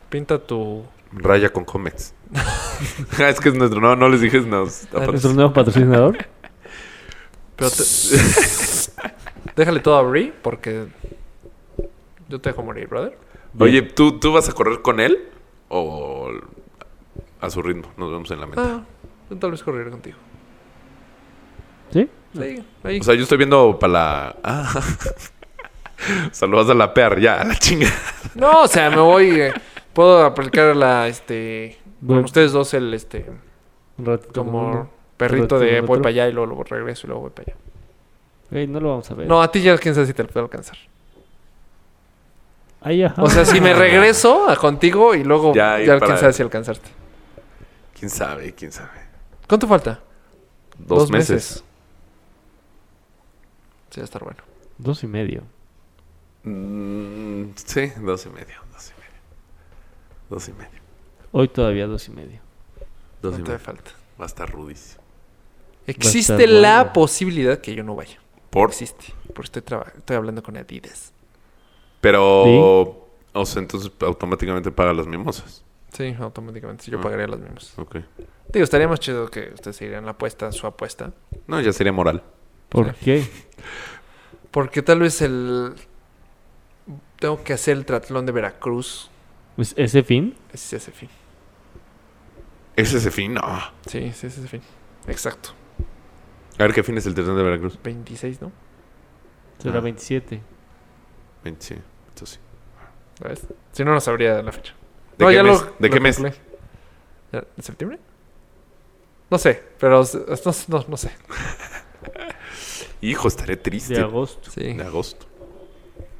Speaker 4: Pinta tu...
Speaker 6: Raya con Comets. Ah, es que es nuestro. No, no les dije. No,
Speaker 3: Nuestro nuevo patrocinador.
Speaker 4: Pero te- Déjale todo a Brie porque... Yo te dejo morir, brother.
Speaker 6: Oye, ¿tú, ¿tú vas a correr con él? O a su ritmo. Nos vemos en la meta.
Speaker 4: Ah, yo tal vez correr contigo.
Speaker 3: ¿Sí?
Speaker 4: Sí, ahí.
Speaker 6: O sea, yo estoy viendo para la. Ah. Saludas a la per, ya, a la chinga.
Speaker 4: no, o sea, me voy... eh, puedo aplicar la, este... Con
Speaker 3: Bueno.
Speaker 4: ustedes dos el, este...
Speaker 3: Un ratito.
Speaker 4: Como
Speaker 3: ¿no?
Speaker 4: perrito de
Speaker 3: Otro-
Speaker 4: voy
Speaker 3: otro.
Speaker 4: para allá y luego, luego regreso y luego voy para allá.
Speaker 3: Güey, no lo vamos a ver.
Speaker 4: No, a ti ya quién sabe si te lo puedo alcanzar.
Speaker 3: Ay, ajá.
Speaker 4: O sea, si me regreso a contigo y luego
Speaker 6: Ya,
Speaker 4: ya,
Speaker 6: y para-
Speaker 4: quién sabe si alcanzarte.
Speaker 6: ¿Quién sabe? ¿Quién sabe?
Speaker 4: ¿Cuánto falta?
Speaker 6: Dos, meses.
Speaker 4: Sí, va a estar bueno.
Speaker 3: Dos y medio.
Speaker 6: Mm, sí, dos y medio. Dos y medio. Dos y medio.
Speaker 3: Hoy todavía dos y medio.
Speaker 6: Dos
Speaker 4: ¿Cuánto
Speaker 6: y
Speaker 4: te
Speaker 6: medio.
Speaker 4: falta?
Speaker 6: Va a estar rudísimo.
Speaker 4: Existe
Speaker 3: estar
Speaker 4: la
Speaker 3: bueno.
Speaker 4: posibilidad que yo no vaya.
Speaker 6: Por.
Speaker 4: Existe. Porque estoy, traba- estoy hablando con Adidas.
Speaker 6: Pero. O sea, entonces automáticamente paga las mimosas.
Speaker 4: Sí, automáticamente. Yo
Speaker 6: Ah.
Speaker 4: pagaría las mismas.
Speaker 6: Ok.
Speaker 4: Digo, estaría más chido que ustedes seguirían la apuesta, su apuesta.
Speaker 6: No, ya sería moral.
Speaker 3: ¿Por qué?
Speaker 4: Porque tal vez el... Tengo que hacer el tratlón de Veracruz.
Speaker 3: Pues, ¿Ese fin?
Speaker 4: Ese es el fin.
Speaker 6: ¿Es ese fin? No. A
Speaker 4: Sí, sí, ese es el fin. Exacto.
Speaker 6: ver qué fin es el tercer de Veracruz.
Speaker 4: 26, ¿no?
Speaker 3: Será
Speaker 6: Ah.
Speaker 3: 27.
Speaker 6: 20. Entonces, sí.
Speaker 4: ¿Lo ves? Si no, no sabría la fecha.
Speaker 6: ¿De
Speaker 4: No,
Speaker 6: qué
Speaker 4: ya
Speaker 6: mes?
Speaker 4: lo-
Speaker 6: ¿De
Speaker 4: lo
Speaker 6: qué mes?
Speaker 4: calculé. ¿Ya? ¿De septiembre? No sé, pero s- no, no- no sé.
Speaker 6: Hijo, estaré triste.
Speaker 3: De agosto.
Speaker 4: Sí.
Speaker 6: De agosto.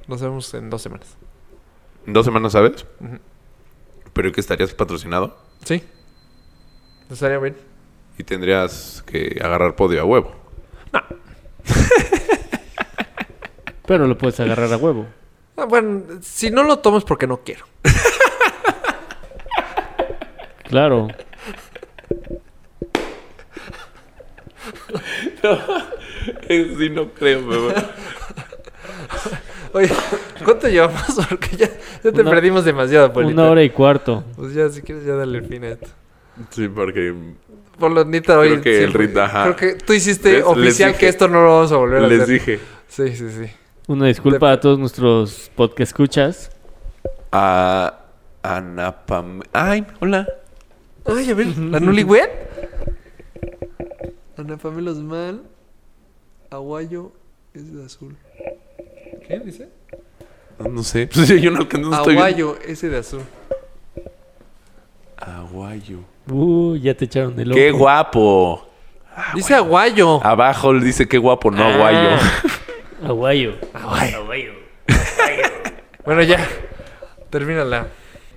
Speaker 4: Nos vemos en dos semanas.
Speaker 6: ¿En dos semanas sabes?
Speaker 4: Ujú.
Speaker 6: Pero ¿y que estarías patrocinado
Speaker 4: Sí. Estaría bien.
Speaker 6: y tendrías que agarrar podio a huevo.
Speaker 3: Pero lo puedes agarrar a huevo.
Speaker 4: Ah, bueno, si no lo tomo es porque no quiero.
Speaker 3: Claro.
Speaker 4: Pues,
Speaker 6: sí, no creo,
Speaker 4: Oye, ¿cuánto llevamos? Porque ya, ya te
Speaker 3: Una-
Speaker 4: perdimos demasiado, Polito.
Speaker 3: Una hora y cuarto.
Speaker 4: Pues ya, si quieres, ya dale el fin a esto.
Speaker 6: Sí, porque
Speaker 4: Por lo neta, hoy.
Speaker 6: Creo que el rit- ajá.
Speaker 4: Creo que tú hiciste
Speaker 6: Les- les
Speaker 4: oficial
Speaker 6: dije-
Speaker 4: que esto no lo vamos a volver a
Speaker 6: les
Speaker 4: hacer.
Speaker 6: dije
Speaker 4: Sí, sí, sí.
Speaker 3: Una disculpa a todos nuestros podcast escuchas.
Speaker 6: a Anapam. Ay, hola.
Speaker 4: Ay, a ver, la Nulligüed. Ana Pamela Osman. Aguayo es de azul. ¿Qué dice?
Speaker 6: No sé. Pues yo no alcanzo. no estoy viendo.
Speaker 4: Aguayo ese de azul.
Speaker 6: Aguayo.
Speaker 3: Uh, ya te echaron el ojo.
Speaker 6: Qué guapo.
Speaker 4: Dice Aguayo.
Speaker 6: Abajo le dice qué guapo, no aguayo.
Speaker 3: Aguayo.
Speaker 4: Bueno, ya. Termínala.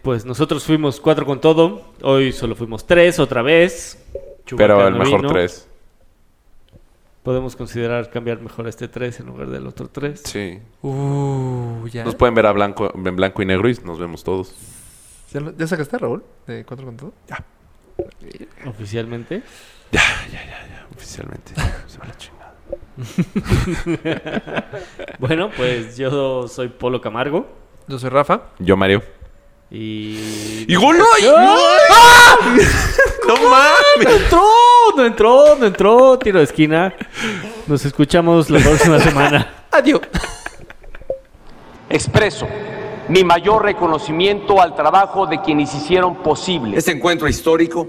Speaker 3: Pues nosotros fuimos cuatro con todo. Hoy solo fuimos tres otra vez.
Speaker 6: Pero
Speaker 3: Chewbacca
Speaker 6: el
Speaker 3: no
Speaker 6: mejor
Speaker 3: vino.
Speaker 6: tres.
Speaker 3: Podemos considerar cambiar mejor este tres en lugar del otro tres.
Speaker 6: Sí.
Speaker 4: Uh, ya.
Speaker 6: Nos pueden ver a blanco, en blanco y negro y nos vemos todos.
Speaker 4: ¿Ya, lo- ya sacaste, Raúl? ¿De cuatro con todo?
Speaker 3: Oficialmente.
Speaker 6: Oficialmente. Se va la chingada.
Speaker 3: Bueno, pues yo soy Polo Camargo.
Speaker 4: Yo soy Rafa.
Speaker 6: Yo, Mario.
Speaker 3: Y.
Speaker 6: ¡Y gol! ¡Ay! ¡No mames!
Speaker 3: ¡No entró! ¡No entró! ¡No entró! Tiro de esquina. Nos escuchamos la próxima semana.
Speaker 4: Adiós.
Speaker 9: Expreso mi mayor reconocimiento al trabajo de quienes hicieron posible
Speaker 10: Este encuentro histórico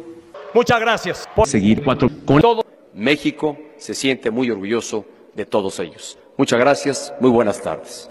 Speaker 1: Muchas gracias.
Speaker 10: por seguir cuatro con todo. México se siente muy orgulloso de todos ellos.
Speaker 9: Muchas gracias, muy buenas tardes.